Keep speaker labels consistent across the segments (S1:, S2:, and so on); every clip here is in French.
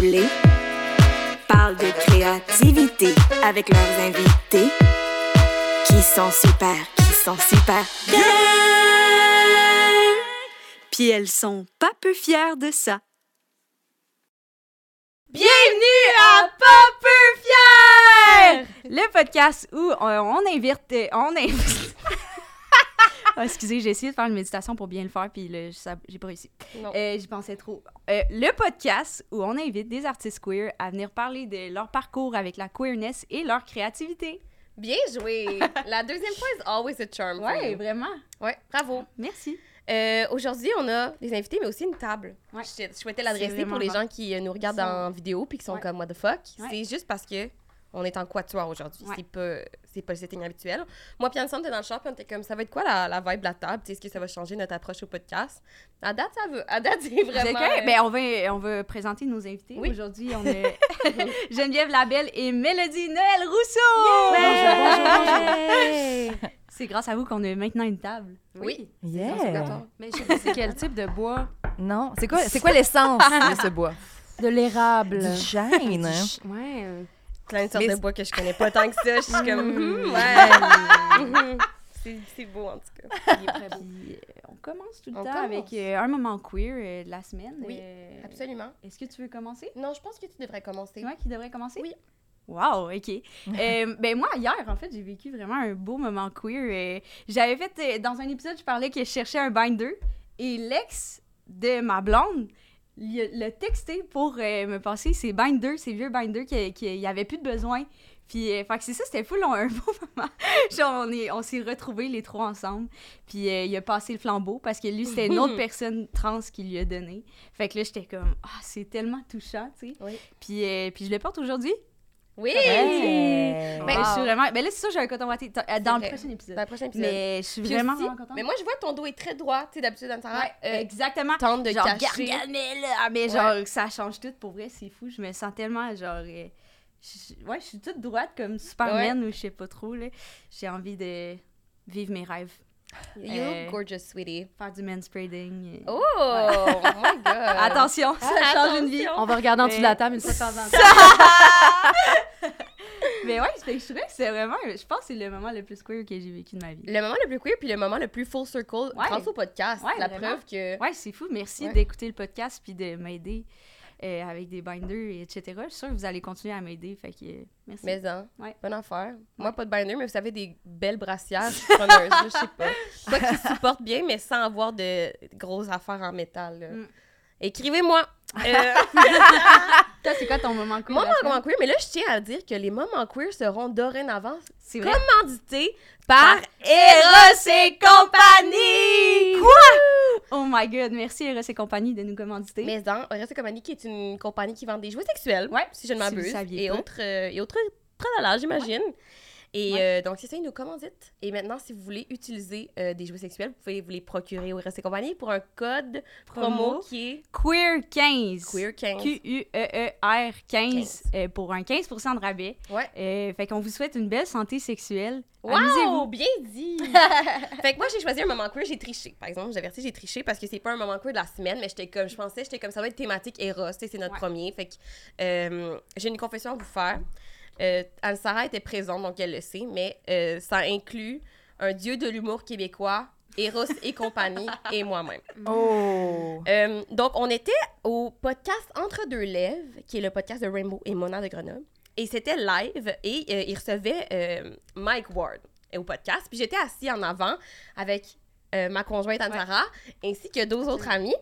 S1: Blé parlent de créativité avec leurs invités qui sont super, qui sont super bien. Puis elles sont pas peu fières de ça.
S2: Bienvenue à Pas peu fière! Le podcast où on, on invite. euh, On invite. Ah, excusez, j'ai essayé de faire une méditation pour bien le faire, puis là, ça- j'ai pas réussi.
S3: Non.
S2: Euh, J'y pensais trop. Euh, le podcast où on invite des artistes queer à venir parler de leur parcours avec la queerness et leur créativité.
S3: Bien joué! La deuxième fois is always a charm. for you.
S2: vraiment.
S3: ouais bravo.
S2: Merci.
S3: Euh, Aujourd'hui, on a des invités, mais aussi une table.
S2: Ouais.
S3: Je, je souhaitais
S2: C'est
S3: l'adresser
S2: vraiment
S3: pour les
S2: bon.
S3: gens qui euh, nous regardent
S2: Ils sont-
S3: en vidéo puis qui sont
S2: Ouais.
S3: comme what the fuck.
S2: Ouais.
S3: C'est juste parce que on est en quatuor aujourd'hui.
S2: Ouais.
S3: C'est pas c'est pas le setting habituel. Moi puis Anne-Somme, on était dans le shop puis on était comme ça va être quoi la, la vibe de la table, Tu sais, est-ce que ça va changer notre approche au podcast À date ça veut. À date c'est
S2: Vous êtes
S3: vraiment
S2: correct?
S3: euh,
S2: Ben, on, va, on va présenter nos invités.
S3: Oui.
S2: Aujourd'hui, on a Geneviève Labelle et Mélodie Noël Rousseau! C'est grâce à vous qu'on a maintenant une table.
S3: oui. Non, c'est
S4: Yeah.
S3: d'accord.
S2: Mais je sais pas c'est quel.
S5: Quel type de bois?
S4: Non, c'est quoi, c'est quoi l'essence de ce bois?
S5: De l'érable.
S4: Du chêne. hein?
S5: Ch- Ouais. euh,
S3: Plein de sortes
S4: Mais
S3: de
S4: c'est-
S3: bois que je connais pas tant que ça, je suis comme Hmm, ouais. Mhm. C'est- C'est beau en tout cas.
S2: Puis, euh, on commence tout le
S3: On
S2: temps
S3: commence.
S2: avec euh, un moment queer euh, de la semaine.
S3: Oui,
S2: Euh,
S3: Absolument.
S2: Est-ce que tu veux commencer?
S3: Non, je pense que tu devrais commencer.
S2: C'est moi qui devrais commencer?
S3: Oui.
S2: Wow, OK. Euh, ben moi, hier, en fait, j'ai vécu vraiment un beau moment queer. Euh, J'avais fait, euh, dans un épisode, je parlais que je cherchais un binder et l'ex de ma blonde il a- l'a texté pour euh, me passer ses binders, ses vieux binders qu'il n'y avait plus de besoin. Puis, euh, fait que c'est ça, c'était full, on a un beau moment. Genre, on est- on s'est retrouvés les trois ensemble. Puis, euh, il a passé le flambeau parce que lui, c'était une autre personne trans qui lui a donné. Fait que là, j'étais comme, ah, c'est tellement touchant, tu sais.
S3: Oui.
S2: Puis, euh, puis je le porte aujourd'hui.
S3: Oui!
S4: Hey!
S2: Ben,
S3: Wow.
S2: je suis vraiment. Ben là, c'est ça, j'ai un coton watté t- euh, dans
S3: vrai.
S2: le prochain épisode.
S3: Dans le prochain épisode.
S2: Mais je suis
S3: Puis
S2: vraiment,
S3: aussi-
S2: vraiment contente.
S3: Mais moi, je vois ton dos est très droit. Tu sais, d'habitude, Anne-Sarah
S2: Ouais,
S3: euh,
S2: exactement.
S3: tente de
S2: genre,
S3: cacher.
S2: Gargamel, ah, mais genre, ça change tout. Pour vrai, c'est fou. Je me sens tellement, genre. euh, je- ouais, je suis toute droite comme Superman ou je sais pas trop, là. J'ai envie de vivre mes rêves.
S3: You
S2: Euh,
S3: gorgeous, sweetie.
S2: Faire du manspreading. euh.
S3: Oh! oh my God!
S2: Attention, ça change une vie.
S3: Attention.
S5: On va regarder en dessous de
S2: Euh, ah, Mais-
S5: la table une fois de temps en temps.
S2: Mais ouais, fait que je trouvais que c'est vraiment. Je pense que c'est le moment le plus queer que j'ai vécu de ma vie.
S3: Le moment le plus queer puis le moment le plus full circle
S2: Ouais.
S3: grâce au podcast.
S2: Ouais,
S3: la
S2: vraiment.
S3: preuve que...
S2: Ouais, c'est fou. Merci
S3: Ouais.
S2: d'écouter le podcast puis de m'aider euh, avec des binders, etc. Je suis sûre que vous allez continuer à m'aider. Fait que euh, merci.
S3: Mais en,
S2: Ouais.
S3: bonne affaire. Moi, pas de binder, mais vous savez, des belles brassières. Je suis preneuse, là, je sais pas. Quoi qui se supporte bien, mais sans avoir de grosses affaires en métal. là.
S2: Mm.
S3: Écrivez-moi! Euh,
S2: Toi, c'est quoi ton moment cool?
S3: Moment moment queer, mais là, je tiens à dire que les moments queer seront dorénavant
S2: C'est vrai.
S3: commandités par
S2: Eros et compagnie! Quoi? Oh my god, merci Eros et compagnie de nous commanditer.
S3: Maison. Oreste Compagnie, qui est une compagnie qui vend des jouets sexuels,
S2: Ouais,
S3: si je ne
S2: si vous
S3: m'abuse,
S2: saviez
S3: et,
S2: pas.
S3: autres, euh, et autres tralala, j'imagine. Et euh, donc, c'est ça, ils nous commanditent. Et maintenant, si vous voulez utiliser euh, des jouets sexuels, vous pouvez vous les procurer au Reste Compagnie pour un code promo,
S2: Promo.
S3: qui est
S2: Queer 15.
S3: Queer15.
S2: E Q-U-E-E-R 15,
S3: 15.
S2: euh, pour un 15% de rabais.
S3: Ouais.
S2: Euh, fait qu'on vous souhaite une belle santé sexuelle. Amusez-vous.
S3: Wow, bien dit! fait que moi, j'ai choisi un moment queer, j'ai triché. Par exemple, j'avertis, j'ai triché parce que c'est pas un moment queer de la semaine, mais j'étais comme, je pensais, j'étais comme, ça va être thématique Eros, tu sais, c'est notre
S2: Ouais.
S3: premier. Fait que euh, j'ai une confession à vous faire. Euh, Anne-Sara était présente, donc elle le sait, mais euh, ça inclut un dieu de l'humour québécois, Eros et compagnie, et moi-même.
S4: Oh!
S3: Euh, donc, on était au podcast Entre deux lèvres, qui est le podcast de Rainbow et Mona de Grenoble. Et c'était live et euh, il recevait euh, Mike Ward euh, au podcast. Puis j'étais assise en avant avec euh, ma conjointe Antara ainsi que deux autres amis.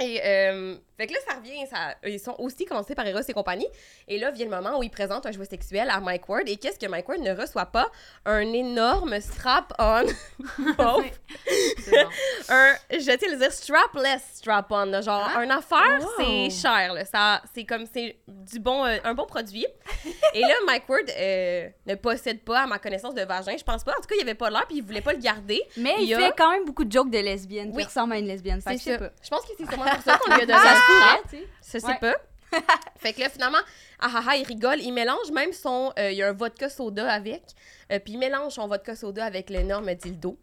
S3: Et euh, fait que là, ça revient, ça, ils sont aussi commencés par Eros et compagnie. Et là vient le moment où ils présentent un jouet sexuel à Mike Ward. Et qu'est-ce que Mike Ward ne reçoit pas? Un énorme strap-on. Pauvre
S5: C'est bon.
S3: un, je tiens à le dire, strapless strap-on. là, Genre,
S2: Ah,
S3: un affaire,
S5: Wow.
S3: c'est cher. là, ça- C'est comme, c'est du bon, euh, un bon produit. Et là, Mike Ward euh, ne possède pas, à ma connaissance, de vagin. Je pense pas. En tout cas, il avait pas l'air, puis il voulait pas le garder.
S2: Mais il,
S3: Il y a-
S2: fait quand même beaucoup de jokes de lesbiennes.
S3: Oui.
S2: qui ressemble à une lesbienne. Fait
S3: C'est
S2: que je sais
S3: ça.
S2: pas.
S3: Je pense que c'est sûrement pour ça qu'on lui a donné
S2: Ça
S3: le
S2: se
S3: strap.
S2: pourrait, tu sais.
S3: Je sais
S2: Ouais.
S3: pas. fait que là, finalement, ah ah ah, il rigole, il mélange même son. euh, il y a un vodka soda avec, euh, puis il mélange son vodka soda avec l'énorme dildo.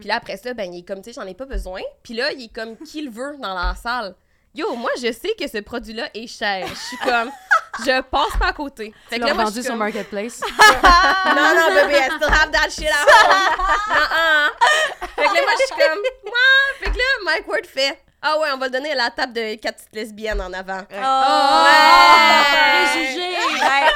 S3: Puis là, après ça, ben, il est comme, tu sais, j'en ai pas besoin. Puis là, il est comme, qui le veut dans la salle? Yo, moi, je sais que ce produit-là est cher. Je suis comme, je passe pas à côté. Fait
S5: Tu
S3: que là,
S5: l'as
S3: moi, je suis
S5: vendu sur
S3: comme,
S5: Marketplace.
S3: Non, non, bébé, I still have that shit at home. Non, hein. Fait que là, moi, je suis comme, moi. Fait que là, Mike Ward fait, ah ouais, on va le donner à la table de quatre petites lesbiennes en avant.
S2: Ah.
S3: Oh,
S2: Ouais.
S3: Préjugés. Ah,
S2: Ouais.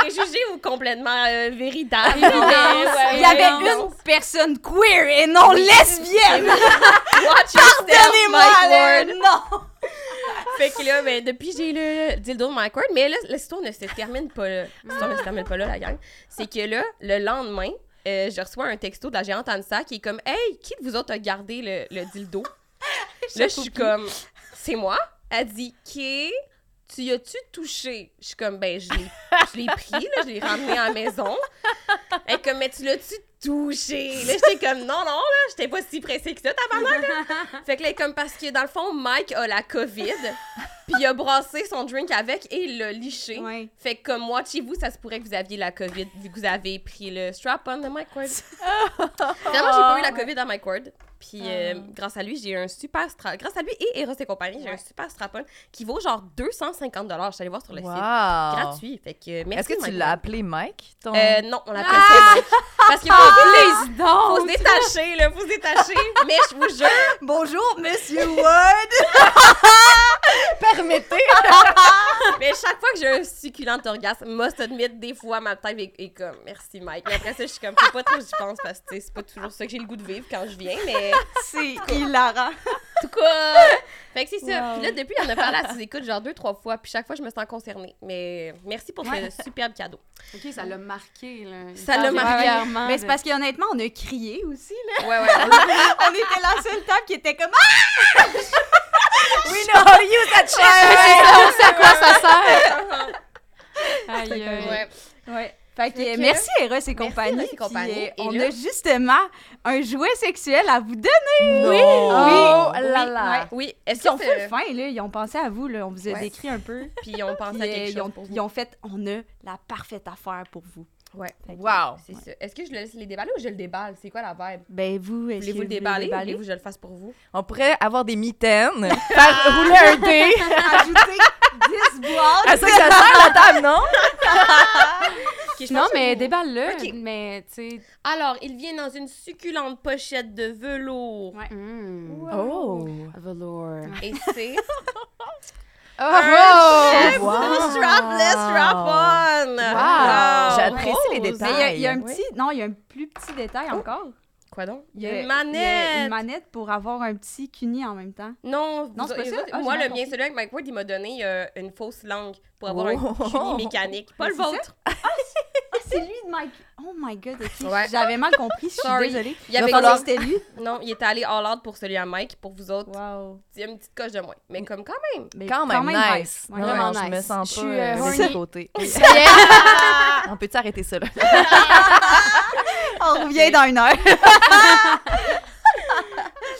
S3: Préjugés ou complètement euh, véritables.
S2: Ah Il y avait une personne queer et non lesbienne.
S3: Watch yourself, Mike
S2: là,
S3: Ward.
S2: Non.
S3: Fait que là, ben, depuis, j'ai le dildo de Mike Ward. Mais là, l'histoire ne se termine pas là. L'histoire ne se termine pas là, la gang. C'est que là, le lendemain, euh, je reçois un texto de la géante Ansa qui est comme Hey, qui de vous autres a gardé le, le dildo Là, je suis comme C'est moi. Elle dit Qui tu y as-tu touché? Je suis comme, ben, je l'ai je l'ai pris, là, je l'ai ramené à la maison. Elle est comme, mais tu l'as-tu touché? Là, j'étais comme, non, non, là, j'étais pas si pressée que ça, tabarnak, là. Fait que là, elle est comme, parce que dans le fond, Mike a la COVID, puis il a brassé son drink avec et il l'a liché.
S2: Ouais.
S3: Fait que comme moi, chez vous, ça se pourrait que vous aviez la COVID vu que vous avez pris le strap-on de Mike Ward. Vraiment, j'ai
S4: Ah.
S3: pas eu la COVID à Mike Ward. Puis euh, grâce à lui, j'ai un super strap. Grâce à lui et Eros et compagnie, j'ai un super strap-on qui vaut genre 250 Je suis allée voir sur le site.
S4: Wow.
S3: Gratuit. Fait que euh, merci.
S4: Est-ce que tu
S3: Mike
S4: l'as
S3: Ward.
S4: appelé Mike? ton- Ah!
S3: Euh, non, on l'a appelé ça Mike. Parce qu'il faut,
S5: Please don't!
S3: faut se détacher, là, faut se détacher. Mais je vous jure,
S2: Bonjour, Monsieur Wood.
S4: Permettez!
S3: mais chaque fois que j'ai un succulent orgasme, must admit, des fois, ma tête est, est comme merci Mike. Mais après ça, je suis comme, faut pas trop que j'y pense parce que tu sais, c'est pas toujours ça que j'ai le goût de vivre quand je viens, mais en
S2: C'est hilarant.
S3: tout cas. Fait que c'est ça. Puis là, depuis, on a parlé à ses écoutes genre deux, trois fois, puis chaque fois, je me sens concernée. Mais merci pour ce superbe cadeau.
S5: Ok, ça l'a marqué, là.
S3: Ça l'a marqué.
S5: Particulièrement,
S2: Mais c'est
S5: là.
S2: parce qu'honnêtement, on a crié aussi. là.
S3: Ouais, ouais.
S2: on était la seule table qui était comme Ah!
S4: We know how to use that shit!
S5: On sait à quoi ça sert! Aïe,
S3: ouais.
S5: aïe.
S3: ouais.
S2: Ouais. Fait que,
S3: Fait que-
S2: merci Eros et compagnie.
S3: Eros et compagnie.
S2: Puis, euh,
S3: Et
S2: on
S3: là-
S2: a justement un jouet sexuel à vous donner.
S4: Oui!
S5: Oh
S2: Oui.
S5: là
S2: Oui.
S5: là!
S3: Oui, est-ce
S2: Ils ont
S3: que
S2: fait
S3: c'est...
S2: le fin, là. Ils ont pensé à vous, là. On vous a
S3: Ouais.
S2: décrit un peu.
S3: Puis on pensait
S2: Puis,
S3: à
S2: euh,
S3: quelque
S2: ils,
S3: chose
S2: ont,
S3: pour
S2: ils
S3: vous.
S2: ont fait, on a la parfaite affaire pour vous.
S3: Ouais.
S4: Wow!
S3: C'est ça. Est-ce que je le laisse les déballer ou je le déballe? C'est quoi la vibe?
S2: Ben, vous, est-ce que
S3: Voulez-vous le
S2: voulez
S3: déballer? Voulez-vous que je le fasse pour vous?
S4: On pourrait avoir des mitaines, faire rouler un dé.
S2: Ajoutez 10 boîtes.
S4: À Ah, ça que ça sert la table, non?
S3: Ok, je
S5: Non,
S3: pense que
S5: mais
S3: vous-
S5: déballe-le.
S3: Ok.
S5: Mais, tu sais.
S3: Alors, il vient dans une succulente pochette de velours.
S2: Ouais.
S5: hmm,
S4: Oh!
S5: Velours.
S3: Et c'est
S5: Oh!
S3: un
S4: wow.
S3: strapless strap-on! Wow.
S4: J'apprécie les
S5: Rose.
S2: Mais
S4: détails.
S2: il y a- il y, a un
S4: Oui.
S2: petit. Non, il y a un plus petit détail encore. Euh,
S3: Quoi donc?
S2: Il y a-
S3: une
S2: il y a
S3: manette!
S2: Une manette pour avoir un petit cuni en même temps.
S3: Non,
S2: Non,
S3: vous-
S2: c'est pas
S3: vous-
S2: ça? Ah,
S3: moi,
S2: j'ai
S3: le mien,
S2: mal compris.
S3: celui avec Mike Ward, il m'a donné euh, une fausse langue pour avoir
S4: Oh.
S3: un chenille mécanique. Pas
S2: Mais
S3: le
S2: c'est ça?
S3: vôtre.
S2: Ah, c'est lui de Mike. Oh my god, ok.
S3: Ouais.
S2: J'avais mal compris, je suis
S3: Sorry.
S2: désolée.
S3: Il y avait
S2: pensé que c'était lui.
S3: Non, il était allé all-out pour celui à Mike. Pour vous autres,
S2: Wow. Mm.
S3: il y a une petite coche de moins. Mais comme quand même.
S2: Mais
S4: Quand même, nice.
S2: Ouais.
S4: Non,
S5: Vraiment
S4: je me
S5: nice.
S4: sens
S5: Je
S4: pas
S5: suis,
S4: euh,
S5: euh,
S4: de
S5: horny.
S4: ce côté.
S5: Yeah!
S4: On peut-tu arrêter ça, là?
S2: On revient dans une heure.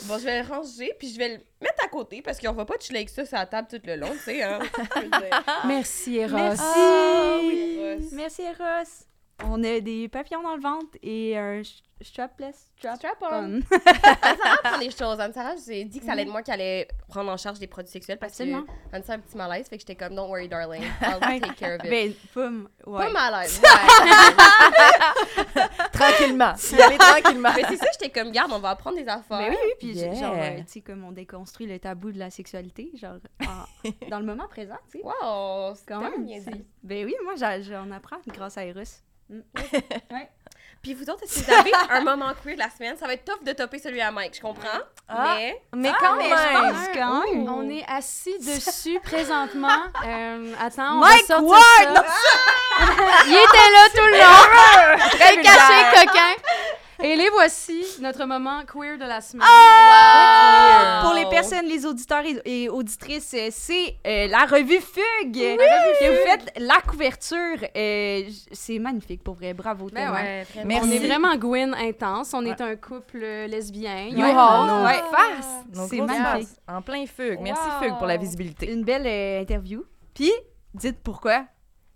S3: Bon, je vais le ranger, puis je vais le mettre à côté parce qu'on va pas chiller avec ça sur la table tout le long, tu sais. Hein? Je veux dire.
S5: Merci, Eros.
S2: Merci.
S3: Ah oui.
S2: Merci, Eros. On a des papillons dans le ventre et un sh- strapless strap.
S3: Strap-on. Anne-Sarah prend des choses. Anne-Sarah, j'ai dit que ça allait être moi qui allait prendre en charge des produits sexuels parce
S2: Absolument.
S3: que Anne-Sarah a un petit malaise, fait que j'étais comme « Don't worry, darling, I'll take care of it
S2: Ben, poum. Ouais.
S3: Pas malaise, ouais.
S4: tranquillement. Y aller tranquillement.
S3: Mais c'est ça, j'étais comme « Garde, on va apprendre des affaires.
S2: Mais oui, oui, puis
S4: Yeah.
S2: genre, euh, tu sais, comme on déconstruit le tabou de la sexualité, genre, en- dans le moment présent, tu sais.
S3: Wow, c'est
S2: Quand
S3: tellement
S2: même.
S3: bien
S2: c'est-
S3: dit.
S2: Ben oui, moi, j'a- j'en apprends grâce à Eros. Mm. Ouais.
S3: Puis vous autres, est-ce que vous avez un moment queer de la semaine? Ça va être tough de topper celui à Mike, je comprends,
S4: Ah.
S3: mais...
S4: Mais quand
S5: mais
S4: même.
S2: pense quand
S5: Ouh.
S2: même.
S5: On est assis dessus présentement. Euh, attends, on
S4: Mike
S5: va sortir
S4: Ward!
S5: ça. Il était là tout le long, très caché, coquin. Et les voici, notre moment queer de la semaine.
S3: Wow!
S2: Pour les
S5: Oh.
S2: personnes, les auditeurs et, et auditrices, euh, c'est euh, la revue Fugue. Et vous faites la couverture. euh, j- c'est magnifique pour vrai. Bravo,
S5: Ben
S2: Thomas.
S5: ouais.
S4: Merci.
S5: On est vraiment Gwyn intense. On est un couple euh, lesbien.
S4: Yo,
S5: Ouais.
S4: nos
S2: Ouais.
S4: faces. nos
S2: C'est
S4: grosses
S2: magnifique.
S4: faces, En plein fugue. Merci,
S5: Wow.
S4: fugue, pour la visibilité.
S2: Une belle euh, interview. Puis, dites pourquoi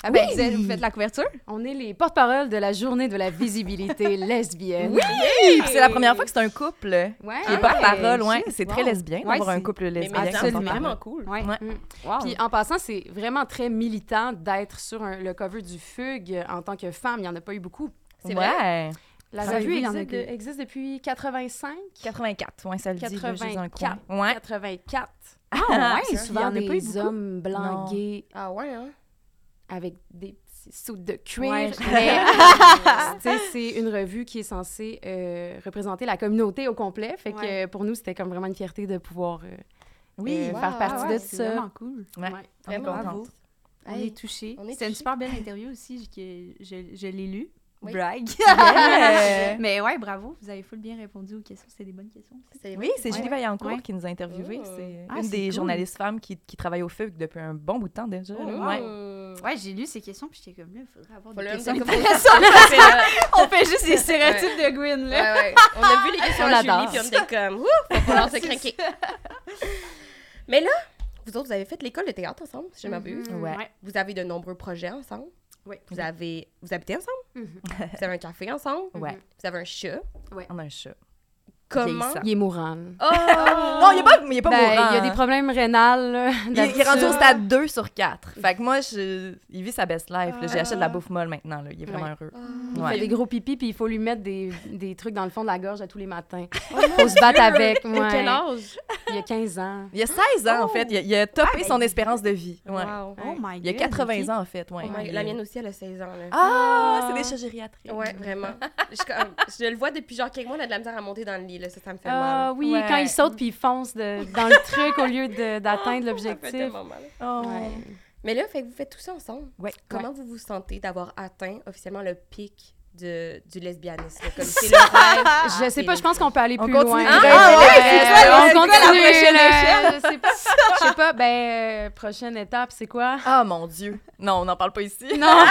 S2: Ah ben, vous, êtes- vous faites la couverture?
S5: On est les porte-parole de la journée de la visibilité lesbienne.
S4: Oui! Puis C'est la première fois que c'est un couple
S5: Ouais.
S4: qui est
S5: Ah
S4: pas
S5: ouais.
S4: parole, ouais.
S5: Shit,
S4: C'est
S5: wow.
S4: très lesbien
S2: Ouais,
S4: d'avoir un
S2: c'est-
S4: couple
S3: Mais
S4: lesbien.
S3: mais
S4: qui
S3: ça,
S4: s'entend
S3: c'est
S4: bien.
S3: vraiment cool.
S2: Ouais.
S4: Ouais.
S5: Mm.
S2: Wow.
S5: Puis en passant, c'est vraiment très militant d'être sur un- le cover du Fugue en tant que femme. Il n'y en a pas eu beaucoup.
S3: C'est vrai?
S4: Ouais.
S5: La
S2: Ah, oui,
S5: revue
S2: il y en a
S5: existe,
S2: que-
S5: de- existe depuis 85,
S4: 84, ouais, ça le dit, là, juste dans le coin.
S5: 84.
S4: Ouais.
S5: 84.
S2: Ah ouais,
S5: Puis
S2: souvent,
S5: souvent
S2: il y en a pas eu
S5: des
S2: beaucoup.
S5: hommes blancs
S4: Non.
S5: gays
S3: Ah ouais, hein?
S5: avec des petits sauts de cuir.
S2: Ouais,
S5: mais tu sais, c'est une revue qui est censée euh, représenter la communauté au complet. Fait que
S2: Ouais.
S5: euh, pour nous, c'était comme vraiment une fierté de pouvoir euh,
S4: Oui,
S5: euh,
S3: wow.
S5: faire partie
S3: Ah
S5: de
S2: C'est
S5: ça.
S2: vraiment cool.
S4: Ouais.
S5: Ouais.
S4: on est
S3: Vraiment,
S4: contente.
S3: bravo.
S2: On
S5: Hey,
S2: est touchés.
S3: on est
S2: C'était une
S3: touchés.
S2: super belle interview aussi, que je, je l'ai lue.
S3: Oui.
S2: Brag.
S4: Yeah.
S2: Mais ouais, bravo, vous avez full bien répondu aux questions, c'est des bonnes questions.
S3: C'est
S4: Oui, c'est Julie
S3: Ouais.
S4: Vaillancourt
S2: Ouais.
S4: qui nous a interviewés.
S3: Oh.
S4: C'est
S2: Ah,
S4: une
S2: c'est
S4: des
S2: cool.
S4: journalistes femmes qui, qui travaille au FUG depuis un bon bout de temps déjà.
S3: Oh,
S4: là. Ouais.
S3: wow.
S2: Ouais, j'ai lu ces questions, puis j'étais comme là, il faudrait avoir
S3: Faut
S2: des
S3: le-
S2: questions
S3: comme-
S2: intéressantes.
S3: C'est, euh,
S2: on fait juste des stéréotypes de Gwyn, là.
S3: Ouais, ouais. On a vu les questions
S5: On
S3: de
S5: l'adore.
S3: Julie, puis on était comme, ouf, va falloir se craquer. Mais là, vous autres, vous avez fait l'école de théâtre ensemble, si je m'abuse.
S5: Mhm.
S4: Ouais.
S3: Vous avez de nombreux projets ensemble.
S5: Oui.
S3: Vous avez, vous habitez ensemble.
S5: Mhm.
S3: Vous avez un café ensemble.
S4: Ouais.
S3: Vous avez un chat.
S4: On a un chat.
S3: Comment
S4: Vieillissant.
S5: Il est mourant. là.
S3: Oh!
S4: Non, il n'est pas, il est pas
S5: Ben,
S4: mourant.
S5: il y a des
S4: hein.
S5: problèmes rénals. là,
S4: Il- il, est
S5: d'habitude.
S4: rendu au stade 2 sur 4. Fait que moi, je- il vit sa best life. là. J'achète de la bouffe molle maintenant. Là. Il est vraiment
S5: Ouais.
S4: heureux.
S5: Il
S4: Ouais.
S5: fait des gros pipis, puis il faut lui mettre des, des trucs dans le fond de la gorge à tous les matins. faut se battre avec. ouais.
S3: Quel âge?
S5: Il y a 15 ans.
S4: Il a 16 ans, en fait. Il a, il a topé son espérance de vie. Ouais.
S3: Wow.
S2: Oh my god.
S4: Il a 80 ans, en fait. Ouais.
S3: Oh my- La mienne aussi, elle a 16 ans. Là.
S4: Ah, c'est des chats gériatriques.
S3: Ouais, vraiment. je, suis comme- je le vois depuis genre quelques mois, elle a de la misère à monter dans le lit. Là. Ça, ça me fait
S5: Ah
S3: mal.
S5: oui,
S4: Ouais.
S5: quand il saute puis il fonce de- dans le truc au lieu de- d'atteindre
S3: Ça me fait
S5: l'objectif.
S3: tellement mal.
S4: Oh.
S5: Ouais.
S3: Mais là, fait que vous faites tout ça ensemble.
S4: Ouais.
S3: Comment vous vous sentez d'avoir atteint officiellement le pic de, du lesbianisme? Comme c'est le rêve.
S5: Je sais pas, je pense qu'on peut aller
S4: On
S5: plus
S4: continue
S5: loin.
S4: de rêver
S5: Ah,
S4: les
S5: ouais,
S4: restes.
S5: ouais,
S4: C'est
S5: on
S4: quoi la
S5: continue,
S4: prochaine
S5: là, Je sais pas. Je sais pas. Ben, euh, prochaine étape, c'est quoi?
S4: Ah, mon Dieu. Non, on n'en parle pas ici.
S5: Non.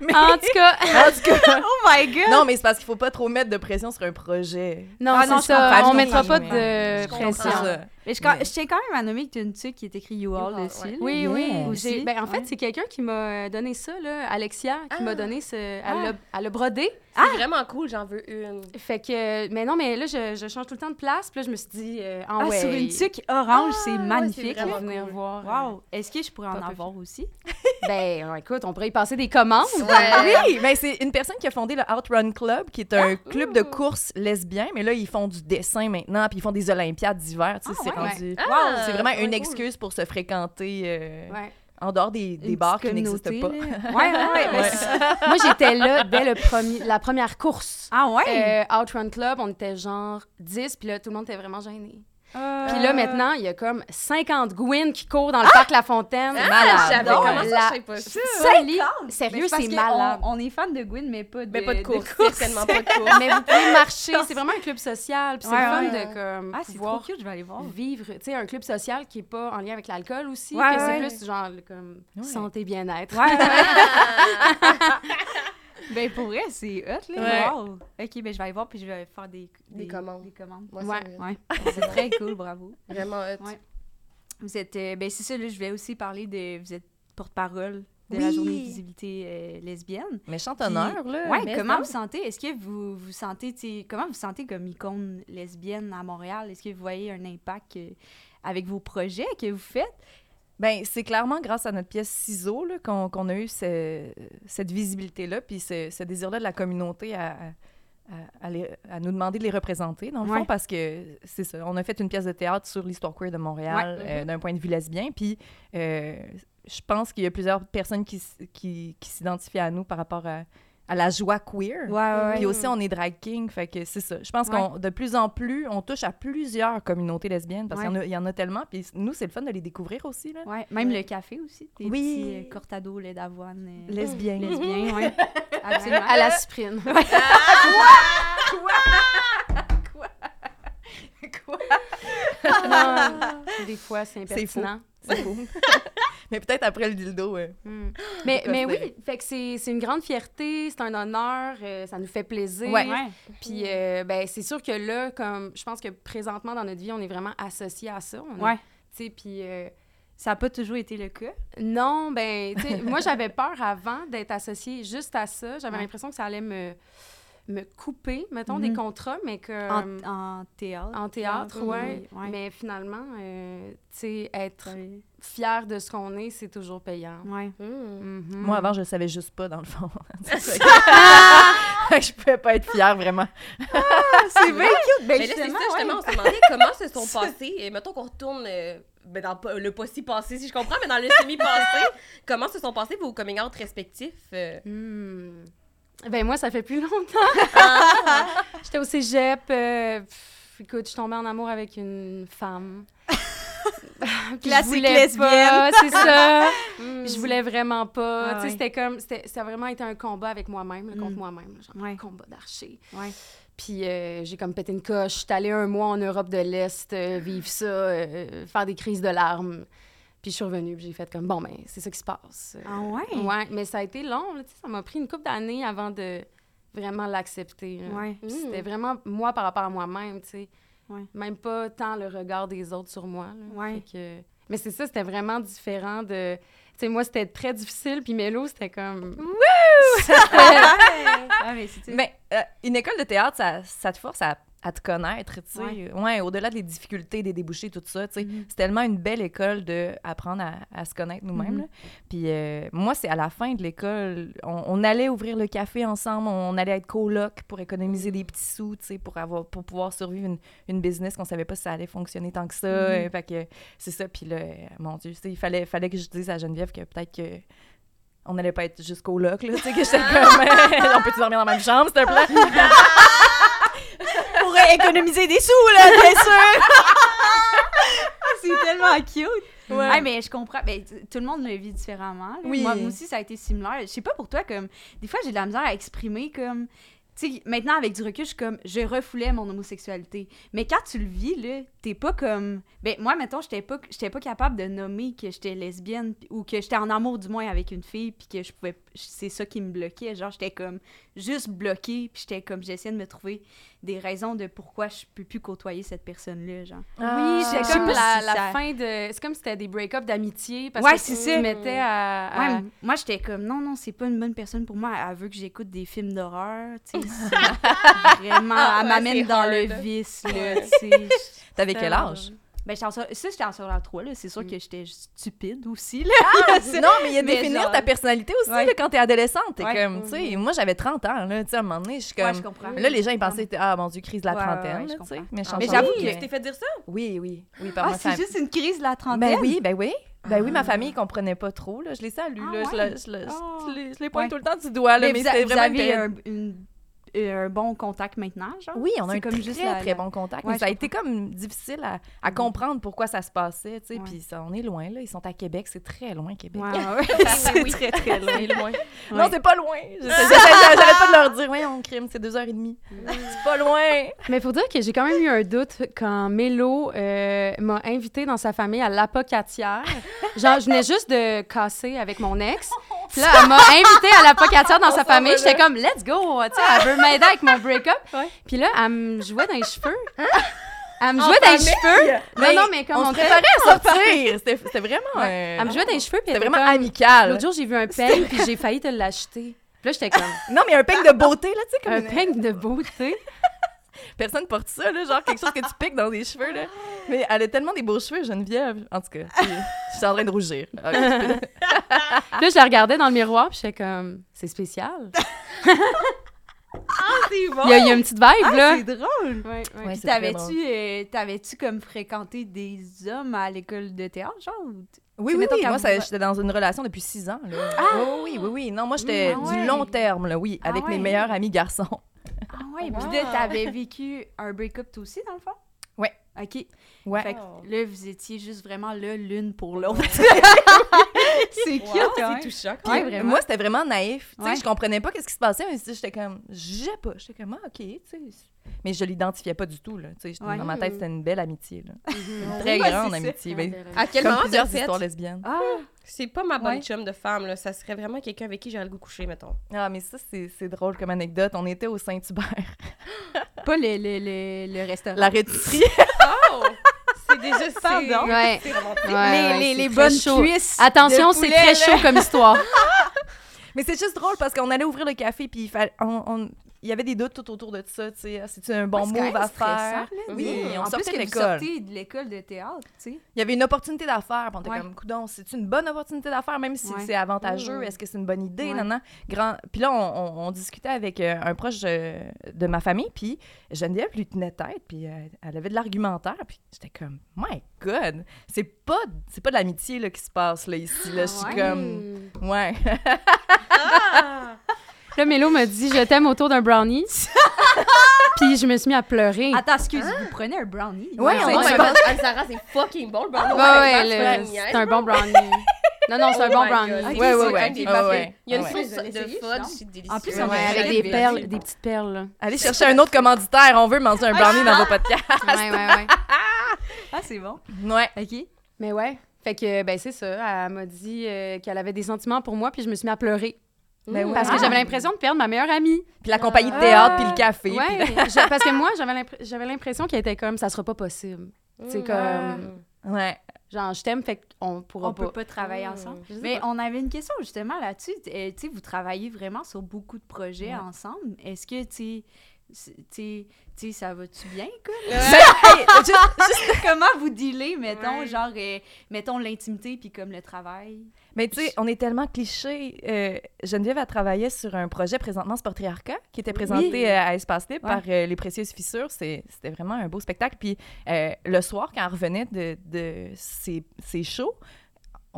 S4: Mais-
S5: En tout cas,
S4: En tout cas,
S2: Oh my god.
S4: non, mais c'est parce qu'il faut pas trop mettre de pression sur un projet.
S5: non,
S4: Ah,
S5: c'est
S4: non, je
S5: ça.
S4: comprends,
S5: On
S4: je
S5: mettra
S4: comprends,
S5: pas
S4: je
S5: de
S3: comprends.
S4: C'est
S5: pression.
S4: ça.
S2: Mais je, quand-
S4: Mais-
S2: je tiens quand même à nommer que tu as une tuque qui est écrit You All
S3: You All,
S2: dessus.
S3: ouais.
S2: là.
S5: Oui,
S4: Yeah.
S5: oui.
S2: Aussi,
S5: J'ai- Ben, en fait,
S2: ouais.
S5: c'est quelqu'un qui m'a euh, donné ça, là, Alexia, qui
S3: Ah.
S5: m'a donné ce. Elle
S2: Ah.
S5: l'a- elle l'a brodé.
S3: C'est vraiment cool, j'en veux une.
S5: Fait que. Mais non, mais là, je, je change tout le temps de place. Puis là, je me suis dit, euh, en
S2: Ah,
S5: ouais.
S2: sur une tuque orange, c'est
S3: c'est
S2: magnifique.
S5: Je vais
S3: vraiment
S5: venir
S3: cool.
S5: voir.
S2: Wow. Est-ce que je pourrais en
S5: Pas peu
S2: avoir aussi?
S5: euh, Ben, euh, écoute, on pourrait y passer des commandes.
S4: Ah Oui, mais c'est une personne qui a fondé le Outrun Club, qui est un club de course lesbien, mais là, ils font du dessin maintenant, puis ils font des Olympiades d'hiver, tu sais,
S2: Ah,
S4: c'est
S2: ouais.
S4: rendu...
S3: Ah,
S4: c'est vraiment
S3: ouais,
S4: une
S3: cool.
S4: excuse pour se fréquenter euh,
S5: Ouais.
S4: en dehors des, des
S2: Une
S4: bars qui
S2: petite
S4: n'existent pas.
S2: communauté, là. Ouais, ouais, ouais. ben,
S4: Ouais.
S2: c'est-
S5: Moi, j'étais là dès le premier, la première course.
S2: Ah ouais?
S5: Euh, Outrun Club, on était genre 10, puis là, tout le monde était vraiment gêné. Puis
S2: Euh,
S5: là, maintenant, il y a comme 50 Gwyn qui courent dans le parc La Fontaine.
S4: C'est malade.
S3: Ah, Je savais
S4: Donc,
S3: comment
S5: la-
S3: ça, je sais pas.
S5: Salut!
S2: Ah! Mais
S5: Sérieux,
S2: parce
S5: c'est
S2: que
S5: malade.
S2: On, on est fan de Gwyn, mais pas de
S3: Mais pas de course, certainement pas de course.
S5: Mais vous pouvez marcher, c'est vraiment un club social. Puis c'est
S2: Ouais,
S5: le fun
S3: ouais.
S5: de comme,
S2: Ah, c'est trop
S5: pouvoir
S2: cute, je vais aller voir.
S5: vivre, tu sais, un club social qui est pas en lien avec l'alcool aussi,
S2: Ouais,
S5: que
S2: ouais.
S5: c'est plus genre le- comme
S4: Ouais.
S5: santé, bien-être.
S2: Ouais, ouais.
S3: Ah!
S2: ben pour vrai, c'est hot, là.
S4: Ouais.
S2: Wow. OK, ben je vais aller voir, puis je vais faire des...
S3: Des commandes.
S2: Des commandes.
S3: Moi,
S5: Ouais.
S3: c'est vrai.
S2: Ouais. c'est très cool, bravo.
S3: Vraiment hot.
S2: Ouais. Vous êtes... euh, ben c'est ça, là, je vais aussi parler de... Vous êtes porte-parole de la
S4: Oui.
S2: journée de visibilité euh, lesbienne.
S4: Méchant honneur, là.
S2: Ouais,
S3: mais
S2: comment
S3: ça.
S2: vous sentez? Est-ce que vous vous sentez, tu sais, comment vous sentez comme icône lesbienne à Montréal? Est-ce que vous voyez un impact euh, avec vos projets que vous faites?
S4: Ben, c'est clairement grâce à notre pièce Ciseaux là, qu'on, qu'on a eu ce- cette visibilité-là, puis ce, ce désir-là de la communauté à, à- à les- à nous demander de les représenter, dans le
S2: Ouais.
S4: fond, parce que c'est ça. On a fait une pièce de théâtre sur l'histoire queer de Montréal,
S3: Ouais,
S4: euh, d'un point de vue lesbien, puis euh, je pense qu'il y a plusieurs personnes qui, s- qui, qui s'identifient à nous par rapport à, à la joie queer.
S2: ouais.
S4: Puis aussi, on est drag king, fait que c'est ça. Je pense
S2: Ouais.
S4: qu'on de plus en plus, on touche à plusieurs communautés lesbiennes, parce qu'il y en a- il y, en a tellement, puis nous, c'est le fun de les découvrir aussi, là.
S2: Ouais, même le café aussi. Des
S4: Oui.
S2: petits euh, cortado, lait d'avoine. euh,
S4: Lesbienne.
S2: lesbien, ouais. Absolument.
S5: À
S4: Euh,
S5: la sprint.
S4: Ah,
S2: Quoi?
S5: Des fois, c'est
S4: C'est faux.
S5: impertinent.
S4: C'est faux. Mais peut-être après le dildo. euh.
S5: Mm. Mais,
S4: Faut
S5: mais oui,
S4: considérer.
S5: fait que c'est c'est une grande fierté, c'est un honneur, euh, ça nous fait plaisir.
S4: Ouais.
S2: Ouais.
S5: Puis euh, ben, c'est sûr que là, comme je pense que présentement dans notre vie, on est vraiment associé à ça. On est-
S2: Ouais.
S5: tu sais, puis euh,
S2: Ça n'a pas toujours été le cas.
S5: Non, ben, tu sais, moi, j'avais peur avant d'être associée juste à ça. J'avais
S2: Ouais.
S5: l'impression que ça allait me, me couper, mettons, des
S4: Mhm.
S5: contrats, mais que. euh,
S2: En, en théâtre.
S5: en théâtre,
S2: oui,
S5: ouais.
S2: ouais.
S5: Mais finalement, euh, tu sais, être
S2: Oui.
S5: fier de ce qu'on est, c'est toujours payant.
S2: Ouais.
S3: Hmm.
S5: Mhm.
S4: Moi, avant, je le savais juste pas, dans le fond. C'est ça que- je pouvais pas être fière, vraiment.
S2: C'est bien cute. Ben,
S3: Mais là, c'est ça,
S2: justement,
S3: justement,
S2: ouais.
S3: on se demandait comment se sont passés, et mettons qu'on retourne euh, ben, dans pas- le pas si passé, si je comprends, mais dans le semi-passé, comment se sont passés vos coming out respectifs? euh?
S5: Hmm. Ben moi, ça fait plus longtemps.
S2: Ah.
S5: J'étais au cégep. euh, pff, écoute, je suis tombée en amour avec une femme. Puis je
S2: Classique Hmm.
S5: voulais pas, C'est ça. Je voulais vraiment
S2: Ah
S5: pas. tu sais,
S2: ouais.
S5: c'était comme... c'était- Ça a vraiment été un combat avec moi-même, là, contre
S2: Mm.
S5: moi-même. Genre
S2: Ouais.
S5: un combat d'archer.
S2: Ouais.
S5: Puis euh, j'ai comme pété une coche. Je suis allée un mois en Europe de l'Est euh, vivre ça, euh, faire des crises de larmes. Puis je suis revenue, puis j'ai fait comme, bon, ben c'est ça qui se passe.
S2: Ah ouais?
S5: Ouais, mais ça a été long. là, tu sais, ça m'a pris une couple d'années avant de vraiment l'accepter. là.
S2: Ouais.
S5: Puis C'était vraiment moi par rapport à moi-même, tu sais.
S2: Ouais.
S5: Même pas tant le regard des autres sur moi. là.
S2: Ouais.
S5: Fait que- Mais c'est ça, c'était vraiment différent de... Tu sais, moi, c'était très difficile, puis Mélo, c'était comme...
S2: ah, mais c'était...
S4: Mais euh, une école de théâtre, ça, ça te force à, à te connaître, tu sais. Ouais, au-delà des difficultés, des débouchés, tout ça, tu sais. C'est tellement une belle école d'apprendre à, à se connaître nous-mêmes.
S2: Mhm.
S4: là. Puis euh, moi, c'est à la fin de l'école, on, on allait ouvrir le café ensemble, on allait être coloc pour économiser des petits sous, tu sais, pour, avoir, pour pouvoir survivre une, une business qu'on savait pas si ça allait fonctionner tant que ça. Euh, fait que c'est ça. Puis là, euh, mon Dieu, tu sais, il fallait, fallait que je dise à Geneviève que peut-être que on n'allait pas être jusqu'au loc, là, tu sais, que j'étais comme, on peut-tu dormir dans la même chambre, s'il te plaît?
S2: Pour économiser des sous, là, bien sûr! c'est tellement cute! Ah, mais je comprends. Ben, t- tout le monde le vit différemment. là.
S4: Oui.
S2: Moi, moi aussi, ça a été similaire. Je sais pas pour toi, comme... Des fois, j'ai de la misère à exprimer, comme... Tu sais, maintenant, avec du recul, je suis comme... Je refoulais mon homosexualité. Mais quand tu le vis, là, t'es pas comme... Ben, moi, mettons, j'étais pas, j'étais pas capable de nommer que j'étais lesbienne pis- ou que j'étais en amour, du moins, avec une fille, puis que je pouvais... C'est ça qui me bloquait. Genre, j'étais comme... Juste bloquée, puis j'étais comme... J'essayais de me trouver des raisons de pourquoi je peux plus côtoyer cette personne-là, genre.
S5: Oui,
S2: Ah.
S5: c'est
S2: Je sais
S5: comme
S2: pas
S5: la,
S2: si
S5: la
S2: ça-
S5: fin de... C'est comme si c'était des break-up d'amitié, parce
S2: Ouais,
S5: que
S2: c'est
S5: tu
S2: ça.
S5: te mettais à...
S3: Euh,
S5: à-
S2: Ouais, m- moi j'étais comme non non c'est pas une bonne personne pour moi elle veut que j'écoute des films d'horreur tu sais c'est vraiment
S3: Ah,
S2: elle
S3: ouais, c'est
S2: m'amène dans
S3: hard.
S2: le vice là
S3: Ouais.
S2: tu sais
S4: T'avais quel âge?
S2: ben j'étais en sur... ça j'étais en secondaire 3 là c'est sûr
S5: Mm.
S2: que j'étais stupide aussi là
S4: Non, mais il y a
S2: ah, Mais
S4: définir
S2: genre-
S4: ta personnalité aussi
S2: Ouais.
S4: là, quand t'es adolescente. T'es
S2: Ouais. Mm-hmm.
S4: comme, tu sais, moi j'avais 30 ans, là, tu sais, à un moment donné, je suis comme.
S2: ouais je comprends
S4: Là, les gens, ils pensaient, ah mon Dieu, crise de la
S2: Ouais, ouais,
S4: trentaine,
S2: ouais, je
S4: là, tu sais.
S2: comprends.
S4: Mais,
S3: Ah,
S2: Mais
S4: changeons-
S2: j'avoue
S4: oui,
S3: oui,
S2: que-
S3: tu t'es fait dire ça?
S4: Oui, oui, oui, par
S2: ah
S4: ma
S2: c'est
S4: famille.
S2: juste une crise de la trentaine
S4: Ben oui, ben oui. Ben oui, ma famille comprenait pas trop, là. Je les salue,
S2: Ah
S4: là. Je
S2: ouais.
S4: le- Je, le-
S2: Ah.
S4: je les- je les pointe
S2: Ouais.
S4: tout le temps du doigt, Ah, là,
S2: mais,
S4: mais,
S2: vous, a-
S4: c'était
S2: vous
S4: vraiment une
S2: avez
S4: période-
S2: un, une- euh, un bon contact maintenant genre
S4: Oui, on a
S2: C'est
S4: un
S2: comme
S4: très,
S2: juste la-
S4: très,
S2: la-
S4: bon contact,
S2: Ouais,
S4: mais ça
S2: je Mm.
S4: a été comme difficile à, à comprendre pourquoi ça se passait, tu sais,
S2: Ouais.
S4: puis ça, on est loin, là. Ils sont à Québec, c'est très loin, Québec.
S2: Ouais,
S3: c'est très, très loin.
S4: Non,
S2: Ouais.
S4: c'est pas loin! J'essaie- j'essaie- J'arrête pas de leur dire, voyons, crime, c'est deux heures et demie.
S2: Mm.
S4: C'est pas loin!
S5: Mais faut dire que j'ai quand même eu un doute quand Mélo euh, m'a invité dans sa famille à l'apocatière. Genre, je venais juste de casser avec mon ex. Puis là, elle m'a invité à l'apocatière dans sa famille. J'étais comme, let's go! Tu sais, elle veut m'aider avec mon break-up. Puis là, elle me jouait dans les cheveux.
S4: Hein?
S5: Elle me jouait dans les cheveux. Non, non, mais comme
S4: on se
S5: on était-
S4: préparait à sortir! C'était c'était vraiment. euh,
S5: Elle me jouait dans les cheveux. Puis elle
S4: C'était
S5: était
S4: vraiment
S5: comme-
S4: amical.
S5: L'autre jour, j'ai vu un peigne, puis j'ai failli te l'acheter. Puis là, j'étais comme,
S4: Non, mais un peigne de beauté, là, tu sais, comme
S5: un
S4: une-
S5: peigne de beauté.
S4: personne porte ça, là, genre quelque chose que tu piques dans les cheveux, là. Mais elle a tellement des beaux cheveux, Geneviève. En tout cas, c'est- je suis en train de rougir. Ah, oui.
S5: Puis là, je la regardais dans le miroir, puis j'étais comme, c'est spécial.
S2: Ah, c'est bon Ah,
S5: Il y, a- il y a une petite vibe, là.
S2: c'est drôle
S5: Ouais, ouais.
S4: Ouais,
S2: Puis
S4: c'est très drôle.
S2: t'avais-tu euh, t'avais-tu comme fréquenté des hommes à l'école de théâtre genre ou t-
S4: Oui,
S2: c'est
S4: oui,
S2: mettons
S4: oui,
S2: quand
S4: Moi,
S2: vous
S4: ça-
S2: va-
S4: j'étais dans une relation depuis six ans, là. oui, oui, oui, oui. Non, moi, j'étais
S2: Ah
S4: du
S2: ouais.
S4: long terme, là, oui,
S2: Ah
S4: avec mes
S2: ouais.
S4: meilleurs amis garçons.
S2: Ah ouais,
S3: Wow.
S2: puis là, t'avais vécu un break-up toi aussi, dans le fond?
S4: Ouais.
S2: OK.
S4: Ouais.
S2: Fait que là, vous étiez juste vraiment là l'une pour l'autre. c'est cute,
S3: Wow,
S2: hein?
S3: c'est touchant.
S2: Ouais, vraiment.
S4: Moi, c'était vraiment naïf. Tu sais,
S2: Ouais.
S4: je comprenais pas qu'est-ce qui se passait, mais tu sais, j'étais comme, j'ai pas. J'étais comme, ah, OK, tu sais. Mais je l'identifiais pas du tout, là. Tu sais, j'étais-
S2: Ouais.
S4: dans ma tête, c'était une belle amitié, là.
S5: Mhm.
S4: Très
S2: Ouais,
S4: grande
S2: c'est ça.
S4: amitié. mais-
S3: À quel
S4: Comme
S3: moment t'as
S4: plusieurs
S3: fait?
S4: histoires lesbiennes.
S2: Ah,
S3: C'est pas ma bonne
S2: Ouais.
S3: chum de femme, là. Ça serait vraiment quelqu'un avec qui j'aurais le goût de coucher, mettons.
S4: Ah, mais ça, c'est c'est drôle comme anecdote. On était au Saint-Hubert.
S2: pas le, le, le, le restaurant.
S4: La rétisserie.
S3: Oh! C'est c'est déjà ça.
S2: Pardon.
S5: Ouais.
S3: C'est vraiment-
S5: Ouais,
S2: les les,
S5: ouais, c'est
S2: les
S5: très
S2: bonnes
S5: chaud.
S2: cuisses.
S5: Attention,
S2: de
S5: c'est
S2: poulet,
S5: très chaud
S2: là.
S5: comme histoire.
S4: Mais c'est juste drôle parce qu'on allait ouvrir le café, puis il fallait- on- on- il y avait des doutes tout autour de ça, tu sais. C'est un bon
S2: C'est quand
S4: move
S2: même
S4: à
S2: stressant,
S4: faire.
S2: là,
S4: Oui,
S2: de- en
S4: on
S2: plus
S4: sortait de
S2: que vous
S4: l'école.
S2: sortez de l'école de théâtre, tu sais.
S4: Il y avait une opportunité d'affaires. puis On était
S2: Ouais.
S4: comme, coudon, c'est une bonne opportunité d'affaires, même si
S2: Ouais.
S4: c'est avantageux.
S3: Mm.
S4: Est-ce que c'est une bonne idée?
S2: Ouais.
S4: Non, non. Grand... Puis là, on, on- on discutait avec euh, un proche euh, de ma famille, puis Geneviève lui tenait tête, puis euh, elle avait de l'argumentaire. Puis j'étais comme, my God, c'est pas, c'est pas de l'amitié là, qui se passe là, ici. Là. Je suis
S2: Ah, Ouais.
S4: comme, ouais.
S5: Là, Mélo me dit Je t'aime autour d'un brownie. Puis je me suis mis à pleurer.
S2: Attends, excuse, vous prenez un brownie.
S4: Ouais,
S3: Oh
S4: on
S3: my
S4: va-
S3: god, Anne-Sarah, c'est fucking bon le brownie.
S5: Ouais,
S3: Vraiment,
S5: ouais,
S3: tu
S5: le-
S3: me niaises.
S5: c'est un bon brownie. Non, non, c'est un
S3: Oh
S5: bon
S3: my
S5: brownie.
S3: God.
S4: Ouais, ouais,
S3: c'est
S4: ouais.
S3: avec des
S4: Ah,
S3: papilles.
S4: ouais.
S3: Il y a une
S4: Ouais.
S3: sauce
S2: Je vais
S3: de
S2: l'essayer,
S3: fun,
S2: je
S3: c'est délicieux.
S2: En plus,
S5: Ouais,
S2: on a
S5: avec
S2: des
S5: des perles,
S2: belles.
S3: ben
S5: des petites perles. là.
S4: Allez chercher un autre commanditaire. On veut manger un brownie dans vos podcasts.
S5: Ouais, ouais, ouais.
S2: Ah, c'est bon.
S4: Ouais.
S2: OK.
S5: Mais ouais. Fait que, ben, c'est ça. Elle m'a dit euh, qu'elle avait des sentiments pour moi, puis je me suis mis à pleurer.
S4: Ben oui.
S5: Parce que
S4: Ah.
S5: j'avais l'impression de perdre ma meilleure amie.
S4: Puis la compagnie de
S2: Ah!
S4: théâtre, puis le café.
S5: Ouais.
S4: puis-
S5: je- parce que moi, j'avais l'impr- j'avais l'impression qu'elle était comme ça sera pas possible.
S3: Mm,
S5: C'est comme
S4: ouais.
S5: genre, je t'aime, fait qu'on pourra
S2: On
S5: pas.
S2: peut pas travailler ensemble.
S5: Je sais
S2: Mais
S5: pas.
S2: on avait une question justement là-dessus. Euh, tu sais, vous travaillez vraiment sur beaucoup de projets ensemble. Est-ce que, tu sais, c'est- tu sais, tu sais, ça va-tu bien, quoi? Hey, juste, juste comment vous dealez, mettons,
S3: Ouais.
S2: genre, euh, mettons l'intimité puis comme le travail?
S4: Mais tu sais, on est tellement clichés. Euh, Geneviève a travaillé sur un projet présentement, ce portrait Arca, qui était présenté
S2: Oui.
S4: euh, à Espace Libre
S2: Ouais.
S4: par euh, Les Précieuses Fissures. C'est- C'était vraiment un beau spectacle. Puis euh, le soir, quand elle revenait de, de ses, ses shows,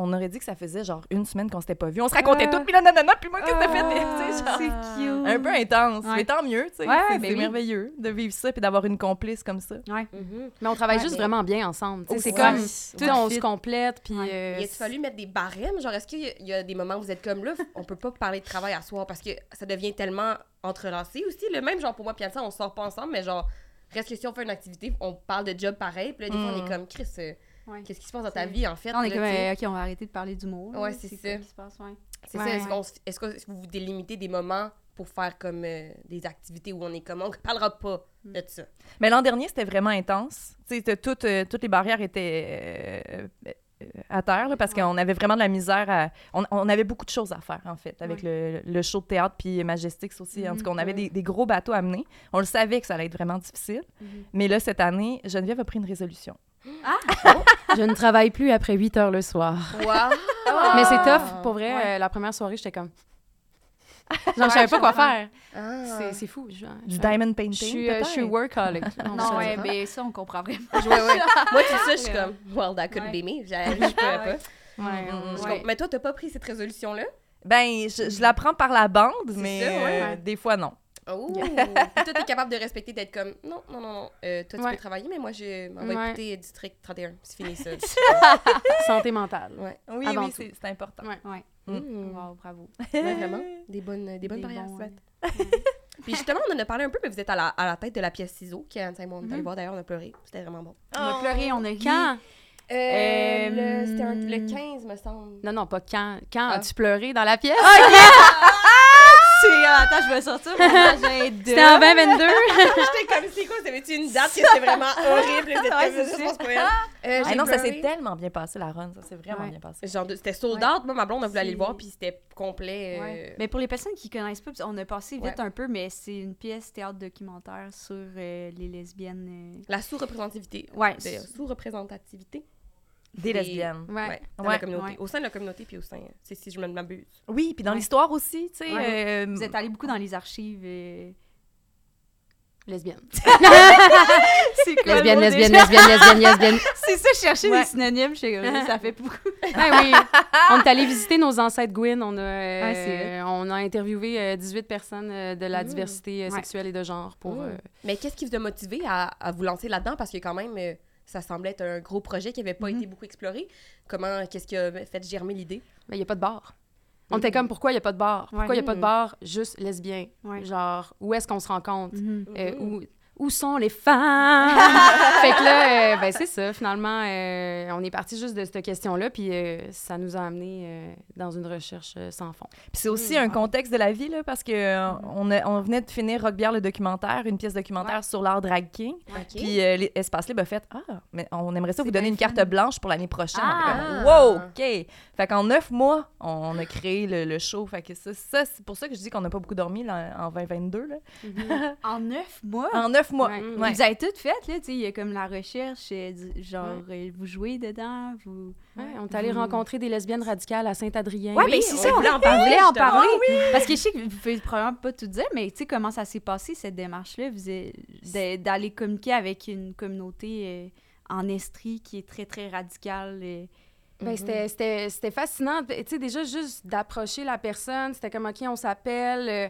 S4: on aurait dit que ça faisait genre une semaine qu'on s'était pas vu. On se racontait
S2: Ah.
S4: tout, puis là, nanana, puis moi, qu'est-ce que t'as fait? Tu sais, genre,
S2: c'est cute.
S4: un peu intense,
S2: Ouais.
S4: mais tant mieux, tu sais.
S2: Ouais,
S4: c'est
S2: ben
S4: c'est
S2: oui.
S4: merveilleux de vivre ça, puis d'avoir une complice comme ça.
S5: Mais on travaille
S3: Ouais,
S5: juste
S3: mais-
S5: vraiment bien ensemble. tu sais, C'est
S4: Aussi.
S5: comme,
S4: Ouais.
S5: tu sais,
S4: Ouais.
S5: on
S4: Fit.
S5: se complète, puis.
S2: Ouais.
S5: euh,
S3: Il a-tu fallu mettre des barèmes? Genre, est-ce qu'il y a- il y a des moments où vous êtes comme là, on peut pas parler de travail à soir parce que ça devient tellement entrelacé aussi. Le même genre pour moi, puis Anne-Sarah, on sort pas ensemble, mais genre, reste que si on fait une activité, on parle de job pareil. Puis là, des fois, on
S4: Mm.
S3: est comme, Chris, euh,
S2: Ouais.
S3: qu'est-ce qui se passe dans ta
S2: C'est-
S3: vie en fait?
S2: On est
S3: là,
S2: comme,
S3: tu sais?
S2: euh, OK, on va arrêter de parler du mot.
S3: Ouais, c'est ça.
S2: qui se passe, ouais.
S3: C'est
S2: Ouais,
S3: ça. Est-ce,
S2: ouais.
S3: qu'on s- est-ce que est-ce que vous vous délimitez des moments pour faire comme euh, des activités où on est comme on parlera pas
S2: Mm.
S3: de ça?
S4: Mais l'an dernier, c'était vraiment intense. Tu sais, t'as toutes, euh, toutes les barrières étaient euh, euh, à terre là, parce qu'on avait vraiment de la misère à. On, on avait beaucoup de choses à faire, en fait, avec le, le show de théâtre puis Majestix aussi. En tout cas, on avait des, des gros bateaux à mener. On le savait que ça allait être vraiment difficile. Mais là, cette année, Geneviève a pris une résolution.
S5: Je ne travaille plus après 8 heures le soir.
S3: Wow!
S5: Mais c'est tough. Pour vrai, euh, la première soirée, j'étais comme. Genre, je savais pas quoi faire.
S3: Ah.
S5: C'est- C'est fou. genre,
S4: Du
S5: je-
S4: diamond painting.
S5: Je suis, euh, je suis
S4: peut-être?
S5: workaholic. on va se
S2: Non, ouais,
S5: dire.
S2: mais ça, on comprend vraiment.
S3: Ouais, ouais. Moi, tout ça, je suis comme, well, that could
S2: Ouais.
S3: be me. J'ai- Je pourrais pas.
S5: Ouais,
S4: Mm,
S3: Je
S5: ouais.
S3: comprends- Mais toi, t'as pas pris cette résolution-là?
S4: Ben, je, je la prends par la bande, mais
S3: ça, ouais.
S4: euh, des fois, non.
S3: Oh! Puis toi, t'es capable de respecter, d'être comme, non, non, non, non. Euh, toi, tu
S5: Ouais.
S3: peux travailler, mais moi, je m'en vais
S5: Ouais.
S3: écouter euh, District 31. C'est fini, ça.
S5: Santé mentale.
S3: ouais.
S4: Oui,
S5: Avant
S4: oui,
S5: tout.
S4: c'est c'est important.
S5: Ouais.
S2: Ouais.
S3: Mm.
S2: Wow, bravo.
S3: Ouais, vraiment. Des bonnes, euh, des bonnes
S2: Des
S3: barrières
S2: bons,
S3: à se battre. Puis justement, on en a parlé un peu, mais vous êtes à la, à la tête de la pièce ciseaux, qui est Anne Simon. On est allé voir d'ailleurs, on a pleuré. C'était vraiment bon.
S2: Mhm. On a pleuré, on a ri.
S5: Quand?
S3: Euh,
S2: Euh,
S3: le- C'était un-
S2: hum.
S3: le 15, me semble.
S5: Non, non, pas quand. Quand
S3: Ah.
S5: as-tu pleuré dans la pièce?
S2: Ah, C'est- euh, Attends, je vais sortir mon agenda.
S5: C'était en 2022.
S3: J'étais comme, c'est quoi? T'avais-tu une date que c'était vraiment horrible? Vous êtes comme,
S2: Ouais, c'est
S3: ça, je
S2: ça.
S3: pense pas elle. Euh,
S4: Ah
S3: j'ai
S4: non, ça
S3: pleuré.
S4: s'est tellement bien passé, la run. Ça s'est vraiment
S2: Ouais.
S4: bien passé.
S3: Genre, de- c'était sold out. Moi, ma blonde, on voulait aller le
S2: C'est-
S3: voir, puis c'était complet. euh,
S2: Ouais. Mais pour les personnes qui connaissent pas, on a passé vite
S3: Ouais.
S2: un peu, mais c'est une pièce théâtre documentaire sur euh, les lesbiennes.
S3: La sous-représentativité.
S2: euh, Ouais.
S3: de sous-représentativité
S4: Des
S3: Des-
S4: lesbiennes.
S5: Ouais.
S3: dans
S4: Ouais.
S3: la communauté.
S2: Ouais.
S3: Au sein de la communauté, puis au sein, c'est si je me m'abuse.
S4: Oui, puis dans
S2: Ouais.
S4: l'histoire aussi, tu sais.
S2: Ouais.
S4: euh,
S2: Vous êtes allé beaucoup dans les archives. euh,
S5: Lesbienne.
S2: C'est quoi le
S5: Lesbienne,
S2: mot
S5: lesbienne,
S2: déjà?
S5: lesbienne, lesbienne, lesbienne.
S2: C'est ça, chercher
S4: Ouais.
S2: des synonymes chez eux, ça fait beaucoup.
S5: Ah oui. On est allé visiter nos ancêtres Gwyn. On a, euh,
S2: Ah, c'est Ah.
S5: on a interviewé euh, 18 personnes euh, de la
S3: Mm.
S5: diversité euh,
S2: Ouais. Ah.
S5: sexuelle et de genre pour.
S3: Mm.
S5: euh,
S3: Mais qu'est-ce qui vous a motivé à, à vous lancer là-dedans? Parce que quand même, euh, ça semblait être un gros projet qui n'avait pas été beaucoup exploré. Comment, qu'est-ce qui a fait germer l'idée?
S5: Mais il n'y a pas de bar. On était comme, pourquoi il n'y a pas de bar? Pourquoi il
S2: Mm. Ouais.
S5: n'y a pas de
S3: Mm.
S5: bar? Juste lesbien.
S2: Ouais.
S5: Genre, où est-ce qu'on se rencontre? Euh,
S3: Mhm.
S5: où, Où sont les femmes? fait que là, euh, ben, c'est ça. Finalement, euh, on est parti juste de cette question-là, puis euh, ça nous a amené euh, dans une recherche euh, sans fond.
S4: Puis c'est aussi un contexte de la vie, là, parce que euh,
S2: Mm-hmm.
S4: on, a- on venait de finir Rockbière le documentaire, une pièce documentaire sur l'art drag king. Puis euh, les- Espace Libre a fait Ah, mais on aimerait ça vous donner une carte blanche pour l'année prochaine. On était comme,
S2: Ah!
S4: wow, OK. Fait qu'en neuf mois, on a créé le, le show. Fait que ça, ça, c'est pour ça que je dis qu'on n'a pas beaucoup dormi là, en 2022. Là.
S2: En neuf mois?
S4: En neuf mois.
S5: Ouais.
S4: Ouais.
S2: Vous avez tout fait, là, tu sais, il y a comme la recherche, euh, du- genre, euh, vous jouez dedans, vous...
S5: Ouais, on est allé rencontrer des lesbiennes radicales à Saint-Adrien.
S2: Ouais,
S3: Oui,
S2: mais c'est
S3: on
S2: ça, on
S3: voulait
S2: voulait
S3: en
S2: en
S3: parler,
S2: parler. Ah
S3: justement.
S2: Parce que je sais que vous pouvez probablement pas tout dire, mais tu sais, comment ça s'est passé, cette démarche-là, vous avez- de- d'aller communiquer avec une communauté euh, en Estrie qui est très, très radicale. euh.
S5: Ben, c'était- c'était c'était fascinant. Tu sais, déjà, juste d'approcher la personne, c'était comme, OK, on s'appelle euh,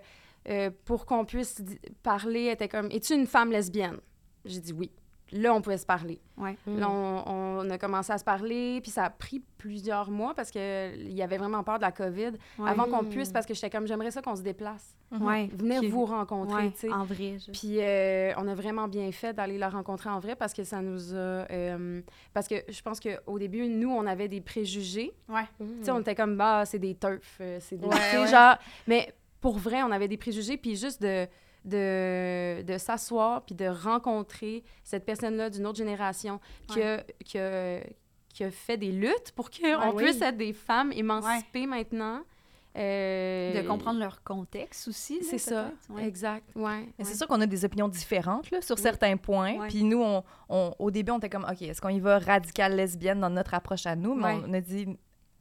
S5: euh, pour qu'on puisse di- parler. Elle était comme, es-tu une femme lesbienne? J'ai dit oui. Là, on pouvait se parler.
S2: Ouais.
S3: Mm-hmm.
S5: Là, on, on a commencé à se parler, puis ça a pris plusieurs mois parce qu'il y avait vraiment peur de la COVID
S2: Ouais.
S5: avant qu'on puisse, parce que j'étais comme, j'aimerais ça qu'on se déplace.
S4: Mm-hmm.
S2: Ouais.
S5: Venir
S2: Puis-
S5: vous rencontrer,
S2: ouais, Ah.
S5: tu sais.
S2: en vrai. je-
S5: Puis euh, on a vraiment bien fait d'aller la rencontrer en vrai parce que ça nous a. euh, parce que je pense qu'au début, nous, on avait des préjugés.
S2: Ouais.
S5: Tu sais, on était comme, bah, c'est des teufs, euh, c'est des.
S3: Mm. Ouais,
S5: tu sais,
S3: ouais.
S5: genre. Mais pour vrai, on avait des préjugés. Puis juste de, de, de s'asseoir puis de rencontrer cette personne-là d'une autre génération qui, a, qui, a, qui a fait des luttes pour qu'on
S3: Ah oui.
S5: puisse être des femmes émancipées maintenant. Euh,
S2: De comprendre leur contexte aussi. là,
S5: C'est ça,
S2: peut-être, ouais.
S5: exact. Ouais.
S4: Mais C'est sûr qu'on a des opinions différentes là, sur certains points.
S2: Ouais.
S4: Puis nous, on, on- au début, on était comme, OK, est-ce qu'on y va radical lesbienne dans notre approche à nous? Mais
S2: Ouais.
S4: on a dit,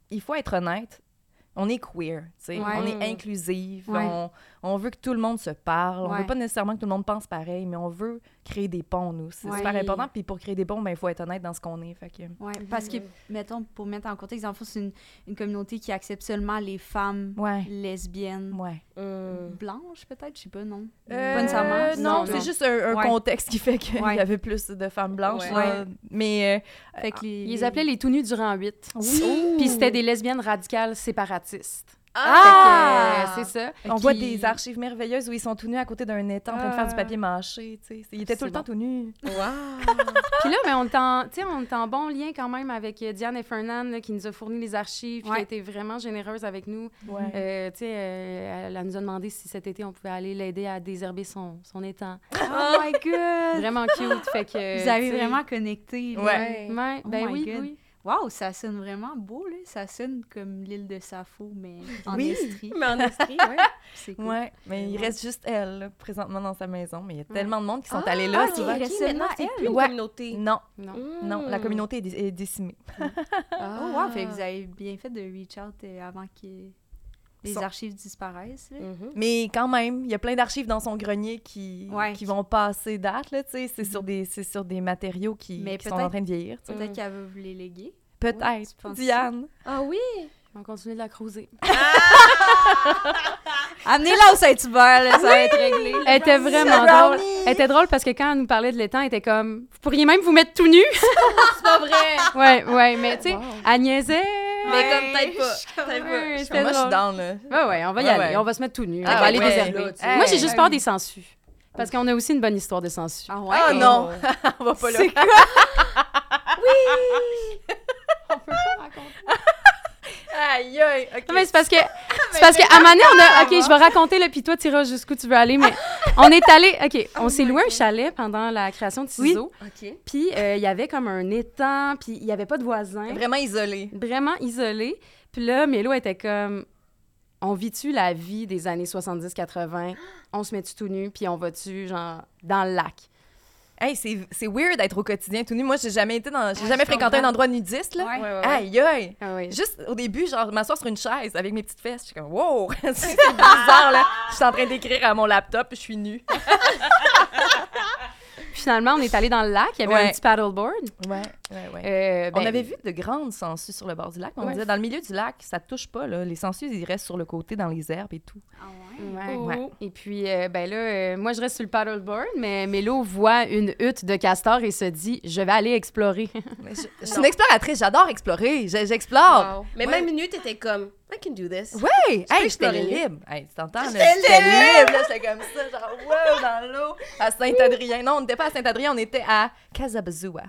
S4: il faut être honnête. On est queer, tu sais.
S2: Ouais.
S4: on est inclusive,
S2: Ouais.
S4: on, on veut que tout le monde se parle, on
S2: Ouais.
S4: veut pas nécessairement que tout le monde pense pareil, mais on veut créer des ponts, nous. C'est
S2: Ouais.
S4: super important. Puis pour créer des ponts, ben, il faut être honnête dans ce qu'on est. Fait que...
S2: Ouais, parce que, mettons, pour mettre en contexte, en fait, c'est une, une communauté qui accepte seulement les femmes
S4: Ouais,
S2: lesbiennes
S4: ouais.
S3: Mm-hmm.
S2: blanches, peut-être, je sais pas, non?
S4: Euh,
S2: Pas nécessairement.
S4: Non,
S5: Non,
S4: c'est
S5: non.
S4: juste un, un
S2: Ouais.
S4: contexte qui fait qu'il
S2: Ouais.
S4: y avait plus de femmes blanches.
S3: Ouais.
S4: là. Mais euh,
S2: Fait que les,
S5: Ils les appelaient les tout nus durant 8. Puis
S3: Oh.
S5: c'était des lesbiennes radicales séparatistes.
S3: Ah!
S5: Fait que, euh, c'est ça.
S4: On voit
S5: Qui-
S4: des archives merveilleuses où ils sont tout nus à côté d'un étang en train de faire du papier mâché. tu sais. Ils étaient tout le
S5: C'est
S4: temps tout nus.
S5: Puis là, mais on est en, tu sais, on est en bon lien quand même avec euh, Diane et Fernand là, qui nous a fourni les archives, puis qui
S2: Ouais.
S5: a été vraiment généreuse avec nous.
S4: Ouais.
S5: Euh, tu sais, euh, elle, elle nous a demandé si cet été on pouvait aller l'aider à désherber son, son étang.
S2: Oh my god!
S5: Vraiment cute. fait que, euh,
S2: Vous avez
S5: tu sais,
S2: vraiment connecté. là.
S4: Ouais.
S5: Ouais,
S2: Oh
S5: ben
S2: my
S5: oui,
S2: God.
S5: oui.
S2: Wow, ça sonne vraiment beau, là. Ça sonne comme l'île de Sappho, mais en
S3: Oui.
S2: Estrie.
S3: Mais en esprit, ouais.
S2: C'est cool.
S4: Ouais, mais il
S2: Ouais.
S4: reste juste elle, là, présentement dans sa maison. Mais il y a tellement de monde qui sont allés là.
S2: ok.
S4: tu vois.
S2: Il reste seulement
S3: maintenant, c'est plus une
S4: Ouais.
S3: communauté. Mm.
S4: Non,
S5: Non.
S4: non,
S3: Hmm.
S4: la communauté est, dé- est décimée.
S2: Oh wow, fait que vous avez bien fait de reach out euh, avant que les
S4: Sont-
S2: archives disparaissent,
S3: Mm.
S2: là.
S3: Mm-hmm.
S4: Mais quand même, il y a plein d'archives dans son grenier qui,
S2: Ouais.
S4: qui vont passer date. Là, tu sais. c'est sur, des- c'est sur des matériaux qui,
S2: Mais
S4: qui sont en
S2: peut-être-
S4: train de vieillir. tu sais.
S2: Peut-être qu'elle va vous les léguer.
S4: Peut-être.
S2: tu penses ça?
S4: Diane.
S3: Ah oui?
S5: On continue de la cruiser.
S2: Amenez-la au Saint-Hubert, là, ça va être réglé. là.
S5: Elle était vraiment drôle. Elle était drôle parce que quand elle nous parlait de l'étang, elle était comme Vous pourriez même vous mettre tout nu.
S3: C'est pas vrai!
S5: ouais, ouais, mais tu sais, elle niaisait.
S3: Mais comme peut-être pas. Peut-être pas.
S5: Ouais,
S3: Je
S5: c'était
S4: Moi, je suis
S5: drôle.
S4: down. Là.
S5: Ouais, ouais, on va y
S4: Ouais,
S5: aller.
S4: ouais.
S5: On va se mettre tout nu.
S4: Ah,
S5: on va
S4: ouais,
S5: aller
S4: ouais.
S5: désherber.
S4: Là, tu-
S5: Moi, j'ai
S4: Hey.
S5: juste peur des sangsues. Parce qu'on a aussi une bonne histoire de sangsues.
S2: Ah ouais?
S4: Ah non, on va pas là.
S2: C'est
S4: Aïe, aïe. ok.
S5: Non, mais c'est parce que. C'est parce qu'à un moment donné, on a. OK, je vais raconter, là, puis toi, tu iras jusqu'où tu veux aller. Mais on est allé. OK, on s'est loué un chalet pendant la création de Ciseaux.
S3: OK.
S5: Puis euh, il y avait comme un étang, puis il n'y avait pas de voisins.
S4: Vraiment isolé.
S5: Vraiment isolé. Puis là, Mélo était comme. On vit-tu la vie des années 70-80? On se met-tu tout nu, puis on va-tu, genre, dans le lac?
S4: Hey, c'est c'est weird d'être au quotidien tout nu. Moi, j'ai jamais été dans, j'ai jamais fréquenté un endroit nudiste là.
S2: Ouais.
S4: Aïe aïe.
S5: Ah oui.
S4: Juste au début, genre m'asseoir sur une chaise avec mes petites fesses, je suis comme wow, c'est bizarre là. Je suis en train d'écrire à mon laptop, je suis nue.
S5: Puis finalement, on est allé dans le lac, il y avait
S4: Ouais.
S5: un petit paddleboard.
S4: Ouais, ouais, ouais.
S5: Euh,
S4: on
S5: ben,
S4: avait vu de grandes sangsues sur le bord du lac, mais on
S5: Ouais.
S4: disait dans le milieu du lac, ça te touche pas là. Les sangsues, ils restent sur le côté dans les herbes et tout.
S2: Ah ouais?
S5: Ouais.
S4: Ouais.
S5: Et puis, euh, ben là, euh, moi, je reste sur le paddleboard, mais Mélo voit une hutte de castors et se dit Je vais aller explorer.
S4: Mais je, je suis une exploratrice, j'adore explorer, J'ai- j'explore.
S3: Mais
S4: Oh! Ouais.
S3: même une minute, t'étais comme, I can do this.
S4: Ouais!
S3: peux
S4: Hey, j'étais
S3: explorer.
S4: libre! Hey, tu t'entends? là?
S3: J'étais
S4: J'étais libre! là, J'étais comme ça, genre, wow, dans l'eau, à Saint-Adrien. Non, on n'était pas à Saint-Adrien, on était à Casabazoua.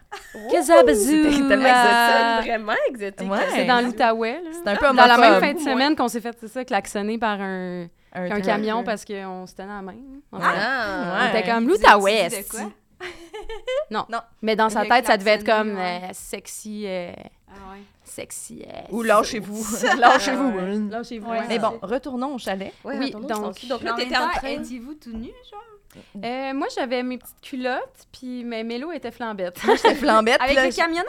S5: Kazabazoo!
S4: C'était tellement
S3: Ça
S5: euh,
S3: sonne vraiment exotique.
S4: Ouais.
S5: C'est dans l'Outaouais, là.
S4: C'était un peu
S5: Ah, Dans la même
S4: homophobe.
S5: fin de semaine qu'on s'est fait, c'est ça, klaxonner par un, un
S4: truc.
S5: camion parce qu'on se tenait à la main. On était-
S3: Ah,
S5: on
S4: Ouais.
S5: était comme
S2: Vous étiez
S5: l'Outaouais.
S2: dit de quoi?
S5: esti. Non.
S4: Non.
S5: Mais dans sa
S2: Le
S5: tête, ça devait être
S2: klaxonner,
S5: comme
S2: ouais.
S5: euh, sexy, euh,
S2: Ah ouais.
S5: sexy. euh,
S4: Ou lâchez-vous. lâchez-vous.
S2: Là, j'ai vous.
S5: Ouais,
S4: Mais bon, retournons au chalet.
S3: Ouais,
S5: Oui,
S3: attendons, je
S5: donc-
S3: pense. donc là,
S2: En même
S3: t'étais en
S2: temps,
S3: train.
S2: étiez-vous tout nu, genre?
S5: Euh, moi, j'avais mes petites culottes, puis mes mélos étaient flambettes.
S4: J'étais flambette.
S2: Avec
S4: là,
S2: le
S4: je-
S2: camionneur?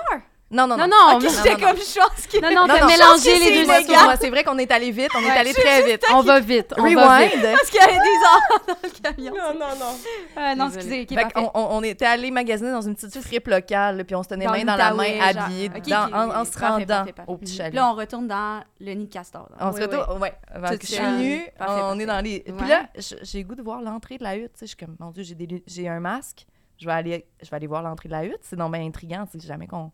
S4: Non, non, non.
S5: non, non,
S4: Ok, non,
S5: mais-
S2: J'étais
S4: non, non.
S2: comme chance que...
S5: non, non,
S4: Non,
S5: t'as
S4: non,
S2: je
S5: mélangé
S2: sais,
S5: les deux
S2: c'est
S5: histoires.
S4: Excuse-moi, c'est vrai qu'on est allé vite, on est allé
S2: je-
S4: très vite.
S5: On va vite, on va vite.
S4: Rewind.
S2: Parce qu'il y avait des enfants dans le camion.
S3: Non, non, non.
S2: Euh, non,
S5: Désolée.
S2: excusez. ok,
S4: Fait
S2: parfait.
S4: qu'on- on, on était allé magasiner dans une petite fripe locale, là, puis on se tenait
S2: Dans
S4: main dans la main,
S2: l'Outaouais, genre.
S4: habillés,
S2: Ok,
S4: dans-
S2: ok,
S4: en,
S2: oui,
S4: en
S2: oui,
S4: se
S2: parfait,
S4: rendant
S2: parfait, parfait.
S4: au petit chalet.
S2: Là, on retourne dans le nid de castor. là.
S4: on se
S2: Ouais,
S4: retourne, ouais. Fait
S2: Tout
S4: que je suis
S2: seul.
S4: nue,
S2: Parfait,
S4: on
S2: parfait.
S4: est dans les.
S5: Ouais.
S4: Puis là, je- j'ai le goût de voir l'entrée de la hutte. tu sais, Je suis comme, mon Dieu, j'ai des lu- j'ai un masque, je vais aller, je vais aller voir l'entrée de la hutte. C'est non bien intriguant, tu sais, jamais qu'on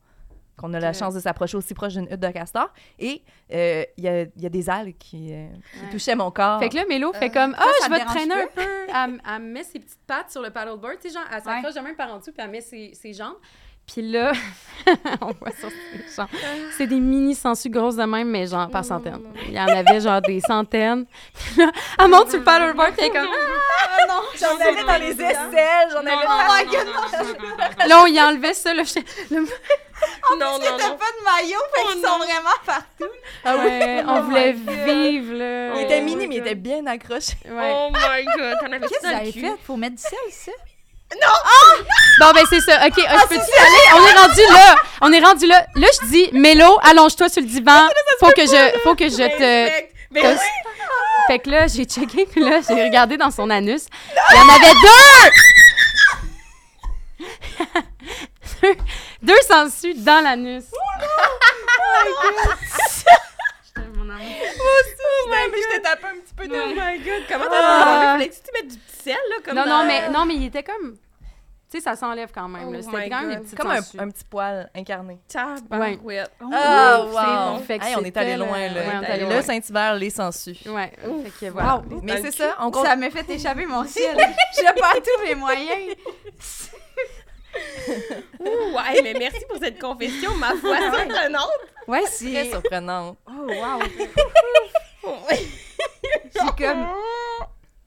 S4: qu'on a la
S5: Que-
S4: chance de s'approcher aussi proche d'une hutte de castor. Et euh, il y, a, il y a des algues qui, euh, qui
S5: Ouais.
S4: touchaient mon corps.
S5: Fait que là, Mélo fait
S3: Euh,
S5: comme Ah,
S2: ça, ça
S5: je
S2: me
S5: vais te
S2: dérange
S5: traîner un peu. Elle, elle met ses petites pattes sur le paddleboard. Tu sais, genre, elle s'accroche
S2: Ouais.
S5: de même par en dessous, puis elle met ses, ses jambes. Puis là, on voit sur ses jambes.
S4: Ah.
S5: C'est des mini sangsues grosses de même, mais genre par
S3: Non, non,
S5: centaines.
S3: non,
S4: Oh.
S5: Il y en avait genre des centaines. Puis là, elle monte sur le paddleboard, puis elle est comme
S4: j'en avais dans les aisselles, j'en avais dans
S5: ah! Là, on y enlevait ça. Là, j'étais-
S3: Non, non,
S2: T'as
S3: non.
S2: pas de maillot, fait qu'ils sont vraiment partout.
S4: Ah oui.
S5: Ouais, on
S4: Oh
S5: voulait
S4: my God.
S5: vivre, là.
S4: Il était mini, mais il était bien accroché.
S5: Ouais.
S3: Oh my god, t'en avais
S2: Qu'est-ce que vous
S3: ça dans
S2: avez
S3: le cul.
S2: fait pour mettre du sel, ça?
S5: Bon, ben, c'est ça. OK, je peux-tu y aller? On est rendu là. On est rendu là. Là, je dis, Mélo, allonge-toi sur le divan. Faut que je, faut que je te.
S3: Respect. Mais
S5: Parce- Fait que là, j'ai checké, puis là, j'ai regardé dans son anus. Il y en avait deux! deux! Deux sangsues dans l'anus.
S3: Ouais, mais je t'ai tapé un petit peu de Oh my god, comment t'as enlevé? Fallait-tu mettre du petit sel, là? Comme
S5: Non,
S3: dans-
S5: non, mais, non, mais il était comme... Tu sais, ça s'enlève quand même. là.
S3: Oh
S5: C'était
S3: my
S5: quand même des
S3: God.
S5: petites
S4: Comme un,
S5: sangsues.
S4: un petit poil incarné.
S3: Tabarouette.
S4: Ah,
S5: c'est
S4: wow!
S5: bon. Fait que
S4: Hey, on est
S5: c'était,
S4: allé loin,
S5: là.
S4: là.
S5: Ouais, on est allé
S4: le
S5: loin.
S4: Saint-Hubert, les sangsues.
S5: Ouais, fait que voilà.
S2: Wow.
S4: Mais
S3: Dans
S4: c'est
S3: le
S4: ça, on compte.
S2: Ça m'a fait échapper mon ciel. J'ai pas tous mes moyens.
S3: Ouh, ouais, mais merci pour cette confession, ma foi, c'est un autre.
S2: Ouais,
S4: Très
S2: c'est...
S4: surprenante.
S2: Oh, wow. J'ai comme...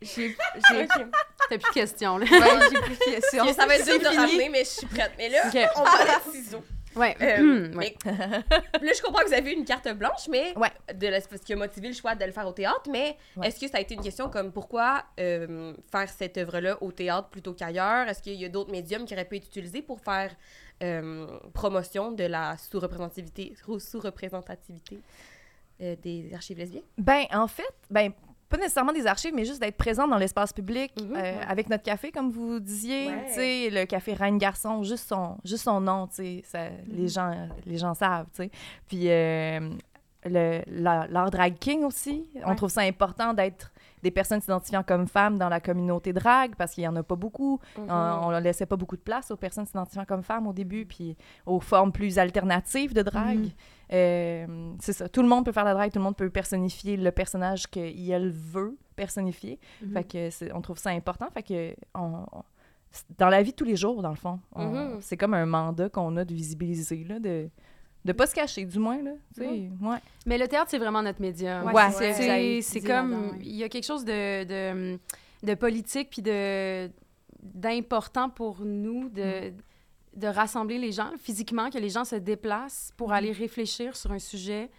S2: J'ai... J'ai...
S5: T'as plus de questions, là.
S2: Ouais, j'ai plus de questions.
S3: Ça va être
S2: C'est
S3: dur de
S2: fini.
S3: ramener, mais je suis prête. Mais là,
S5: Ok.
S3: on parle à ciseaux.
S5: Ouais.
S3: Euh,
S5: ouais.
S3: mais- là, je comprends que vous avez eu une carte blanche, mais
S4: Ouais.
S3: de la- ce qui a motivé le choix de le faire au théâtre. Mais
S4: Ouais.
S3: est-ce que ça a été une question comme pourquoi euh, faire cette œuvre-là au théâtre plutôt qu'ailleurs? Est-ce qu'il y a d'autres médiums qui auraient pu être utilisés pour faire euh, promotion de la sous-représentativité sous représentativité des archives lesbiennes?
S4: Ben, en fait, ben, pas nécessairement des archives, mais juste d'être présent dans l'espace public
S3: Mhm.
S4: euh, avec notre café, comme vous disiez.
S3: Ouais.
S4: Tu sais, le café Reine Garçon, juste son, juste son nom, tu sais, ça-
S3: Mhm.
S4: les, gens, les gens savent, tu sais. Puis euh, le- la- l'art drag king aussi, on
S5: Ouais.
S4: trouve ça important d'être des personnes s'identifiant comme femmes dans la communauté drag parce qu'il n'y en a pas beaucoup. On- On ne laissait pas beaucoup de place aux personnes s'identifiant comme femmes au début, puis aux formes plus alternatives de drague. Euh, c'est ça. Tout le monde peut faire la drague, tout le monde peut personnifier le personnage qu'elle veut personnifier.
S5: Mhm.
S4: Fait que c'est- on trouve ça important. Fait que on- on- c'est dans la vie de tous les jours, dans le fond, on-
S3: Mhm.
S4: c'est comme un mandat qu'on a de visibiliser, là, de ne pas se cacher, du moins. Là, tu sais, ouais.
S5: Mais le théâtre, c'est vraiment notre médium.
S2: Ouais,
S4: Ouais,
S2: c'est
S5: C'est-
S2: ça, vous avez
S5: C'est
S2: dit
S5: comme,
S2: là-dedans, ouais.
S5: il y a quelque chose de, de, de politique puis de d'important pour nous de, de rassembler les gens physiquement, que les gens se déplacent pour aller réfléchir sur un sujet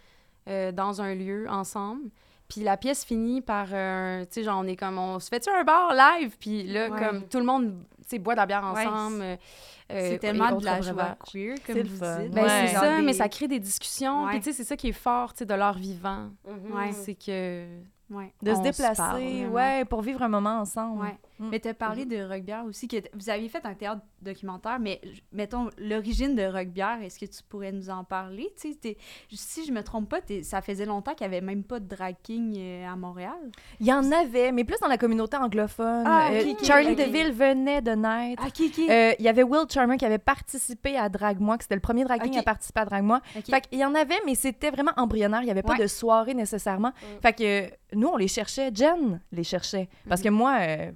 S5: euh, dans un lieu ensemble. Puis la pièce finit par, euh, tu sais, genre, on est comme, on se fait-tu un bar live? Puis là,
S2: Ouais.
S5: comme, tout le monde, tu sais, boit de la bière
S2: Ouais,
S5: ensemble. euh,
S2: C'est
S5: euh, et
S2: tellement de
S5: autres
S2: la
S5: breuvages.
S2: joie queer,
S4: C'est
S2: comme
S4: le
S2: vous
S4: fun.
S2: dites.
S5: Ben,
S4: Ouais.
S5: c'est
S4: Dans
S5: ça, mais
S2: Des-
S5: ça crée des discussions. Puis,
S2: Ouais.
S5: tu sais, c'est ça qui est fort, tu sais, de l'art vivant.
S3: Mhm.
S2: Ouais.
S5: C'est que...
S2: Ouais.
S4: De se
S5: On se
S4: déplacer,
S5: parle, vraiment.
S4: ouais, pour vivre un moment ensemble.
S2: Ouais.
S4: Mm.
S2: Mais t'as parlé de Roquebière aussi, que t- vous aviez fait un théâtre documentaire, mais j- mettons, l'origine de Roquebière, est-ce que tu pourrais nous en parler? Tu sais, t'es- si je me trompe pas, t'es- ça faisait longtemps qu'il n'y avait même pas de drag king euh, à Montréal.
S4: Il y en avait, mais plus dans la communauté anglophone.
S2: Ah,
S4: Euh,
S2: ok, ok,
S4: Charlie
S2: ok.
S4: Deville venait de naître.
S2: Ah, qui, qui?
S4: Euh, Il y avait Will Charmer qui avait participé à Drag Moi, qui c'était le premier drag king
S2: Ok.
S4: à participer à Drag Moi.
S2: Ok.
S4: Fait qu'il y en avait, mais c'était vraiment embryonnaire. Il n'y avait pas
S2: Ouais.
S4: de soirée nécessairement.
S3: Mm.
S4: Fait que euh, nous, on les cherchait. Jen les cherchait.
S2: Mhm.
S4: Parce que moi, euh,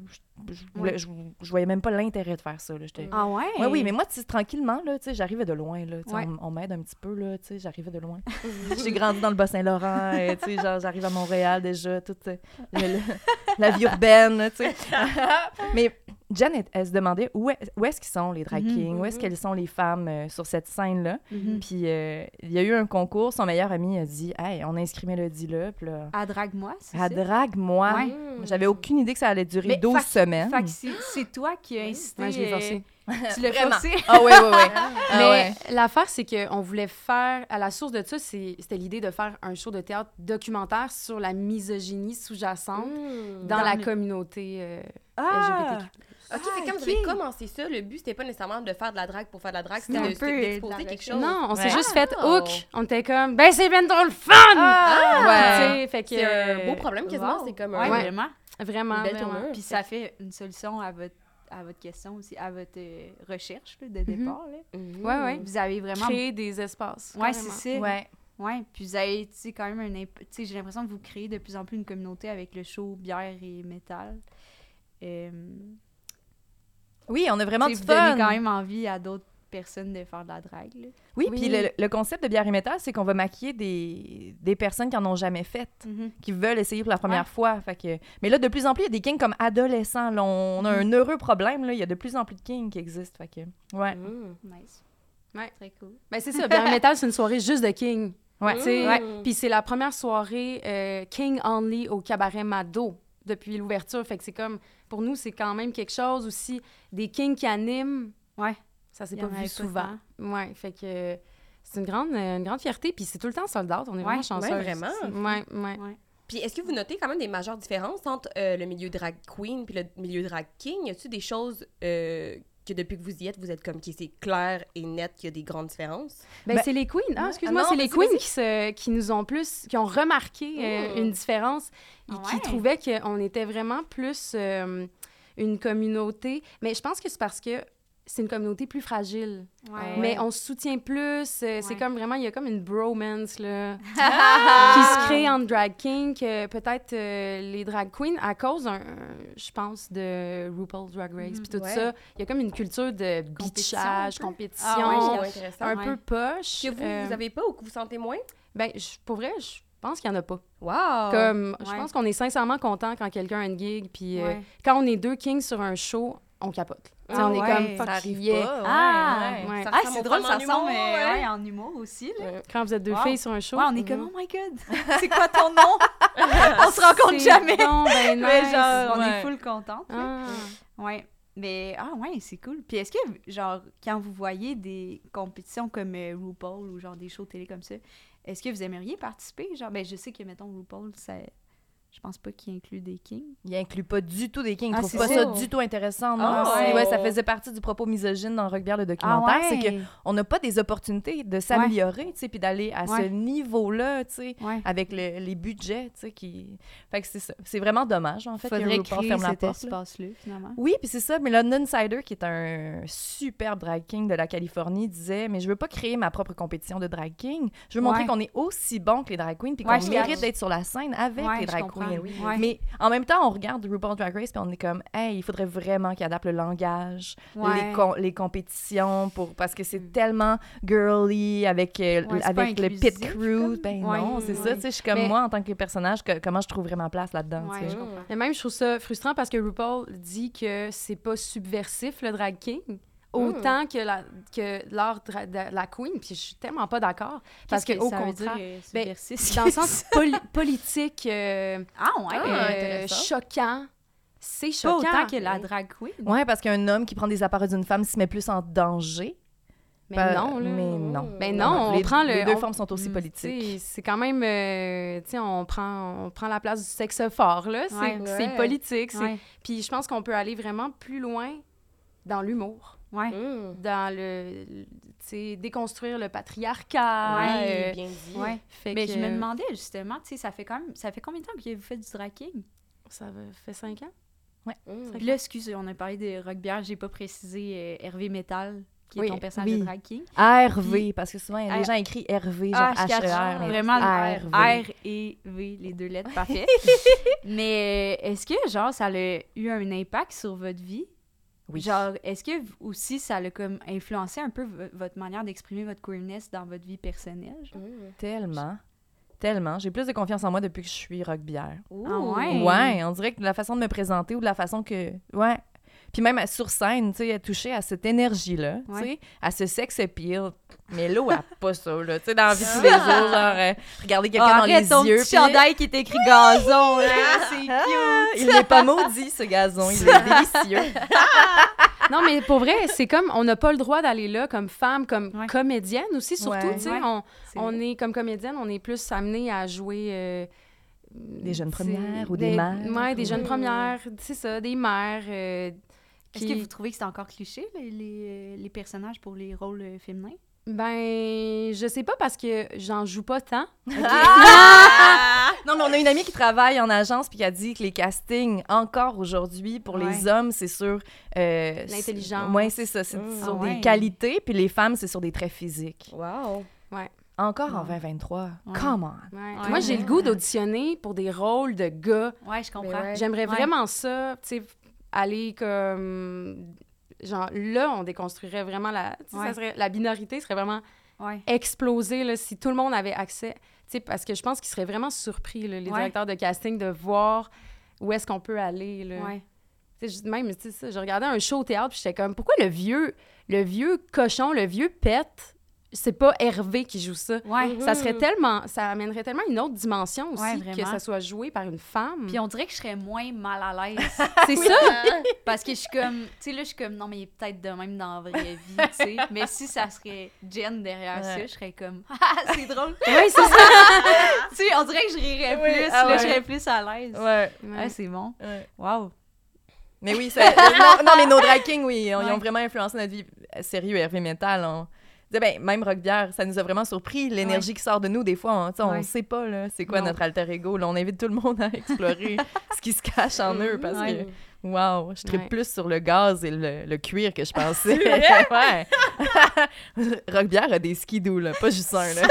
S4: je- je voulais- je je voyais même pas l'intérêt de faire ça. là. J'étais-
S2: Ah ouais?
S4: Ouais, oui, mais moi, tu sais, tranquillement, là, tu sais, j'arrivais de loin, là, tu sais,
S2: Ouais.
S4: on, on m'aide un petit peu, là, tu sais, j'arrivais de loin. J'ai grandi dans le Bas-Saint-Laurent, et, tu sais, genre, j'arrive à Montréal déjà, toute euh, le- le- la vie urbaine, là, tu sais. mais Jen, elle, elle se demandait où, est, ce qu'ils sont, les drag
S2: Mhm.
S4: kings, où est-ce qu'elles sont, les femmes, euh, sur cette scène-là.
S2: Mhm.
S4: Puis euh, il y a eu un concours, son meilleur ami a dit « Hey, on inscrit Mélodie là, puis là,
S2: À Drague-moi, c'est ça?
S4: elle drague-moi.
S2: Ouais.
S4: J'avais aucune idée que ça allait durer
S2: Mais
S4: 12
S2: fac-
S4: semaines.
S2: Fait que c'est- c'est toi qui as incité.
S5: Moi, je l'ai
S2: euh,
S5: forcé.
S2: Tu l'as
S4: Vraiment.
S2: forcé.
S4: Ah ouais, ouais, ouais. Ah
S5: Mais
S4: ouais.
S5: l'affaire, c'est qu'on voulait faire, à la source de ça, c'est- c'était l'idée de faire un show de théâtre documentaire sur la misogynie sous-jacente dans,
S3: Mm.
S2: Mmh. Dans
S5: la
S2: le-
S5: communauté euh,
S2: Ah!
S5: LGBTQ.
S3: Ok, fait
S2: Ah,
S3: quand vous avez
S2: ok.
S3: commencé ça, le but, c'était pas nécessairement de faire de la drague pour faire de la drague, c'était
S2: C'était
S3: de-
S2: un peu, euh, de
S3: c'était d'exposer
S2: la
S3: quelque chose.
S2: recherche.
S5: Non, on s'est
S4: Ouais.
S5: juste fait
S3: Ah!
S5: hook. On était comme, ben c'est bien drôle, fun!
S2: Ah!
S4: ouais.
S5: Tu sais, fait que,
S3: C'est un beau problème quasiment,
S2: Wow.
S3: c'est comme
S2: Ouais,
S3: un...
S2: vraiment.
S5: Vraiment,
S3: Une belle
S5: vraiment.
S3: tournure.
S2: Puis ça fait une solution à votre, à votre question aussi, à votre euh, recherche là, de départ. là.
S3: Mhm.
S5: Ouais, ouais.
S2: Vous avez vraiment.
S5: Créer des espaces.
S2: Ouais,
S5: carrément.
S2: c'est ça. Ouais.
S4: Ouais.
S2: Puis vous avez, tu sais, quand même un. imp- Tu sais, j'ai l'impression que vous créez de plus en plus une communauté avec le show bière et métal. Euh,
S4: Oui, on a vraiment
S2: tu
S4: du
S2: sais, vous donnez
S4: fun.
S2: quand même envie à d'autres personnes de faire de la drague. là.
S4: Oui,
S5: Oui.
S4: puis le, le concept de bière et métal, c'est qu'on va maquiller des, des personnes qui en ont jamais fait,
S5: Mhm.
S2: Mm.
S4: qui veulent essayer pour la première fois. Fait que, mais là, de plus en plus, il y a des kings comme adolescents. là. on a
S2: Mm-hmm.
S4: un heureux problème. Là. Il y a de plus en plus de kings qui existent. Fait que, ouais.
S3: Mhm.
S2: Nice.
S5: Ouais.
S2: Très cool.
S5: Ben c'est ça, Bière et Métal, c'est une soirée juste de King.
S4: Ouais.
S5: Tu sais,
S3: Ouais.
S5: Puis c'est la première soirée euh, King Only au cabaret Mado depuis l'ouverture. Fait que c'est comme, pour nous, c'est quand même quelque chose aussi. Des Kings qui animent,
S2: Ouais.
S5: ça s'est
S2: Il y
S5: pas
S2: en avait
S5: vu
S2: pas
S5: souvent. ouais, fait que euh, c'est une grande, euh, une grande fierté. Puis c'est tout le temps sold out. On est
S2: Ouais,
S5: vraiment chanceux.
S3: ouais, vraiment.
S5: Ouais, ouais.
S3: Puis est-ce que vous notez quand même des majeures différences entre euh, le milieu drag queen puis le milieu drag king? Y a-t-il des choses euh, que depuis que vous y êtes, vous êtes comme qui c'est clair et net qu'il y a des grandes différences?
S5: Ben,
S4: Ben-
S5: c'est les queens. Ah, excuse-moi,
S4: non,
S5: c'est les
S4: vas-y,
S5: queens qui, se, qui nous ont plus, qui ont remarqué euh,
S3: Mm.
S5: une différence, et
S2: Ah
S5: qui
S2: ouais?
S5: trouvaient qu'on était vraiment plus euh, une communauté. Mais je pense que c'est parce que c'est une communauté plus fragile. Euh,
S2: Ouais.
S5: Mais on se soutient plus. euh, C'est
S2: Ouais. Ah!
S5: comme vraiment, il y a comme une bromance là, qui se crée en drag king, que peut-être euh, les drag queens, à cause, d'un- je pense, de RuPaul's Drag Race,
S2: Mhm.
S5: puis tout
S3: Ouais.
S5: ça, il y a comme une culture de
S2: Compétition,
S5: bitchage,
S2: un peu.
S5: compétition
S2: Ah ouais,
S3: Oh,
S2: ouais.
S3: intéressant.
S5: un
S2: Ouais.
S5: peu poche.
S3: Que vous,
S5: euh,
S3: vous avez pas ou que vous sentez moins?
S5: Ben, je- pour vrai, je pense qu'il n'y en a pas.
S3: Wow!
S5: Comme, je
S2: Ah, ouais.
S5: pense qu'on est sincèrement content quand quelqu'un a une gig, puis euh,
S2: Ouais.
S5: quand on est deux kings sur un show, on capote. Tu sais,
S2: Ah ouais.
S5: on est comme,
S4: Ça
S5: fuck
S4: arrive
S5: yeah.
S4: pas. ouais,
S2: Ah!
S4: ouais.
S5: Ouais.
S3: Ça
S2: Ah,
S3: ressemble
S2: c'est
S3: au
S2: drôle,
S3: fun
S2: ça
S3: en humour,
S2: ressemble euh,
S3: ouais.
S2: ouais, en humour aussi. Là.
S5: Euh, Quand vous êtes deux
S2: Wow.
S5: filles sur un show,
S2: Ouais, on est comme,
S5: Mhm.
S2: oh my god, c'est quoi ton nom? on se rencontre
S5: C'est
S2: jamais.
S5: bon, ben
S2: Mais
S5: nice.
S2: genre, on
S4: ouais.
S2: est full contente. là.
S5: Ah.
S2: Ouais. Mais, ah ouais, c'est cool. Puis est-ce que, genre, quand vous voyez des compétitions comme euh, RuPaul ou genre des shows télé comme ça, est-ce que vous aimeriez participer? Genre, ben je sais que, mettons, RuPaul, ça... Je pense pas qu'il inclut des kings.
S4: Il inclut pas du tout des kings. Il
S2: Ah,
S4: trouve
S2: c'est
S4: pas
S2: ça.
S4: ça du tout intéressant. Non?
S3: Ah,
S4: C'est-
S3: ouais.
S4: ouais, ça faisait partie du propos misogyne dans Rockbière le
S5: Ah
S4: documentaire.
S2: Ah,
S4: C'est que on n'a pas des opportunités de s'améliorer, tu sais, puis d'aller à ce
S2: Ouais.
S4: niveau-là, tu sais.
S2: Ouais.
S4: avec le- les budgets, tu sais, qui... Fait que c'est ça. C'est vraiment dommage, en fait, que
S2: Faudrait
S4: RuPaul
S2: créer
S4: ferme la
S2: cet
S4: porte. là.
S2: espace-là, finalement.
S4: Oui, puis c'est ça. Mais London Sider, qui est un superbe drag king de la Californie, disait « Mais je veux pas créer ma propre compétition de drag king. Je veux montrer
S2: Ouais.
S4: qu'on est aussi bon que les drag queens puis
S2: Ouais,
S4: qu'on
S2: je
S4: mérite
S2: capte.
S4: d'être sur la scène avec
S2: Ouais,
S4: les
S2: je
S4: drag
S2: comprends,
S4: queens.
S2: oui. Ouais.
S4: Mais en même temps, on regarde RuPaul's Drag Race puis on est comme « Hey, il faudrait vraiment qu'ils adaptent le langage,
S2: Ouais. Mm.
S4: les, com- les compétitions, pour parce que c'est tellement girly avec, euh,
S2: Ouais, c'est
S4: avec
S2: pas
S4: le pit
S2: inclusif,
S4: crew.
S2: comme-
S4: Ben
S2: Ouais,
S4: non, c'est ça.
S2: ouais.
S4: Tu sais, je suis comme
S5: Mais-
S4: moi, en tant que personnage, que- comment je trouverais ma place là-dedans. tu
S2: Ouais,
S4: sais.
S2: je comprends.
S5: Mais même, je trouve ça frustrant parce que RuPaul dit que c'est pas subversif, le drag
S2: Hmm.
S5: king, autant que la, que l'art dra- de la queen, puis je suis tellement pas d'accord. Parce
S2: Qu'est-ce
S5: que, au
S2: ça veut
S5: contraire...
S2: dire, euh,
S5: ben,
S2: subversif?
S5: dans le sens poli- politique, euh,
S2: Ah ouais!
S5: euh,
S3: Ah, intéressant.
S5: choquant. C'est
S2: pas
S5: choquant.
S2: autant que la drag queen.
S4: Ouais, parce qu'un homme qui prend des appareils d'une femme se met plus en danger
S5: Mais
S4: Pas-
S5: non, là.
S4: Mais non.
S5: Ben non, on
S4: les,
S5: prend le.
S4: les deux
S5: on-
S4: formes sont aussi
S5: Mm,
S4: politiques.
S5: t'sais, C'est quand même, euh, tu sais, on prend, on prend la place du sexe fort, là. C'est
S2: Ouais.
S5: c'est
S3: Ouais.
S5: politique. c'est-
S2: Ouais.
S5: Puis je pense qu'on peut aller vraiment plus loin dans l'humour,
S2: Ouais.
S3: Mmh.
S5: dans le, le- tu sais, déconstruire le patriarcat.
S3: Oui,
S5: euh,
S3: bien dit.
S2: Ouais.
S5: fait
S2: Mais
S5: que-
S2: je me demandais justement, tu sais, ça fait quand même, ça fait combien de temps que vous faites du drag king?
S4: Mm.
S5: Ça va- fait cinq ans?
S3: Mmh.
S2: Puis là, excuse, on a parlé de rock bière, j'ai pas précisé euh, Hervé Metal, qui
S5: Oui,
S2: est ton personnage
S4: oui.
S2: de drag king.
S4: RV, parce que souvent,
S2: Ah,
S4: les gens E écrivent RV, genre
S2: Ah, je catch.
S4: H-E-R, mais
S2: vraiment le R,
S4: RV.
S2: R et V, les deux lettres, parfait. Mais euh, est-ce que genre ça a eu un impact sur votre vie?
S4: Oui.
S2: Genre, est-ce que v- aussi ça l'a comme influencé un peu v- votre manière d'exprimer votre queerness dans votre vie personnelle? genre?
S3: Mmh.
S4: Tellement, tellement. J'ai plus de confiance en moi depuis que je suis rock bière.
S2: Ah
S3: Ouh.
S2: ouais?
S4: Ouais, on dirait que la façon de me présenter ou de la façon que. Ouais. Puis même à- sur scène, tu sais, toucher à cette énergie-là, tu sais,
S2: Ouais.
S4: à ce sex appeal. Mais l'eau, elle a pas ça, là. Tu sais, dans la vie de tous les jours, genre, euh, regarder quelqu'un
S2: Ah,
S4: dans
S2: arrête
S4: les
S2: ton
S4: yeux.
S2: petit
S4: puis là,
S2: chandail qui est écrit gazon, hein. là, c'est
S4: Ah,
S2: cute!
S4: il n'est pas maudit, ce gazon. Il est délicieux.
S5: Non, mais pour vrai, c'est comme, on n'a pas le droit d'aller là comme femme, comme
S2: Ouais.
S5: comédienne aussi, surtout,
S4: Ouais.
S5: tu sais,
S2: Ouais.
S5: on,
S2: C'est
S5: on
S2: vrai.
S5: est, comme comédienne, on est plus amené à jouer... euh,
S4: Des jeunes
S5: tu sais,
S4: premières ou des mères.
S5: Ouais, des
S4: Ou- euh,
S5: jeunes
S3: Mm.
S5: premières, c'est ça, des mères euh,
S2: Est-ce
S5: qui-
S2: que vous trouvez que c'est encore cliché, les, les, les personnages pour les rôles euh, féminins?
S5: Ben, je sais pas parce que j'en joue pas tant.
S2: Ah!
S4: Non, mais on a une amie qui travaille en agence puis qui a dit que les castings, encore aujourd'hui, pour les
S2: Ouais.
S4: hommes, c'est sur... euh,
S5: L'intelligence.
S4: Oui, c'est ça. C'est
S3: Mm.
S4: sur
S2: Ah ouais.
S4: des qualités, puis les femmes, c'est sur des traits physiques.
S3: Wow.
S4: Encore en
S2: Ouais.
S4: 2023.
S2: Ouais.
S4: Come on!
S2: Ouais. Ben
S5: Moi, j'ai le goût d'auditionner pour des rôles de gars.
S2: Ouais, je comprends.
S3: ouais.
S5: J'aimerais
S2: Ouais.
S5: vraiment ça, tu sais, aller comme genre là, on déconstruirait vraiment la tu sais, ça
S2: Ouais.
S5: serait- la minorité serait vraiment
S2: Ouais.
S5: explosée là, si tout le monde avait accès, tu sais, parce que je pense qu'ils seraient vraiment surpris là, les
S2: Ouais.
S5: directeurs de casting de voir où est-ce qu'on peut aller là.
S2: Ouais.
S5: Tu sais, je- même, tu sais, ça, je regardais un show au théâtre, puis j'étais comme, pourquoi le vieux, le vieux cochon, le vieux pète, c'est pas Hervé qui joue ça?
S2: Ouais. Mm-hmm.
S5: Ça serait tellement, ça amènerait tellement une autre dimension aussi
S2: Ouais,
S5: que
S2: vraiment.
S5: ça soit joué par une femme.
S2: Puis on dirait que je serais moins mal à l'aise.
S5: C'est ça!
S2: parce que je suis comme, tu sais, là, je suis comme, non, mais il est peut-être de même dans la vraie vie, tu sais. Mais si ça serait Jen derrière ça,
S4: Ouais.
S2: je serais comme, ah, c'est drôle.
S5: oui, c'est ça!
S2: tu sais, on dirait que je rirais
S4: Oui,
S2: plus,
S4: ah
S2: là,
S4: ouais.
S2: je serais plus à l'aise.
S4: Ouais.
S2: Ouais, c'est bon.
S4: ouais.
S2: Wow.
S4: Mais oui, c'est- euh, non, non, mais nos drag kings, oui, on- ils ont
S2: Ouais.
S4: vraiment influencé notre vie. Euh, Sérieux, Hervé Metal, on... tu sais, Ben, même Rockbière, ça nous a vraiment surpris, l'énergie qui sort de nous. Des fois, on tu sais, on
S2: Ouais.
S4: sait pas là, c'est quoi
S2: Non.
S4: notre alter ego. Là, on invite tout le monde à explorer ce qui se cache en eux parce
S2: Mm-hmm.
S3: Mmh.
S2: Ouais.
S4: que, wow, je tripe
S5: Ouais.
S4: plus sur le gaz et le, le cuir que je pensais. ouais. Rockbière a des skidoo, là, pas juste un. Là.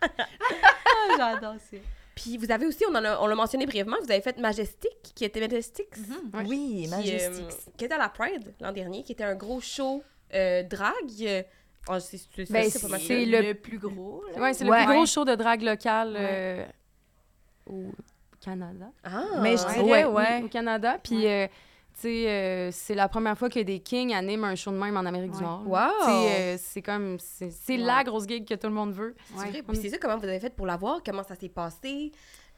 S2: Ah, J'adore ça.
S3: Puis vous avez aussi, on en a- on l'a mentionné brièvement, vous avez fait Majestic, qui était Majestic.
S4: Mhm.
S5: Ouais.
S4: Oui,
S3: qui, euh,
S4: majestique.
S3: qui était à la Pride l'an dernier, qui était un gros show euh, drague. Euh, oh, c'est- c'est-
S5: Ben,
S3: c'est pas mal
S5: c'est
S3: ça.
S5: le-
S2: plus gros. là.
S5: Ouais, c'est
S4: Ouais.
S5: le plus gros show de drague locale euh, au Canada.
S3: Ah,
S4: Mais je
S5: Je
S4: Ouais. Ouais,
S5: dirais, oui,
S4: ouais.
S5: au Canada. Puis, euh, tu sais, euh, c'est la première fois que des kings animent un show de même en Amérique du
S2: Ouais.
S5: Nord.
S3: Wow!
S5: Tu sais, euh, c'est comme, c'est c'est la
S2: Ouais.
S5: grosse gig que tout le monde veut.
S4: Ah
S3: C'est
S2: Ouais.
S3: vrai. Puis c'est ça, comment vous avez fait pour l'avoir? Comment ça s'est passé?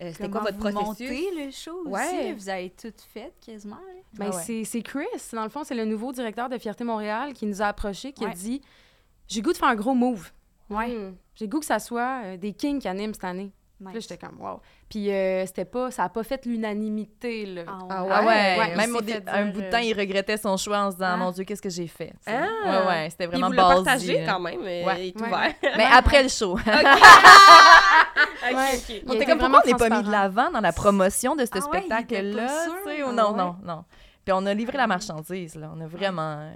S3: Euh, C'était quoi
S2: Comment
S3: votre
S2: vous
S3: processus?
S2: montez le show aussi,
S3: Ouais.
S2: là, vous avez tout fait quasiment. là.
S5: Ben,
S4: Ah ouais.
S5: c'est- c'est Chris, dans le fond, c'est le nouveau directeur de Fierté Montréal qui nous a approchés, qui a
S2: Ouais.
S5: dit J'ai goût de faire un gros move.
S2: Ouais.
S3: Hmm.
S5: J'ai goût que ça soit euh, des kings qui animent cette année. Puis Là,
S2: Nice.
S5: j'étais comme, wow. Puis, euh, c'était pas, ça a pas fait l'unanimité, là.
S2: Ah
S4: Ah ouais,
S5: Ouais,
S4: même au
S5: on s'est
S4: dé-
S5: fait dire,
S4: un bout de temps,
S5: euh,
S4: il regrettait son choix en se disant
S2: Ah.
S4: Mon Dieu, qu'est-ce que j'ai fait tu sais.
S3: Ah.
S4: Ouais, ouais, c'était
S3: Puis
S4: vraiment
S3: vous le
S4: ballsy,
S3: partagez
S4: là.
S3: quand même, euh,
S4: Ouais.
S3: il est
S5: Ouais.
S3: ouvert.
S4: Mais après le show.
S5: Ouais.
S3: Ok, ok.
S4: On était
S5: Il a été
S4: comme pourquoi
S5: vraiment
S4: on n'est pas mis de
S5: transparent.
S4: l'avant dans la promotion de ce
S2: Ah ouais, il était pas
S4: spectacle-là.
S2: sûr.
S4: tu sais, ou
S2: Ah
S4: non,
S2: ouais.
S4: non, non. Puis on a livré la marchandise, là. On a vraiment euh,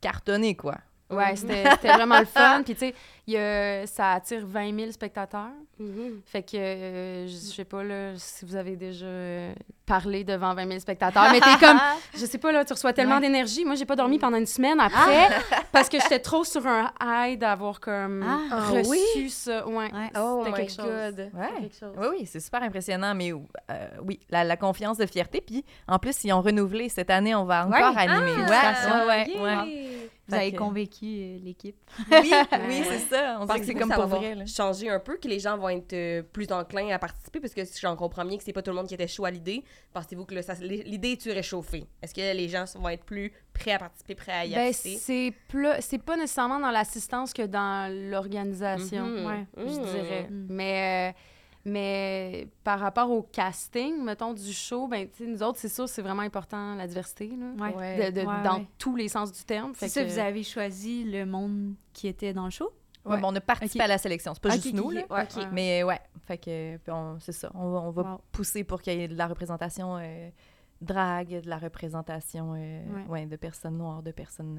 S4: cartonné, quoi.
S5: Ouais, c'était c'était vraiment le fun. Puis, tu sais, il y a- ça attire 20 000 spectateurs.
S3: Mhm.
S5: Fait que, euh, je sais pas, là, si vous avez déjà euh, parlé devant 20 000 spectateurs, mais t'es comme, je sais pas, là, tu reçois tellement
S4: Ouais.
S5: d'énergie. Moi, j'ai pas dormi pendant une semaine après parce que j'étais trop sur un high d'avoir comme
S2: Ah.
S5: reçu
S3: Ah oui?
S5: ça. Ouais.
S2: Ouais.
S3: Oh
S5: C'était
S3: my
S5: quelque chose.
S3: God.
S5: C'était
S4: Ouais.
S5: quelque chose.
S4: Oui, oui, c'est super impressionnant, mais euh, oui, la, la confiance de fierté. Puis en plus, ils ont renouvelé. Cette année, on va encore
S2: Ouais.
S4: animer.
S3: Ah,
S4: une station.
S3: yeah.
S4: ouais, ouais.
S3: Yay.
S2: Vous
S4: Fait
S2: avez
S4: que-
S2: convaincu euh, l'équipe.
S3: Oui,
S4: Oui, c'est ça. On dirait que c'est comme
S3: ça
S4: pour
S3: va
S4: vrai. là.
S3: changer un peu, que les gens vont être euh, plus enclins à participer, parce que si j'en comprends bien que c'est pas tout le monde qui était chaud à l'idée, pensez-vous que le- ça- l'idée est-tu réchauffée? Est-ce que les gens sont- vont être plus prêts à participer, prêts à y
S5: Ben,
S3: assister?
S5: c'est pla- c'est pas nécessairement dans l'assistance que dans l'organisation,
S3: Mhm.
S5: ouais, je
S3: Mhm.
S5: dirais.
S2: Mhm.
S5: Mais, euh, mais par rapport au casting, mettons, du show, ben, tu sais, nous autres, c'est sûr, c'est vraiment important, la diversité, là,
S2: Ouais.
S4: Ouais.
S5: de- de-
S2: Ouais,
S5: dans
S2: ouais.
S5: tous les sens du terme.
S2: C'est
S5: Fait
S2: ça,
S5: que-
S2: vous avez choisi le monde qui était dans le show?
S4: Ouais, mais on a participé
S2: Ok.
S4: à la sélection. C'est pas
S2: Ok,
S4: juste
S2: Ah, ok,
S4: nous,
S2: ok.
S4: là.
S2: Ouais,
S5: Ok.
S2: ouais.
S4: Mais euh, ouais, fait que puis on- c'est ça. On va, on va
S2: Wow.
S4: pousser pour qu'il y ait de la représentation euh, drague, de la représentation euh,
S2: Ouais.
S4: ouais. de personnes noires, de personnes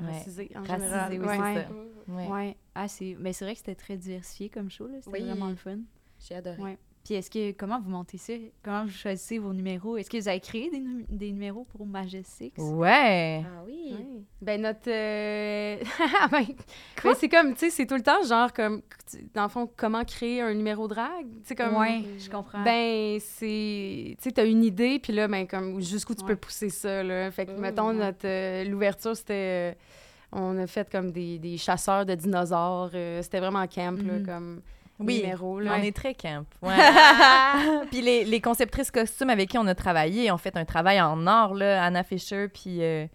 S4: euh, ouais.
S5: Racisé, en
S4: racisées,
S5: général.
S4: oui,
S5: ouais.
S4: c'est
S2: Ouais.
S4: ça.
S3: Mhm.
S4: Ouais.
S2: Ouais. Ah, c'est... Mais c'est vrai que c'était très diversifié comme show, là. C'était
S3: Oui.
S2: vraiment le fun.
S3: J'ai adoré.
S2: Ouais. Puis est-ce que... Comment vous montez ça? Comment vous choisissez vos numéros? Est-ce que vous avez créé des, nu- des numéros pour Magic Six?
S4: Ouais.
S3: Ah oui!
S5: Ouais. Ben, notre. euh, ben, ben, c'est comme, tu sais, c'est tout le temps, genre, comme, tu- dans le fond, comment créer un numéro drague? Tu sais, comme.
S2: Ouais, je comprends.
S5: Ben, c'est. Tu sais, t'as une idée, puis là, ben, comme, jusqu'où tu
S2: Ouais.
S5: peux pousser ça, là. Fait que,
S3: Mm,
S5: mettons,
S2: ouais.
S5: notre. euh, L'ouverture, c'était. euh, on a fait comme des, des chasseurs de dinosaures. euh, c'était vraiment camp,
S2: Mhm.
S5: là, comme
S4: Oui.
S5: numéro, là.
S4: On est très camp. Ouais.
S2: Ah!
S4: puis les, les conceptrices costumes avec qui on a travaillé ont fait un travail en or, là, Anna Fisher, puis. euh,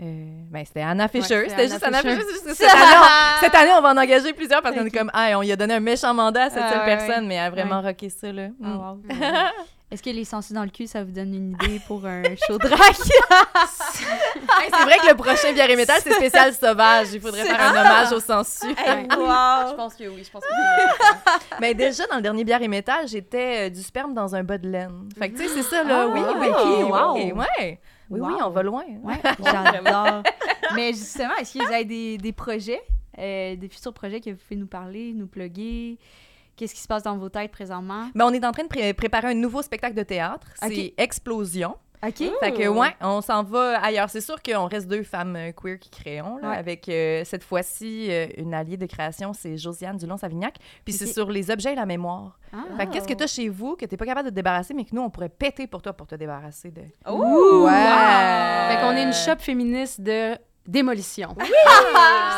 S4: euh, ben, c'était Anna Fisher.
S5: c'était
S4: c'était juste
S5: Anna
S4: Anna
S5: Fisher.
S4: Fisher. c'est juste que cette, année, on, cette année, on va en engager plusieurs parce qu'on est comme, ah, on lui a donné un méchant mandat à cette
S2: Ah,
S4: seule
S2: ouais,
S4: personne,
S2: ouais.
S4: mais elle a vraiment rocké ça, là.
S2: Ah,
S4: Mm.
S2: wow. Est-ce que les sensus dans le cul, ça vous donne une idée pour un show drague?
S4: Hey, c'est vrai que le prochain Bière et Métal, c'est spécial sauvage. Il faudrait faire un hommage au sensu.
S3: Hey,
S5: Ouais.
S3: wow! Ah, Je pense que oui, je pense que oui.
S4: Mais déjà, dans le dernier Bière et Métal, j'étais euh, du sperme dans un bas de laine. Fait que, tu sais, c'est ça, là.
S2: Ah,
S4: oui, oui,
S2: wow.
S4: oui, ouais. Oui, oui,
S2: Wow.
S4: on va loin.
S2: Ouais, j'adore. Mais justement, est-ce que vous avez des, des projets, euh, des futurs projets que vous pouvez nous parler, nous plugger? Qu'est-ce qui se passe dans vos têtes présentement?
S4: Ben, on est en train de pré- préparer un nouveau spectacle de théâtre. C'est
S2: Ok.
S4: Explosion.
S2: OK.
S4: Fait que, ouais, on s'en va ailleurs. C'est sûr qu'on reste deux femmes euh, queer qui créons, là,
S2: Ouais.
S4: avec euh, cette fois-ci euh, une alliée de création, c'est Josiane Dulon-Savignac. Puis c'est
S2: Ok.
S4: sur les objets et la mémoire.
S2: Ah.
S4: Fait que qu'est-ce que t'as chez vous que t'es pas capable de te débarrasser, mais que nous, on pourrait péter pour toi pour te débarrasser de.
S3: Ouh!
S4: Ouais!
S5: Fait qu'on est une shop féministe de démolition.
S3: C'est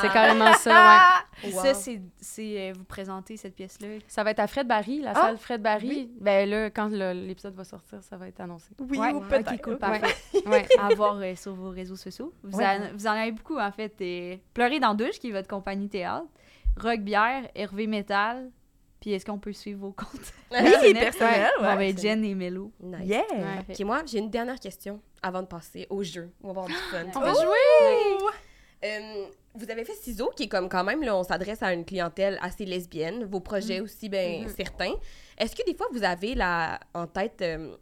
S5: C'est carrément ça, ouais.
S2: Ça, c'est, c'est, euh, vous présenter cette pièce-là.
S5: Ça va être à Fred Barry, la
S4: Ah!
S5: salle Fred Barry. Ben là, quand le- l'épisode va sortir, ça va être annoncé.
S4: Oui,
S2: Ouais,
S4: ou
S2: ouais.
S4: peut-être.
S2: Ok, cool,
S5: Ouais.
S2: parfait.
S5: Ouais.
S2: À voir euh, sur vos réseaux sociaux. Vous,
S4: Ouais.
S2: en, vous en avez beaucoup, en fait. et Pleurer dans Douche, qui est votre compagnie théâtre, Rock Bière, Hervé Métal, puis est-ce qu'on peut suivre vos comptes?
S4: Oui, personnel,
S2: Bon,
S4: Ah ouais.
S2: ben, Jen et Mélo.
S3: Nice.
S4: Yeah!
S5: Ouais.
S3: Ok, moi, j'ai une dernière question avant de passer au jeu. On va avoir du fun.
S5: On va
S4: Oh!
S5: jouer!
S3: Euh, vous avez fait Ciseaux, qui est comme quand même, là, on s'adresse à une clientèle assez lesbienne. Vos projets aussi, ben, certains. Est-ce que des fois, vous avez là, en tête, euh,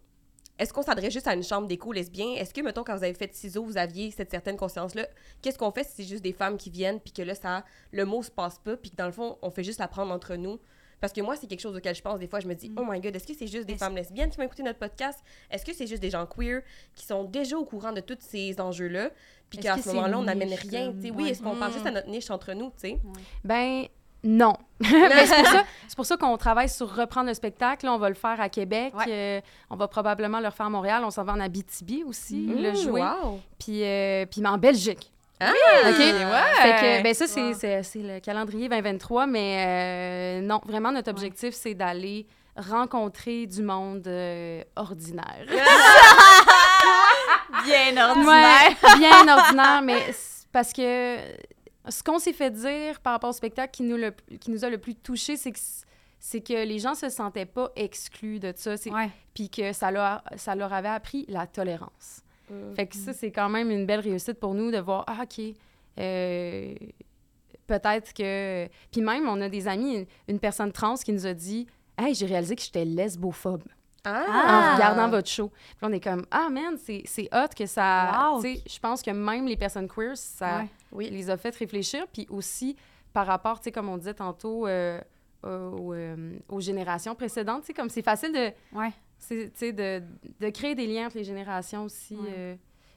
S3: est-ce qu'on s'adresse juste à une chambre d'écho lesbien? Est-ce que, mettons, quand vous avez fait Ciseaux, vous aviez cette certaine conscience-là? Qu'est-ce qu'on fait si c'est juste des femmes qui viennent, puis que là, ça, le mot se passe pas, puis que dans le fond, on fait juste apprendre entre nous? Parce que moi, c'est quelque chose auquel je pense. Des fois, je me
S2: Mm.
S3: dis, oh my god, est-ce que c'est juste des
S2: Est-ce-
S3: femmes lesbiennes qui vont écouter notre podcast? Est-ce que c'est juste des gens queer qui sont déjà au courant de tous ces enjeux-là? Puis
S2: Est-ce
S3: qu'à
S2: que
S3: ce
S2: c'est
S3: moment-là, on
S2: niche,
S3: n'amène rien.
S2: comme-
S3: tu sais. Oui,
S2: Ouais. Mm.
S3: est-ce qu'on parle
S4: Mm.
S3: juste à notre niche entre nous, tu sais?
S5: Ben non. Mais c'est pour ça, c'est pour ça qu'on travaille sur reprendre le spectacle. Là, on va le faire à Québec. euh, on va probablement le refaire à Montréal. On s'en va en Abitibi aussi, le
S3: Mm,
S5: jouer.
S3: wow.
S5: Puis, euh, puis en Belgique.
S3: Ah!
S5: OK? Fait que, ben ça, c'est,
S2: Wow.
S5: c'est- c'est le calendrier 2023, mais euh, non, vraiment, notre objectif, c'est d'aller rencontrer du monde euh, ordinaire.
S2: Bien
S5: Ouais, bien ordinaire, mais c'est parce que ce qu'on s'est fait dire par rapport au spectacle qui nous, le- qui nous a le plus touché, c'est que c'est que les gens se sentaient pas exclus de ça, c'est-
S2: Ouais.
S5: puis que ça leur, ça leur avait appris la tolérance.
S2: Euh,
S3: Mm.
S5: Fait que
S2: hmm.
S5: ça, c'est quand même une belle réussite pour nous de voir, ah, OK, euh, peut-être que... Puis même, on a des amis, une, une personne trans qui nous a dit, « Hey, j'ai réalisé que j'étais lesbophobe en
S2: Ah!
S5: regardant votre show. » Puis là, on est comme, « Ah, man, c'est c'est hot que ça...
S2: Wow!
S5: Tu sais, Je pense que même les personnes queer, ça
S2: Ouais.
S5: oui. les a fait réfléchir. Puis aussi, par rapport, tu sais, comme on disait tantôt, euh, aux, euh, aux générations précédentes, tu sais, comme c'est facile de
S2: Ouais.
S5: c'est tu sais, de, de créer des liens entre les générations aussi.
S2: Ouais.
S5: euh.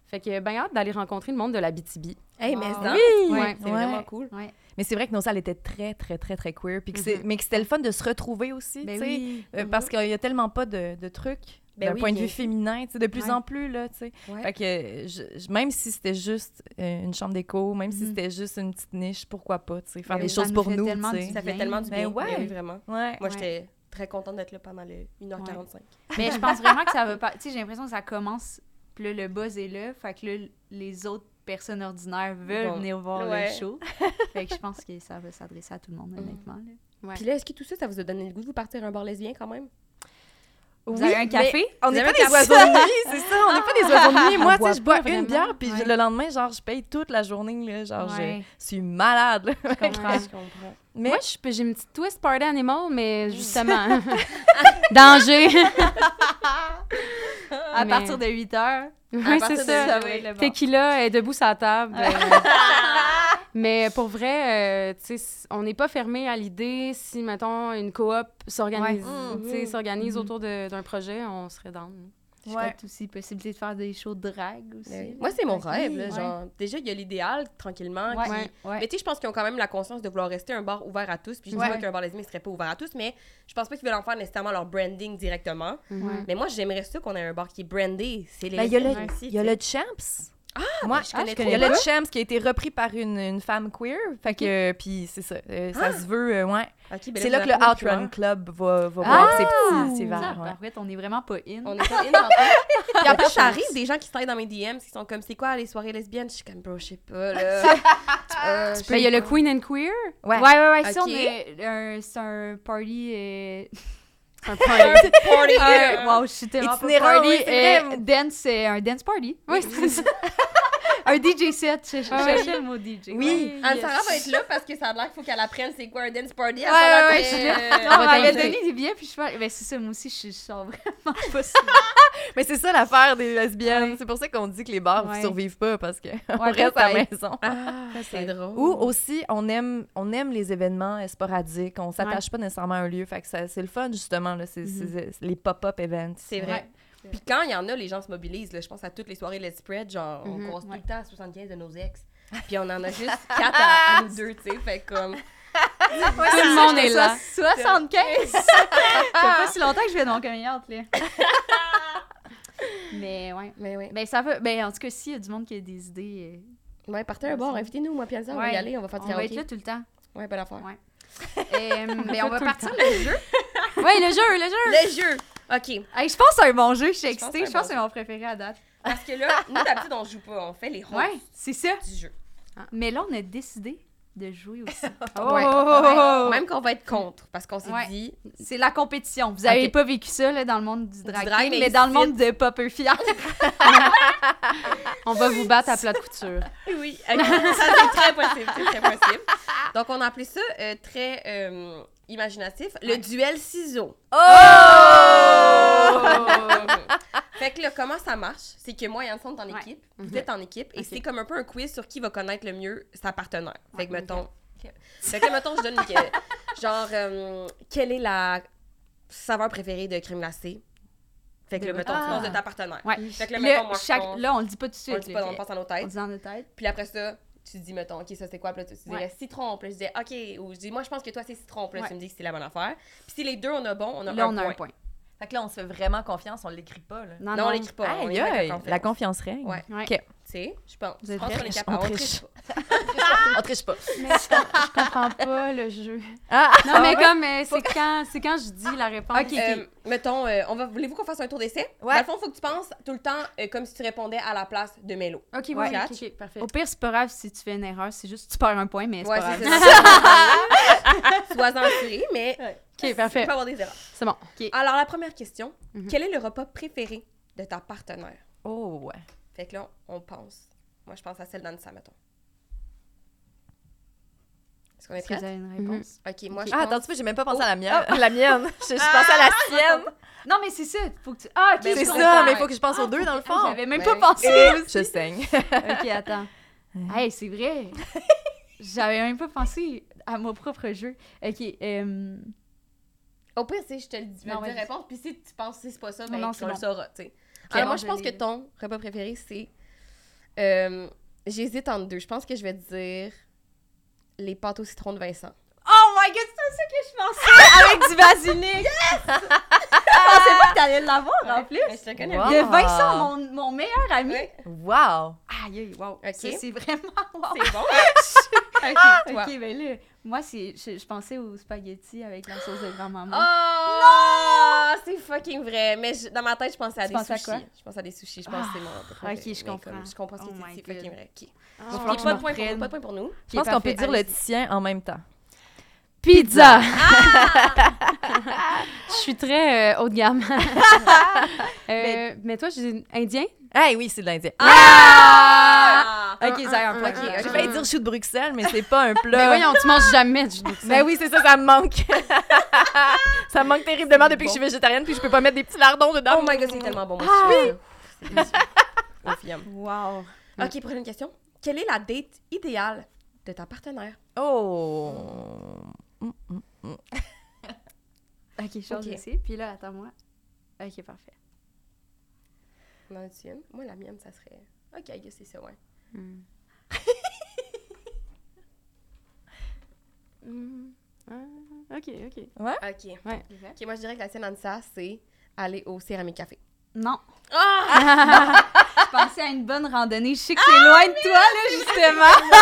S5: fait que ben hâte d'aller rencontrer le monde de la BTB.
S3: Hey,
S2: Wow.
S3: mais ça,
S5: Ouais.
S3: c'est vraiment cool.
S2: Ouais.
S4: Mais c'est vrai que nos salles étaient très, très, très, très queer. Puis que c'est-
S5: Mhm.
S4: Mais que c'était le fun de se retrouver aussi,
S2: Mm-hmm. Ben
S4: tu sais,
S2: oui.
S4: euh,
S3: Mhm.
S4: parce qu'il y a tellement pas de, de trucs
S3: Ben
S4: d'un
S3: oui,
S4: point de
S3: bien
S4: vue
S3: sûr.
S4: féminin, tu sais, de plus
S5: Ouais.
S4: en plus, là, tu sais.
S5: Ouais.
S4: Fait que je- je- même si c'était juste euh, une chambre d'écho, même si
S2: Mhm.
S4: c'était juste une petite niche, pourquoi pas, tu sais, faire
S2: Ben
S4: des
S2: oui,
S4: choses
S2: ça nous
S4: pour
S2: fait
S4: nous,
S2: tellement
S4: tu
S2: du
S4: sais.
S3: Ça fait
S2: Bien.
S3: tellement du
S4: Ben
S3: bien.
S4: ouais.
S3: Ben oui, vraiment. Moi,
S4: Ouais.
S2: Ouais.
S3: j'étais très contente d'être là pendant le 1h45.
S2: Mais je pense vraiment que ça va pas. Tu sais, j'ai l'impression que ça commence, puis là, le buzz est là, fait que là, les autres personnes ordinaires veulent
S3: Bon.
S2: venir voir
S3: Ouais.
S2: le show. Fait que je pense que ça va s'adresser à tout le monde, honnêtement. là.
S5: Ouais.
S3: Puis là, est-ce que tout ça, ça vous a donné le goût de vous partir à un bar lesbien quand même?
S2: Vous
S4: Oui,
S2: avez un café?
S4: On
S3: Vous
S4: n'est
S3: avez
S4: pas des
S3: un
S4: oiseaux de nuit, c'est ça. On n'est pas des oiseaux de nuit. Moi,
S5: On
S4: tu sais, je bois
S5: boit pas
S4: une
S5: vraiment.
S4: bière, puis je-
S5: Ouais.
S4: le lendemain, genre, je paye toute la journée, là. Genre,
S2: Ouais.
S4: je suis malade, là.
S5: comprends.
S3: Je comprends.
S4: Mais
S5: Moi, je peux- j'ai une petite twist party animal, mais justement. Danger!
S2: À
S5: Mais-
S2: partir de 8 heures,
S5: oui,
S3: partir
S5: c'est
S3: de
S5: ça.
S2: ça va être le bar.
S5: Tequila est debout sur la table. euh. mais pour vrai, euh, tu sais, s- on n'est pas fermé à l'idée si, mettons, une coop s'organise
S3: Ouais.
S5: tu sais, s'organise
S4: Mhm.
S5: autour de- d'un projet, on serait down.
S2: Je peut-être aussi possibilité de faire des shows de drague aussi.
S3: Ben oui. Moi, c'est mon rêve. là,
S2: Ouais.
S3: genre, déjà, il y a l'idéal, tranquillement.
S2: Ouais.
S3: qui-
S2: Ouais. Ouais.
S3: Mais tu sais, je pense qu'ils ont quand même la conscience de vouloir rester un bar ouvert à tous. Puis je dis
S2: Ouais.
S3: pas qu'un bar lesbien ne serait pas ouvert à tous, mais je pense pas qu'ils veulent en faire nécessairement leur branding directement.
S5: Ouais.
S3: Mais moi, j'aimerais ça qu'on ait un bar qui est brandé. C'est les
S4: Mm. Ben, il y a
S3: lesbiennes
S4: le,
S3: aussi,
S4: il y a
S3: tu sais.
S4: le Champs. Ah, moi,
S3: ben, je connais
S4: il y a
S3: trop
S4: le Champs qui a été repris par une, une femme queer. Fait que, euh, puis c'est ça. euh, Ça
S3: Ah!
S4: se veut, euh, ouais.
S3: Ok, ben là,
S4: C'est
S3: vous
S4: là que le
S3: apprenez
S4: Outrun
S3: moi.
S4: Club va, va
S5: Ah!
S4: boire ses petits ses verres. ouais.
S2: En fait, on est vraiment pas in.
S3: On est pas une en fait. Puis après, ça arrive des gens qui se dans mes DMs qui sont comme c'est quoi les soirées lesbiennes? Je suis comme bro, je sais pas là. Euh,
S5: Ben, Il y a le Queen and Queer.
S4: Ouais.
S2: Ouais, ouais, ouais. Si
S3: Ok.
S2: on est un, c'est un party. euh,
S5: Un party.
S3: party.
S2: un- wow, je suis tellement pas
S4: Itinérant,
S2: party.
S4: oui, c'est
S2: euh,
S4: vrai.
S2: dance, c'est un dance party.
S5: oui, c'est ça.
S2: un DJ set. Je je
S5: Ah ouais.
S2: cherchais le mot DJ.
S4: Oui.
S3: Anne-Sarah va être là parce que ça a l'air qu'il faut qu'elle apprenne c'est quoi un dance party. Elle
S2: Ouais,
S3: va
S2: ouais, ouais,
S3: être,
S2: je suis
S3: euh,
S2: Non, on
S5: va
S2: m'avait
S5: t'inviter.
S2: donné des billets, puis je fais. Ben, c'est ça, moi aussi, je suis je sors vraiment pas sûre.
S4: Mais c'est ça l'affaire des lesbiennes.
S2: Ouais.
S4: C'est pour ça qu'on dit que les bars ne
S2: Ouais.
S4: survivent pas parce qu'on
S2: Ouais,
S4: reste à la
S2: peut-être.
S4: maison.
S3: Ah, c'est drôle.
S4: Ou aussi, on aime, on aime les événements euh, sporadiques. On s'attache pas nécessairement à un lieu. Fait que ça- c'est le fun, justement, là, c'est, c'est- c'est les pop-up events.
S3: C'est vrai. Puis quand il y en a, les gens se mobilisent. là. Je pense à toutes les soirées Let's Spread, genre, on
S5: Mhm.
S3: croise
S2: Ouais.
S3: tout le temps à 75 de nos ex. Puis on en a juste 4 à, à nous deux, tu sais. Fait que comme.
S2: Tout
S5: le monde est là.
S2: 75! Ça fait pas si longtemps que je vais dans mon coming out, là. Mais ouais.
S3: Mais ouais.
S2: Ben, ça va. Ben, en tout cas, s'il y a du monde qui a des idées. euh,
S3: Ouais, partez un bord, invitez-nous, moi, Piazza, on va y
S2: Ouais.
S3: aller, on va faire
S2: On
S3: du
S2: va être
S3: karaoké.
S2: là tout le temps.
S3: Ouais, belle affaire.
S2: Ouais. Euh, ben, on va
S5: tout le
S2: partir
S5: temps.
S2: le jeu.
S5: Oui, le jeu, le jeu!
S3: Le jeu! OK.
S2: Hey, je pense que c'est un bon jeu, je suis
S3: pense
S2: excitée.
S3: que c'est
S2: Je
S3: un
S2: pense que c'est mon préféré à date.
S3: Parce que là, nous, d'habitude, on joue pas. On fait les rôles
S2: Ouais, c'est ça.
S3: du jeu.
S2: Mais là, on a décidé de jouer aussi.
S5: Oh,
S3: Ouais.
S5: oh, oh, oh.
S3: Même qu'on va être contre, parce qu'on s'est
S2: Ouais.
S3: dit,
S2: C'est la compétition. Vous avez
S3: Ok.
S2: pas vécu ça là, dans le monde du drag,
S3: drag,
S2: king,
S3: mais
S2: mais, dans le
S3: ici-
S2: monde de pas peu fier.
S5: On va vous battre à plat de couture.
S3: Oui, ok. ça c'est très possible, c'est très possible. Donc on a appelé ça euh, très euh, imaginatif, le duel ciseaux.
S2: Oh!
S3: fait que là, comment ça marche? C'est que moi et Anne sont en
S2: Ouais. Mhm.
S3: équipe, vous êtes en équipe, et c'est comme un peu un quiz sur qui va connaître le mieux sa partenaire. Fait que mettons... Fait que mettons, je donne... que- genre, euh, quelle est la saveur préférée de crème glacée? Fait que là, mettons, tu
S2: Ah.
S3: penses de ta partenaire.
S2: Ouais.
S3: Fait que là,
S2: Là,
S3: mettons, moi,
S2: chaque-
S3: je pense-
S2: là, on le dit pas tout de
S3: on le
S2: suite.
S3: dit
S2: là.
S3: pas, on le pense à nos
S2: On
S3: têtes.
S2: le dit dans notre tête.
S3: Puis après ça, tu dis, mettons, OK, ça c'est quoi? Puis là, tu tu
S2: Ouais.
S3: dirais citron. Puis là, je disais, OK. Ou je dis, moi, je pense que toi, c'est citron. Puis là, tu
S2: Ouais.
S3: me dis que c'est la bonne affaire. Puis si les deux, on a bon, on a
S2: Là,
S3: un
S2: on a
S3: point.
S2: un point. Ah
S4: Fait que là, on se fait vraiment confiance, on l'écrit pas. Là.
S3: Non, on l'écrit pas. on
S4: Aïe,
S3: y va avec
S4: aïe, la
S3: la confiance.
S4: confiance règne.
S3: Ouais.
S2: Ouais.
S4: OK,
S3: Tu sais, je pense.
S2: Vous
S3: Je
S2: êtes
S3: pense qu'on est
S4: riche,
S3: capable.
S4: on
S3: On
S4: triche.
S3: triche pas.
S4: on triche pas.
S5: Mais je, je comprends pas Oh, le jeu.
S4: Ah!
S5: Non, mais comme, euh, c'est quand, c'est quand je dis la réponse.
S2: Ok.
S3: Euh, mettons, euh, on va, voulez-vous qu'on fasse un tour d'essai?
S4: Ouais.
S3: Dans le fond, faut que tu penses tout le temps euh, comme si tu répondais à la place de Mélo.
S5: Ok, oui,
S3: Ouais.
S5: oui, ok, ok, parfait.
S2: Au pire, c'est pas grave si tu fais une erreur, c'est juste que tu perds un point, mais c'est
S3: Ouais,
S2: pas
S3: c'est
S2: grave.
S3: ça. Sois-en assuré, mais
S5: Ok,
S3: tu
S5: parfait.
S3: peux avoir des erreurs.
S5: C'est bon.
S3: Alors, la première question,
S5: Mhm.
S3: quel est le repas préféré de ta partenaire?
S4: Oh!
S3: Fait que là, on pense. Moi, je pense à celle d'Anissa, mettons. Est-ce qu'on est
S2: Est-ce que vous
S3: prête?
S2: avez une réponse?
S3: Ok, moi, je
S4: Ah,
S3: pense...
S4: attends, tu j'ai même pas pensé à la mienne. oh, La mienne. Je, je pensais à la sienne.
S2: Non, mais c'est ça, faut que tu... Ah, ok,
S3: Mais
S2: je
S4: C'est
S3: qu'on
S2: comprends.
S4: ça,
S3: parle.
S4: mais il faut que je pense aux deux, dans le
S2: Ah,
S4: fond.
S2: J'avais même
S3: Ben
S2: pas
S3: oui.
S2: pensé.
S4: Je saigne.
S2: ok, attends. hey, c'est vrai. J'avais même pas pensé à mon propre jeu. Ok, euh...
S3: Au pire, si je te le dis, je vais
S2: Non,
S3: te
S2: vas-y.
S3: dire réponse, puis si tu penses que c'est pas ça,
S2: Non,
S3: ben,
S2: non,
S3: on
S2: c'est
S3: le
S2: bon.
S3: saura, tu sais.
S2: bon,
S3: Alors, moi, je
S2: je
S3: pense
S2: l'ai.
S3: que ton repas préféré, c'est... euh, J'hésite entre deux. Je pense que je vais dire les pâtes au citron de Vincent.
S2: Oh my god, c'est à ça que je pensais avec du basilic. Je pensais pas que t'allais l'avoir Ah, en plus.
S3: Ben, Je te connais.
S4: Wow.
S2: De Vincent, mon, mon meilleur ami.
S3: Ouais,
S4: Wow!
S2: Aïe, aïe, wow.
S3: Ok.
S2: Ça, c'est vraiment wow.
S3: C'est bon.
S2: Ok,
S3: ok, toi.
S2: ben là, moi, c'est, je, je pensais aux spaghettis avec la sauce de grand-maman.
S3: Ah, Oh! C'est fucking vrai. Mais je- dans ma tête, je pensais à
S2: Tu
S3: des
S2: penses à
S3: sushis.
S2: quoi? Ah,
S3: Je pensais à des sushis. Je pense que c'est mon.
S2: ok, je
S3: mais comme,
S2: comprends.
S3: je comprends ce que
S2: Oh
S3: tu
S2: my
S3: dis. C'est
S2: God.
S3: fucking vrai. Ok.
S5: Ah.
S2: Il
S3: Ok,
S2: va falloir que
S3: pas, de
S2: je me
S3: point pour nous,
S2: reprenne.
S3: pas de point pour nous.
S4: Je pense qu'on
S2: parfait,
S4: peut dire le
S2: allez-y.
S4: tien en même temps.
S5: Pizza! Je suis très euh, haut de gamme. Euh, mais... toi, je dis indien?
S2: Euh.
S4: Ah oui, c'est de l'Indien.
S3: Ah!
S2: Ok, Zaya, un point.
S5: Ok,
S4: J'ai
S5: ok.
S4: failli dire chou de Bruxelles, mais c'est pas un
S5: Mais
S4: plat.
S5: voyons, tu manges jamais du pizza.
S4: Ben oui, c'est ça, ça me manque. ça me manque terriblement depuis que je suis végétarienne, puis je peux pas mettre des petits lardons dedans.
S3: Oh my god, c'est tellement bon. Ah oui! C'est délicieux. Oh, fiam.
S2: Wow.
S3: Ok, prochaine question. Quelle est la date idéale de ta partenaire?
S4: Oh.
S2: Ok, je change
S3: Ok.
S2: ici. Puis là, attends-moi. Ok, parfait.
S3: On en a une? Moi, la mienne, ça serait. Ok, I guess c'est ça, ouais.
S5: Hmm. Ok, ok.
S3: Ok.
S5: Ouais.
S3: Ok, moi, je dirais que la sienne, ça, c'est aller au Céramique Café.
S2: Non. Ah! je pensais à une bonne randonnée. Je sais que c'est loin de toi,
S5: Ah,
S2: là,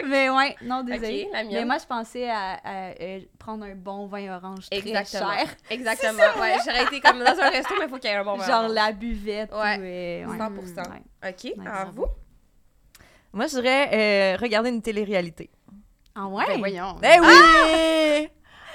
S2: justement. mais ouais, non, désolé.
S3: Ok, la mienne.
S2: mais moi, je pensais à, à, euh, prendre un bon vin orange très
S3: Exactement.
S2: cher.
S3: Exactement. Ouais, j'aurais été comme dans un resto, mais il faut qu'il y ait un bon
S2: Genre
S3: moment.
S2: la buvette.
S3: Ouais.
S2: ou, euh, ouais.
S3: 100%.
S2: Ouais.
S3: Ok,
S2: Ouais,
S3: à
S2: ça
S3: vous.
S4: Moi, je dirais euh, regarder une télé-réalité.
S2: Ah ouais?
S5: Ben voyons.
S4: Ben oui!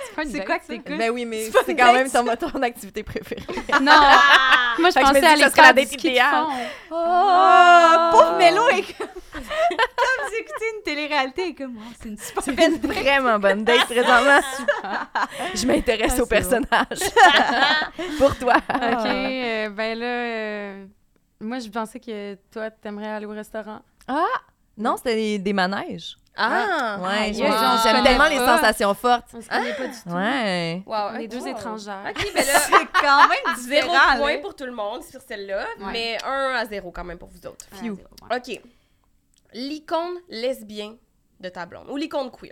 S5: C'est pas une
S2: c'est
S5: date,
S2: quoi que
S5: ça.
S2: t'écoutes?
S4: Ben oui, mais
S2: C'est pas
S4: c'est
S2: une
S4: quand
S2: date,
S4: même ton, ton activité préférée.
S5: Non! Moi, je
S4: Fait que je me dis
S5: pensais
S4: que ça
S5: à
S4: serait la
S5: l'école du
S4: date
S5: ski de
S4: idéale.
S5: fond.
S2: Oh, pauvre Mélo est comme... comme vous écoutez une télé-réalité, elle est comme, oh, c'est une super belle date.
S4: Vraiment bonne date présentement. Je m'intéresse
S5: Ah,
S4: au
S5: c'est bon.
S4: personnage. Pour toi.
S5: Ok, euh, ben là, euh, moi, je pensais que toi, t'aimerais aller au restaurant.
S4: Non, c'était des, des manèges.
S3: Ah!
S4: Ouais,
S5: yes,
S4: j'aime-
S5: on se
S4: j'aime
S5: connaît
S4: tellement les
S5: pas.
S4: sensations fortes. Ah,
S5: On se connaît pas du tout.
S4: Ouais.
S3: Wow,
S5: On est
S3: ok.
S5: deux
S3: Ah, Wow.
S5: étrangères.
S3: Ok, mais là,
S2: C'est quand même
S3: zéro
S2: différent.
S3: point
S2: là.
S3: pour tout le monde sur celle-là,
S2: Ouais.
S3: mais un à zéro quand même pour vous autres.
S2: Ouais,
S4: Phew.
S2: zéro, ouais.
S3: Ok. L'icône lesbienne de ta blonde, ou l'icône queer.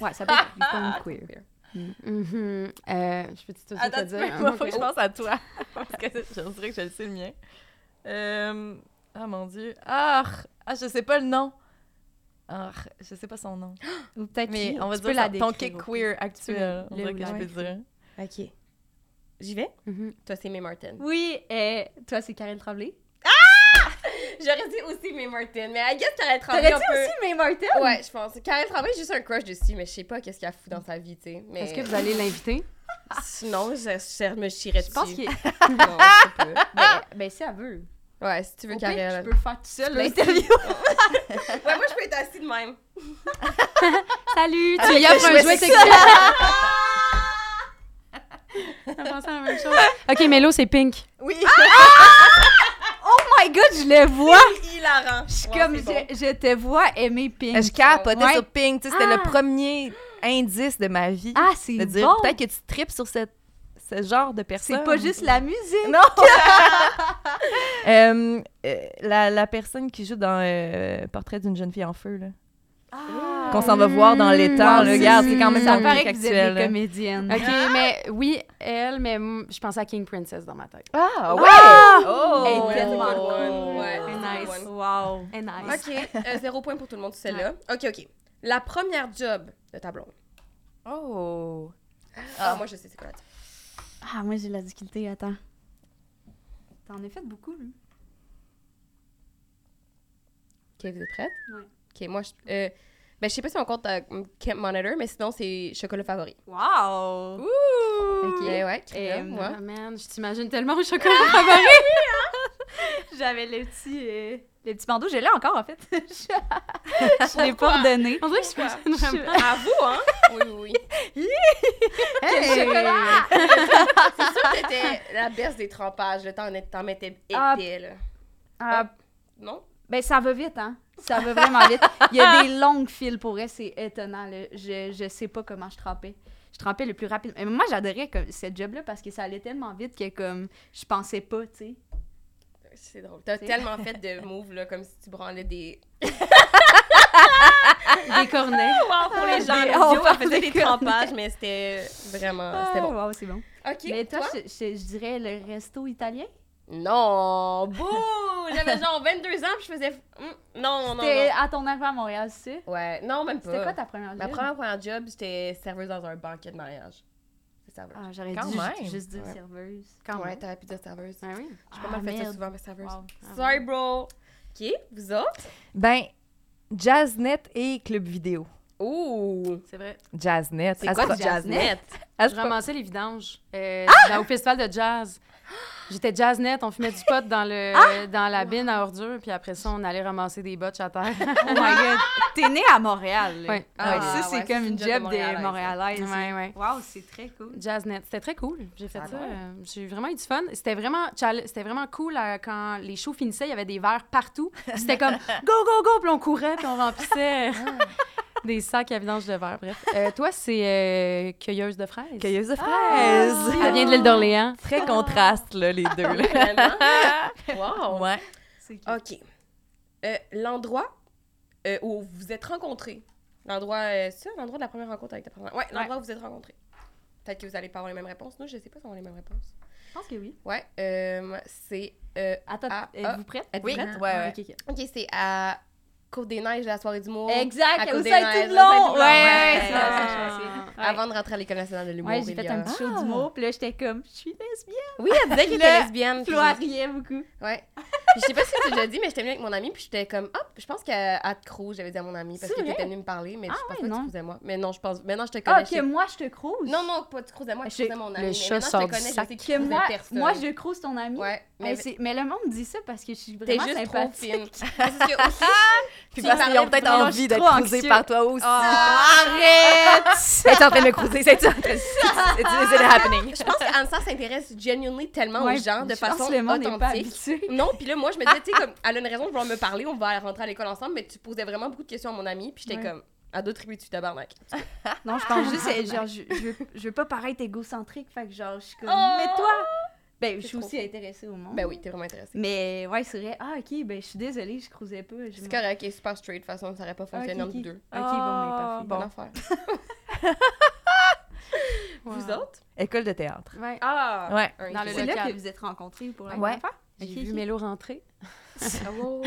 S2: Ouais, ça peut être une femme queer.
S5: Mhm. Euh, je peux-tu tout de suite te
S4: Attends, tu
S2: hein.
S5: dire?
S4: peux- moi, faut que je pense à toi. Ah, Parce que je dirais que je le sais le mien. Euh, Ah, mon Dieu. Ah, ah, je sais pas le nom. Ah, je sais pas son nom.
S2: Ou peut-être
S4: Mais on va
S2: Ah, tu peux
S4: dire ça,
S2: la
S4: ton
S2: décrire,
S4: kick
S2: ok.
S4: queer actuel.
S2: le-
S4: On
S2: le
S4: dirait
S2: ou
S4: que
S2: la
S4: je peux dire.
S3: Ok. J'y vais?
S2: Mm-hmm.
S5: Mhm.
S3: Toi, c'est May Martin.
S2: Oui, euh, toi, c'est Karine Tremblay.
S3: J'aurais dit aussi May Martin, mais I guess Karel Tremblay,
S2: T'aurais
S3: on
S2: dit
S3: peut...
S2: aussi May Martin?
S3: Ouais, je pense. Karel Tremblay, j'ai juste un crush dessus, mais je sais pas qu'est-ce qu'elle fout dans sa vie, tu sais. Mais...
S2: Euh,
S5: Est-ce que vous allez l'inviter?
S3: Sinon, je, je me chierais dessus.
S2: Je pense qu'il
S3: Non, je sais pas.
S2: ben, ben, si elle veut.
S3: Ouais, si tu veux,
S2: Au pire,
S3: Karel.
S2: tu peux faire tout seul
S3: peux
S2: l'interview.
S3: Ouais, moi, je peux être assise de même.
S5: Salut!
S2: Oh
S5: Tu y offres un jouet sexuel! T'as pensé à la même chose? Ok, Mélo, c'est pink.
S4: Oui! Ah,
S2: Oh my god, je le vois!
S3: Hilarant.
S2: Je suis comme, je, je te vois aimer Pink.
S4: Je capotais
S2: Ah, Ouais.
S4: sur Pink. tu sais, C'était
S2: Ah.
S4: le premier indice de ma vie.
S2: Ah, c'est
S4: de
S2: bon!
S4: dire peut-être que tu tripes sur cette- ce genre de personne.
S2: C'est pas juste la musique!
S4: Non! Euh, euh, la, la personne qui joue dans euh, Portrait d'une jeune fille en feu, là.
S2: Ah.
S4: Qu'on s'en va voir dans les temps, là.
S5: Wow, c'est-
S4: Regarde, Mm. c'est quand même
S2: Ça
S4: dans
S2: paraît
S4: le
S2: que
S4: truc
S2: vous êtes
S4: actuel,
S2: des
S4: là.
S2: comédiennes.
S5: Ok, mais oui, elle, mais mm, je pensais à King Princess dans ma tête.
S4: Ah, ouais!
S2: Elle est
S4: Oh!
S2: tellement
S3: ouais,
S2: cool!
S3: ouais,
S2: Elle
S3: c'est
S2: est nice!
S3: bon.
S2: Wow! Elle est nice!
S3: Ok, euh, zéro point pour tout le monde, celle-là. Ok, ok. La première job de ta blonde.
S4: Oh!
S3: Ah, moi, je sais c'est quoi. la-
S2: Ah, moi j'ai de la difficulté, attends. T'en as fait beaucoup, là.
S3: Ok, vous êtes prête?
S2: Ouais.
S3: Ok, moi, je. euh, ben, je sais pas si on compte euh, Camp Monitor, mais sinon, c'est chocolat favori.
S2: Wow!
S3: Ok.
S2: Ok.
S3: ouais, Krina,
S2: Euh,
S3: moi.
S5: Ah, man, je t'imagine tellement au chocolat favori.
S2: J'avais le petit, euh, le petit bandeau, je l'ai encore en fait. je je l'ai pas redonné.
S5: On dirait que je t'imagine vraiment.
S3: À vous, hein? oui, oui, oui.
S2: Quel chocolat!
S3: C'est sûr que t'étais la baisse des trempages, le temps honnête, t'en mettais épais,
S2: Ah.
S3: là.
S2: Ah,
S3: Non?
S2: ben ça va vite, hein? Ça va vraiment vite. Il y a des longues files pour elle, c'est étonnant. là. Je, je sais pas comment je trempais. Je trempais le plus rapide. Mais moi, j'adorais comme, cette job-là parce que ça allait tellement vite que comme je pensais pas, tu sais.
S3: C'est drôle. T'as
S2: C'est-
S3: tellement fait de moves, là, comme si tu branlais des.
S2: Ah!
S5: Des cornets.
S3: Wow, pour les gens,
S2: Des-
S3: l'audio,
S2: on
S3: on
S2: parle
S3: faisait
S2: des
S3: Ah, des trempages, mais c'était euh, vraiment... C'était bon.
S2: Ah, wow, c'est bon.
S3: OK,
S2: Mais toi, je, je- je dirais le resto italien.
S3: Non, bouh! J'avais genre 22 ans, puis je faisais... Hmm, Non, non,
S2: C'était
S3: non.
S2: à ton arrivée à Montréal, c'est ça?
S3: Ouais, non, même pas.
S2: C'était quoi ta première
S3: Ma
S2: job?
S3: première, première job, j'étais serveuse dans un banquet de mariage. C'est serveuse.
S2: Ah, j'aurais
S4: Quand
S2: dû ju-
S4: même.
S2: juste dire
S3: Ouais.
S2: serveuse.
S5: Quand
S3: ouais,
S5: même.
S3: t'aurais pu dire serveuse. J'ai
S5: Ah oui.
S3: pas mal fait ça souvent, mais serveuse.
S2: Wow.
S3: Sorry, bro. OK, vous autres?
S4: Ben, Jazznet et Club Vidéo.
S3: Ouh!
S5: C'est vrai.
S4: Jazznet.
S3: C'est
S4: à
S3: quoi
S4: ce
S3: du
S4: pas-
S3: jazznet?
S4: à
S5: Je
S4: ce pas-
S5: ramassais les vidanges euh, dans- au festival de jazz. J'étais jazznet, on fumait du pot dans, le, dans la bine à ordures, puis après ça, on allait ramasser des botches à terre.
S2: Oh my god. T'es née à Montréal.
S5: Ouais.
S2: Ah,
S3: Ah,
S2: ça, c'est
S3: ouais,
S2: comme
S3: c'est
S2: une job des Montréalaises.
S5: Ouais, ouais.
S2: Wow, c'est très cool.
S5: Jazznet, c'était très cool. J'ai fait
S3: Ah
S5: ça.
S3: ouais?
S5: euh, J'ai vraiment eu du fun. C'était vraiment, chal- c'était vraiment cool euh, quand les shows finissaient. Il y avait des verres partout. Puis C'était comme go go go, puis on courait, puis on remplissait euh, des sacs à vidange de verre. Bref, Euh, toi, c'est euh, cueilleuse de fraises. Ah,
S4: Cueilleuse de fraises.
S5: Elle vient de l'île d'Orléans.
S4: Très contraste, là, les deux. là.
S3: Vraiment? wow!
S4: Ouais.
S2: C'est cool.
S3: OK. Euh, l'endroit euh, où vous vous êtes rencontrés. L'endroit, euh, c'est ça, l'endroit de la première rencontre avec ta première. Ouais, l'endroit où vous vous êtes rencontrés. Peut-être que vous allez pas avoir les mêmes réponses. Nous, je sais pas si on a les mêmes réponses.
S2: Je pense que oui.
S3: Ouais, euh, c'est. euh,
S2: Attends,
S3: Ah, ah.
S2: êtes-vous prête?
S3: Êtes-vous
S4: Oui.
S3: prête?
S4: Ouais, ouais.
S2: Ok, ok.
S3: Ok, c'est à Côte des Neiges, la soirée d'humour.
S2: Exact,
S3: À
S2: au
S3: Côte des
S2: Saint-Tout
S3: Neiges,
S2: de
S3: au Saint-Tout
S2: long.
S3: de
S2: Ouais, Ah ouais,
S3: Long.
S2: c'est
S3: Ouais.
S2: ça, c'est ça, c'est ça.
S3: Avant de rentrer à l'École nationale de l'humour.
S2: Ouais, j'ai fait un
S3: Rivière.
S2: petit show
S4: Ah.
S2: d'humour, puis là, j'étais comme, je suis lesbienne.
S3: Oui, elle disait qu'elle était
S2: Le
S3: lesbienne. puis
S2: Flo, elle riait beaucoup.
S3: j'ai- Ouais. je sais pas si tu l'as dit, mais j'étais venue avec mon amie, puis j'étais comme, hop, je pense qu'à à te croire, j'avais dit à mon amie, parce
S2: C'est
S3: que
S2: vrai?
S3: t'étais venue me parler, mais
S2: Ah
S3: je pense
S2: ouais,
S3: pas que
S2: non.
S3: tu faisais moi. Mais non, je pense. Mais non, je te connais.
S2: Ah,
S3: je sais-
S2: que moi, je te crouse.
S3: Non, non, pas tu croisais moi, tu
S2: Je-
S3: croisais mon ami.
S5: le
S3: mais
S5: chat
S3: maintenant,
S5: sort
S3: je
S5: du
S3: te connais,
S5: sac.
S3: je sais que
S2: Que moi,
S3: personne.
S2: moi, je crouse ton ami.
S3: Ouais, mais
S2: Mais, c'est- mais le monde dit ça parce que je suis
S3: t'es
S2: vraiment
S3: juste trop
S2: sympathique.
S3: fine. Parce que aussi,
S4: Puis
S3: Tu
S4: parce qu'ils ont
S3: parlais
S4: peut-être
S3: vraiment,
S2: je suis
S4: envie d'être
S2: trop
S4: crousés
S2: anxieuse.
S4: par toi aussi. Ah!
S2: Arrête!
S4: C'est en train de me cruiser, c'est en train de... It's- it's happening.
S3: je pense qu'Ansa s'intéresse genuinely tellement aux
S2: Ouais,
S3: gens de
S2: je pense
S3: façon
S2: que le monde n'est pas
S3: authentique.
S2: habitué.
S3: Non, puis là, moi, je me disais, tu sais, comme, elle a une raison de vouloir me parler, on va rentrer à l'école ensemble, mais tu posais vraiment beaucoup de questions à mon ami, puis j'étais
S2: Ouais.
S3: comme, à deux tribus, tu tabarnak.
S2: Non, je pense juste, euh, genre, je, je, veux- je veux pas paraître égocentrique, fait que genre, je suis comme,
S3: Oh!
S2: mais toi! Ben, je
S3: C'est
S2: suis
S3: trop
S2: aussi
S3: cool.
S2: intéressée au monde.
S3: Ben oui, t'es vraiment intéressée.
S2: Mais ouais, c'est vrai. Ah, ok, ben, je suis désolée, je crousais pas. Je
S3: C'est correct, elle est super straight, de toute façon, ça aurait pas fonctionné
S2: Ok,
S3: entre
S2: ok.
S3: vous deux.
S2: Ok, Ah, bon, mais parfait.
S3: Bonne
S4: Ah, Bon.
S3: affaire.
S5: Wow.
S3: Vous autres?
S4: École de théâtre.
S5: Ouais.
S3: Ah!
S4: Ouais.
S3: Un
S5: Dans le
S2: C'est
S3: équivalent.
S2: là
S5: local.
S2: que vous êtes rencontrés pour la
S4: Ouais.
S2: première fois?
S5: J'ai
S2: Ok,
S5: vu
S2: ok.
S5: Mélo rentrer.
S3: Ah, wow.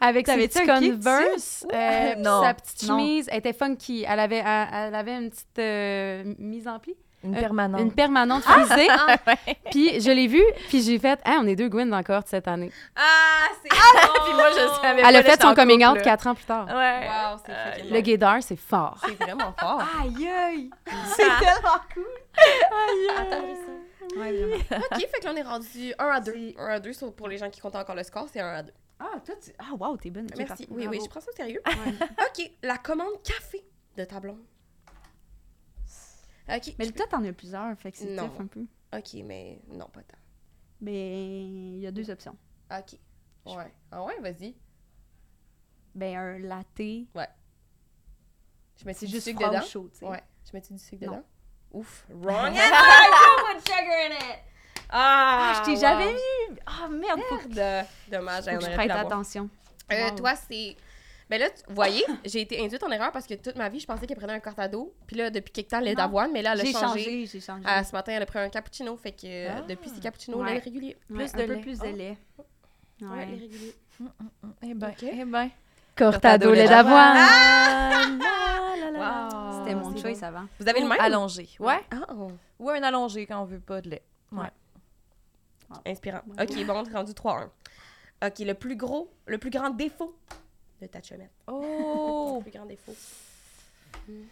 S5: Avec ses
S4: T'avais-tu
S5: petits
S4: un kick
S5: Converse, euh, puis
S4: Non.
S5: sa petite
S4: Non.
S5: chemise, elle était funky. Elle avait, elle, elle avait une petite euh, mise en pli,
S4: Une
S5: Euh,
S4: permanente.
S5: une permanente
S4: Ah!
S5: frisée. Puis je l'ai vue, puis j'ai fait « Ah, on est deux Gwen dans la cohorte cette année.
S3: Ah,
S2: Oh.
S3: c'est bon!
S4: Puis moi, je savais pas,
S5: Elle a
S4: là,
S5: fait
S4: j'étais en
S5: son coming out
S4: couple, Ah. là.
S5: quatre ans plus tard.
S4: Ouais.
S3: Wow, c'est fucking
S5: Le
S3: bon.
S5: gaydar, c'est fort.
S3: C'est vraiment fort.
S2: Aïe, aïe! Ah! C'est tellement cool!
S3: Attendez ça.
S2: Ouais, vraiment.
S3: Ok, fait que là, on est rendu 1 à 2.
S2: C'est-
S3: 1 à 2, sur- pour les gens qui comptent encore le score, c'est 1 à 2.
S2: Ah, toi, tu. Ah, wow, t'es bonne. ok,
S3: Merci.
S2: parfait.
S3: Oui, oui,
S2: Bravo.
S3: je prends ça au sérieux. ok, la commande café de ta blonde. Ok.
S2: Mais
S3: je
S2: toi, t'en as plusieurs, fait que c'est
S3: Non.
S2: tough un peu.
S3: peux- Ok, mais non, pas tant.
S2: Ben, il y a deux options.
S3: Ok. Ouais. Ah ouais, vas-y.
S2: Ben, un latte.
S3: Je mets-tu
S2: C'est
S3: du
S2: juste
S3: sucre
S2: froid
S3: dedans?
S2: ou chaud, tu sais.
S3: Ouais. Je mets-tu du sucre
S2: Non.
S3: dedans? Ouf. Wrong.
S2: Ah,
S3: ah,
S2: je t'ai
S3: wow.
S2: jamais vu! Ah, merde, faut que
S3: Merde. Dommage,
S2: faut que
S3: j'en
S2: je
S3: aurais
S2: prête
S3: pu l'avoir.
S2: attention.
S3: Euh,
S2: Wow.
S3: Toi, c'est. Ben là, tu- vous voyez, j'ai été induite en erreur parce que toute ma vie, je pensais qu'elle prenait un cortado. Puis là, depuis quelque temps, elle est
S2: Non.
S3: d'avoine, mais là, elle a
S2: J'ai
S3: changé.
S2: changé, j'ai changé.
S3: Ah, ce matin, elle a pris un cappuccino. Fait que euh,
S4: Ah.
S3: depuis, c'est cappuccino au
S2: Ouais.
S3: lait régulier.
S2: Ouais,
S4: plus
S2: un
S4: de
S2: peu
S4: lait.
S2: plus de
S4: Oh.
S2: lait. Ouais.
S3: Ouais, lait régulier.
S4: Eh ben,
S3: Ok.
S4: eh ben.
S5: Cortado lait
S4: Ah!
S5: d'avoine.
S3: Wow.
S2: C'était mon
S3: Ah, C'est
S2: choice avant.
S3: Vous avez le même?
S4: Allongé. Ouais.
S3: Ah, oh.
S4: Ou un allongé quand on veut pas de lait.
S3: inspirant.
S2: Ouais.
S3: Ok, bon, on est rendu 3-1. Ok, le plus gros, le plus grand défaut de ta chumette. Mon
S4: Oh!
S3: plus grand défaut. Hmm.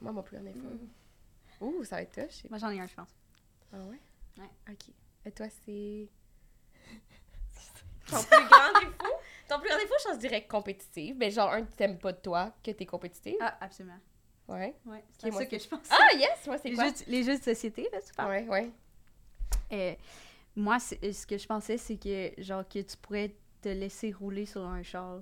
S3: Moi, mon plus grand défaut. Ouh, ça va être touché.
S2: Moi, j'en ai un, je pense.
S3: Ah ouais?
S2: Ouais.
S3: Ok. Et toi, c'est. Ton plus grand défaut? Ton plus grand défaut, je pense, je dirais compétitive. Mais genre, un, que t'aimes pas de toi, que t'es compétitive.
S2: Ah, absolument.
S3: Ouais.
S2: Ouais, c'est
S3: Ok,
S2: à
S3: moi,
S2: ça que je pense.
S3: Ah, yes! Moi, c'est
S2: les,
S3: quoi?
S2: jeux, les jeux de société, là, tu parles.
S3: Ouais, ouais.
S2: Euh, moi, c'est- euh, ce que je pensais, c'est que, genre, que tu pourrais te laisser rouler sur un char.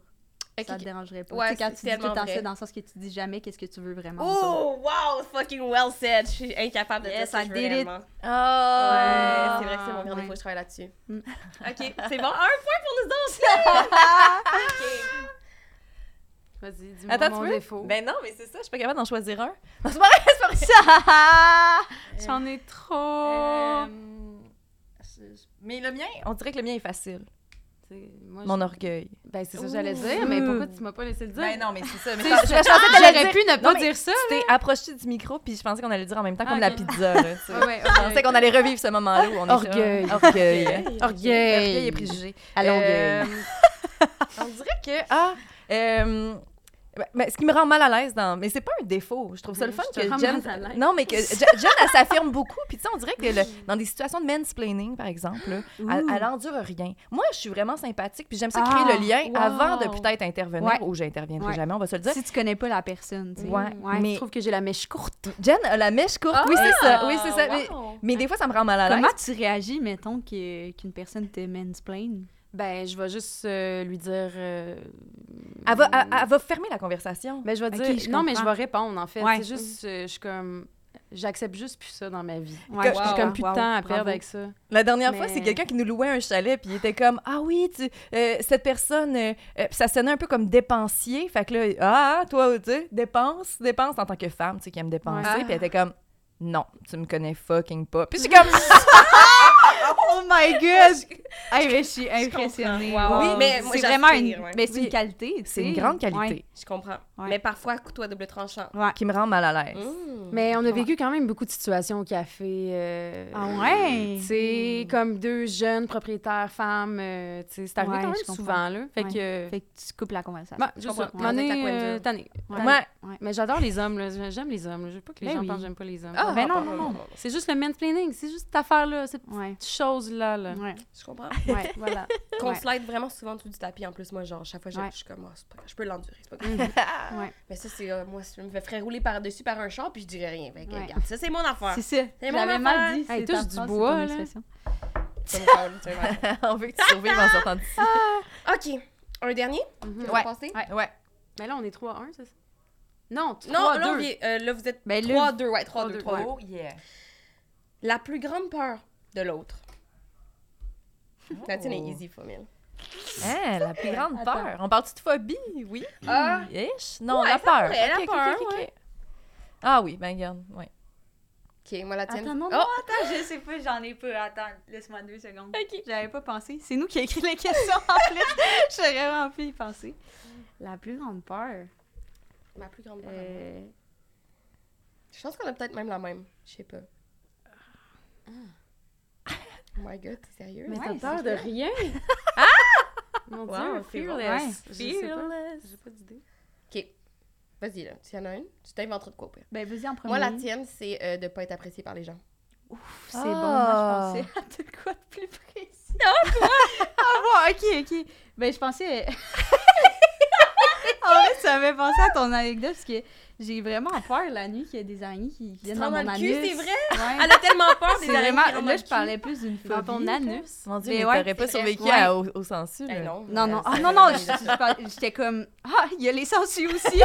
S3: Ok,
S2: Ça
S3: ok.
S2: te dérangerait pas.
S3: Ouais,
S2: Tu sais, quand
S3: c'est
S2: tu dis tout
S3: tellement
S2: le temps
S3: vrai.
S2: ça, dans le sens que tu dis jamais qu'est-ce que tu veux vraiment. aux autres.
S3: Oh, wow! Fucking well said! Je suis incapable de
S2: Yes,
S3: dire ce
S2: I
S3: que je veux
S2: did it.
S3: réellement.
S4: Oh!
S3: Ouais, c'est vrai que c'est mon grand défaut,
S2: Ouais.
S3: je travaille là-dessus.
S2: Mm.
S3: ok, c'est bon. Un point pour nous autres! yay! ok.
S5: Vas-y, dis-moi
S4: Attends,
S5: mon
S4: tu veux?
S5: défaut.
S4: Ben non, mais c'est ça, je suis pas capable d'en choisir un. Non, c'est Ben,
S5: J'en
S4: euh,
S5: ai
S2: Euh,
S5: trop.
S4: pas- Mais le mien, on dirait que le mien est facile.
S5: C'est- moi,
S4: Mon
S5: je-
S4: orgueil.
S5: Ben, c'est ça que j'allais dire, mais pourquoi tu m'as pas laissé le dire?
S4: Ben non, mais c'est ça. Mais
S5: Tu sais,
S4: ça-
S5: je-
S4: je pensais que t'allais dire-
S5: J'aurais pu ne
S4: Non,
S5: pas
S4: mais-
S5: dire ça.
S4: Tu t'es approché du micro, puis je pensais qu'on allait le dire en même temps,
S5: Ah,
S4: comme
S5: ok.
S4: la pizza. là, tu sais.
S5: Ah Ouais, ouais,
S4: Je pensais qu'on allait revivre ce moment-là où on est
S5: Orgueil.
S4: sur- Orgueil. hein.
S5: Orgueil.
S4: Orgueil et préjugés.
S5: Allons,
S4: Euh, on dirait que. Ah! euh, ben, ben, ce qui me rend mal à l'aise dans. Mais c'est pas un défaut. Mm, Je trouve ça le
S5: Je
S4: fun
S5: te
S4: que
S2: Euh,
S5: rends
S4: Jen.
S5: mal à l'aise.
S4: Non, mais que Je- Jen, elle s'affirme beaucoup. Puis, tu sais, on dirait que le- dans des situations de mansplaining, par exemple, là, elle, elle endure rien. Moi, je suis vraiment sympathique. Puis, j'aime ça créer
S5: Ah,
S4: le lien
S5: wow.
S4: avant de peut-être intervenir
S2: Ouais.
S4: ou j'interviendrai
S2: Ouais.
S4: jamais, on va se le dire.
S2: Si tu connais pas la personne, tu sais.
S4: Ouais,
S5: Ouais,
S4: mais-
S5: je trouve que j'ai la mèche courte.
S4: Jen a la mèche courte. oui, c'est ça. Oui, c'est ça. Mais, mais des fois, ça me rend mal à l'aise.
S2: Comment tu réagis, mettons, que- qu'une personne te mansplaine?
S5: Ben, je vais juste euh, lui dire. euh,
S4: Elle va, elle- elle va fermer la conversation.
S5: Ben, je vais
S2: Ok,
S5: dire.
S2: je
S5: non, mais je vais
S2: comprends.
S5: répondre, en fait.
S2: Ouais.
S5: C'est juste. euh, je suis comme. J'accepte juste plus ça dans ma vie.
S2: Ouais,
S5: J'ai
S3: Wow.
S5: comme plus de
S2: wow,
S5: temps à
S2: bravo.
S5: perdre avec ça.
S4: La dernière fois,
S5: Mais-
S4: c'est quelqu'un qui nous louait un chalet, puis il était comme Ah oui, tu, euh, cette personne, euh, euh, puis ça sonnait un peu comme dépensier. Fait que là, Ah, toi, tu sais, dépense, dépense en tant que femme, tu sais, qui aime dépenser.
S5: Ouais.
S4: Puis elle était comme Non, tu me connais fucking pas. Puis j'ai comme
S2: Oh my god! hey, mais je suis impressionnée.
S3: comprends. Wow.
S2: Oui,
S3: Mais
S2: mais
S3: moi,
S2: c'est
S3: j'aspire,
S2: vraiment une,
S3: ouais.
S2: mais c'est
S4: Oui.
S2: une qualité. tu
S4: C'est
S2: sais.
S4: une grande qualité
S2: Ouais.
S3: Je comprends.
S2: Ouais.
S3: Mais parfois, couteau à double tranchant.
S4: qui me rend mal à l'aise.
S3: Mmh.
S5: Mais on a vécu quand même beaucoup de situations au café. euh,
S2: Ah ouais? Mm.
S5: Tu sais, comme deux jeunes propriétaires femmes. euh, tu sais, c'est arrivé
S2: Ouais,
S5: quand
S2: je
S5: même
S2: comprends.
S5: souvent, là. Fait
S2: Ouais.
S5: que.
S2: Fait que tu coupes la conversation.
S5: Bah, je
S3: comprends.
S5: sais pas.
S3: Ouais,
S5: M'en
S3: vous êtes
S5: ai,
S3: la coin de
S5: euh,
S3: Dieu.
S5: tannée.
S2: Ouais.
S5: Tannée.
S4: Ouais.
S5: Mais j'adore les hommes, là. J'aime les hommes. là. Je veux pas que les
S2: Ben
S5: gens
S2: oui.
S5: pensent que j'aime pas les hommes.
S3: Ah,
S2: Ben non,
S3: pardon,
S2: non, non.
S5: C'est juste le mansplaining. C'est juste cette affaire-là, cette
S2: Ouais.
S5: petite chose-là. Là.
S2: Ouais.
S3: Je comprends.
S5: Ouais, voilà.
S3: Qu'on
S2: Ouais.
S3: slide vraiment souvent tout du tapis en plus, moi, genre, chaque fois, je,
S2: Ouais.
S3: je suis comme, Ah, c'est pas grave, je peux l'endurer, c'est pas grave.
S5: Mhm.
S2: Ouais.
S3: Mais ça, c'est, euh, moi, je me fais ferais rouler par-dessus par un char, puis je dirais rien. Fait que,
S2: Ouais.
S3: regarde, ça, c'est mon affaire.
S2: C'est ça.
S3: C'est
S2: Je
S3: mon
S2: l'avais mal
S3: affaire.
S2: dit.
S5: Hey,
S2: c'est
S5: touche
S2: ta
S5: du
S2: phrase, c'est
S5: bois,
S2: ton
S5: là.
S2: expression.
S3: C'est mon affaire, c'est vrai.
S4: On veut que tu survives en sortant d'ici.
S3: OK. Un dernier?
S2: Mhm.
S3: On va
S4: Ouais.
S3: passer?
S5: Ouais.
S4: Ouais.
S5: Mais là, on est 3 1, c'est ça? Non, 3
S3: Non, là, on
S5: 2.
S3: est- euh, là, vous êtes
S2: Ben, là,
S3: 3-2, ouais, 3-2,
S5: 3-2,
S3: 3-2.
S4: Oh yeah.
S3: La plus grande peur de l'autre. La tienne est easy, famille.
S4: Hein, la plus grande peur. On parle-tu de phobie? Oui.
S3: Ah.
S4: Ish? Non,
S3: Ouais, ça
S4: la peur.
S3: pourrait, la
S4: Ok, ok,
S3: peur,
S4: ok, ok.
S3: ouais.
S4: Ah oui, ben regarde, ouais.
S3: OK, moi, la tienne.
S2: Attends, non, non,
S3: oh,
S2: attends, je sais pas, j'en ai pas. Attends, laisse-moi deux secondes. Ok. J'avais pas pensé. C'est nous qui a écrit les questions en plus. J'aurais vraiment pu y penser. La plus grande peur.
S3: ma plus grande peur.
S2: euh,
S3: Je pense qu'on a peut-être même la même. Je sais pas.
S2: Ah.
S3: Oh my god, t'es sérieux?
S5: Mais t'as
S2: Ouais,
S5: peur
S2: c'est
S5: de
S2: vrai.
S5: rien? ah! Mon
S3: Wow,
S5: Dieu,
S3: c'est
S5: fearless.
S2: bon.
S5: Je sais pas.
S3: J'ai pas d'idée. OK. Vas-y, là. Tu y en as une? Tu t'inventeras de quoi, au pire.
S2: Ben, vas-y en premier.
S3: Moi, la tienne, c'est euh, de pas être appréciée par les gens.
S2: Ouf, c'est
S4: Ah.
S2: bon, moi, je pensais à de quoi de plus précis. Non, toi! ah bon, ok, ok. Ben, je pensais... en fait, ça m'a pensé à ton anecdote, parce que j'ai vraiment peur la nuit qu'il y a des araignées qui, qui viennent
S3: te
S2: dans
S3: rends
S2: mon
S3: dans le
S2: anus.
S3: cul, c'est vrai?
S2: Ouais.
S3: Elle a tellement
S5: Ah,
S3: peur
S2: C'est
S3: des araignées. qui
S2: vraiment...
S3: rentrent
S2: Là,
S3: dans
S2: je
S3: le
S2: parlais plus d'une phobie.
S5: Dans ton
S2: là.
S5: anus.
S4: Mon Dieu,
S2: Mais
S4: mais,
S2: ouais,
S4: t'aurais pas
S3: c'est vrai.
S4: survécu
S2: Ouais.
S4: à- au, au sensu.
S3: Eh
S4: là.
S3: non.
S2: Non,
S3: euh, ça
S2: non. Ah,
S3: va
S2: non, non,
S3: dans
S2: je-
S3: les dents.
S2: je parlais- j'étais comme... Ah, il y a les sensus aussi.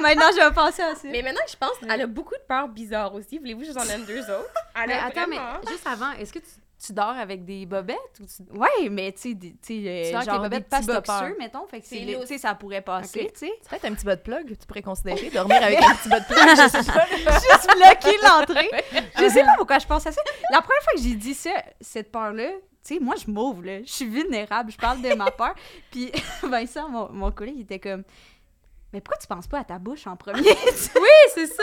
S2: Maintenant, je vais penser à ça.
S3: Mais maintenant que je pense, elle a beaucoup de peurs bizarres aussi. Voulez-vous que je vous en donne deux autres? Elle
S5: Mais
S3: a
S5: attends, mais
S3: vraiment- hein?
S5: juste avant, est-ce que tu, tu dors avec des bobettes ou tu...
S2: Ouais, mais tu sais, des- tu sais, euh,
S5: sors que les
S2: genre des
S5: bobettes
S2: petits
S5: passent ta peur.
S2: boxeurs, mettons, fait que c'est
S3: C'est
S2: le-
S3: lourd.
S2: tu sais, ça pourrait passer,
S5: Ok.
S2: tu sais.
S4: C'est peut-être un petit bas de plug, tu pourrais considérer dormir avec un petit bas de plug, je sais pas.
S2: juste bloquer l'entrée. Je sais pas pourquoi je pense à ça. La première fois que j'ai dit ça, cette peur-là, tu sais, moi, je m'ouvre, là. Je suis vulnérable, je parle de ma peur. Puis Vincent, mon, mon collègue, il était comme... Mais pourquoi tu penses pas à ta bouche en premier?
S5: Oui, c'est ça!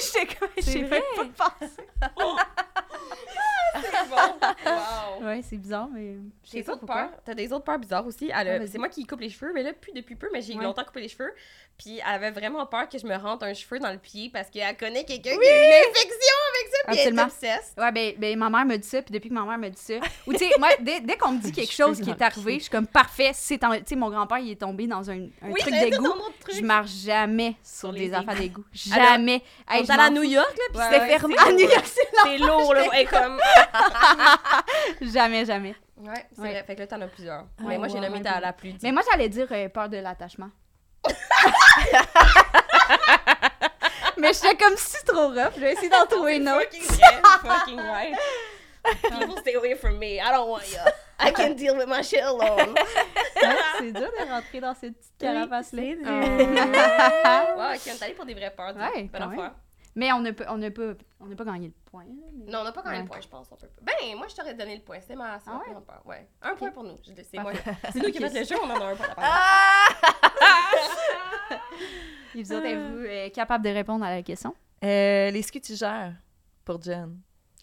S2: J'étais comme, j'ai
S5: vrai.
S2: même pas pensé.
S3: Wow.
S2: Ouais, c'est bizarre, mais. je sais
S3: J'ai des
S2: pas
S3: autres
S2: pourquoi.
S3: peurs. T'as des autres peurs bizarres aussi. Elle a-
S2: Ah, vas-y.
S3: c'est moi qui coupe les cheveux, mais là, plus depuis peu, mais j'ai
S2: Ouais.
S3: longtemps coupé les cheveux. Puis elle avait vraiment peur que je me rentre un cheveu dans le pied parce qu'elle connaît quelqu'un qui a une infection avec ça, puis
S2: Absolument.
S3: elle est obsesse.
S2: Ouais, ben, ben, ma mère me dit ça, puis depuis que ma mère me dit ça. Ou, tu sais, moi, dès, dès qu'on me dit quelque chose qui est arrivé, je suis comme parfait, c'est. en- Tu sais, mon grand-père, il est tombé dans un, un
S3: Oui,
S2: truc
S3: j'avais ça
S2: d'égout.
S3: dans mon autre truc.
S2: Je marche jamais sur,
S3: Sur les
S2: des affaires d'égout.
S3: Alors,
S2: Jamais.
S3: On
S2: Hey,
S3: est
S2: je
S3: allé à
S2: m'en
S3: New York, là, puis
S2: Ouais,
S3: c'était
S2: ouais,
S3: fermé.
S2: c'est- à New York,
S3: ben C'est lourd, là. Elle est comme...
S2: fous. Jamais, jamais.
S3: Ouais, c'est
S2: Ouais.
S3: vrai. Fait que là, t'en as plusieurs.
S2: Ouais,
S3: mais moi, j'ai
S2: ouais,
S3: nommé
S2: ouais.
S3: ta la plus dite.
S2: Mais moi, j'allais dire euh, peur de l'attachement. Mais j'étais comme si trop rough. Je vais essayer d'en trouver une autre.
S3: Fucking yeah, fucking right. People stay away from me. I don't want you. I can deal with my shit alone.
S2: Ouais, c'est dur de rentrer dans cette petite carapace-là. Ah.
S3: Wow, ok, on est allé pour des vraies peurs. dis.
S2: Mm. Ouais,
S3: Bonne
S2: quand même.
S3: affaire.
S2: Mais on n'a pas, on n'a pas, on n'a pas gagné le point. là, mais-
S3: Non, on n'a pas gagné
S2: Ouais.
S3: le point, je pense. On peut pas. Ben, moi, je t'aurais donné le point. C'est ma, c'est ma
S2: Ah ouais?
S3: première peur. Ouais. Un point pour nous. Je- C'est moi. C'est nous qui faisons le jeu, on en a un point.
S2: Ah! Et vous autres, êtes-vous euh, capable de répondre à la question?
S4: Euh, les scutigères pour Jen.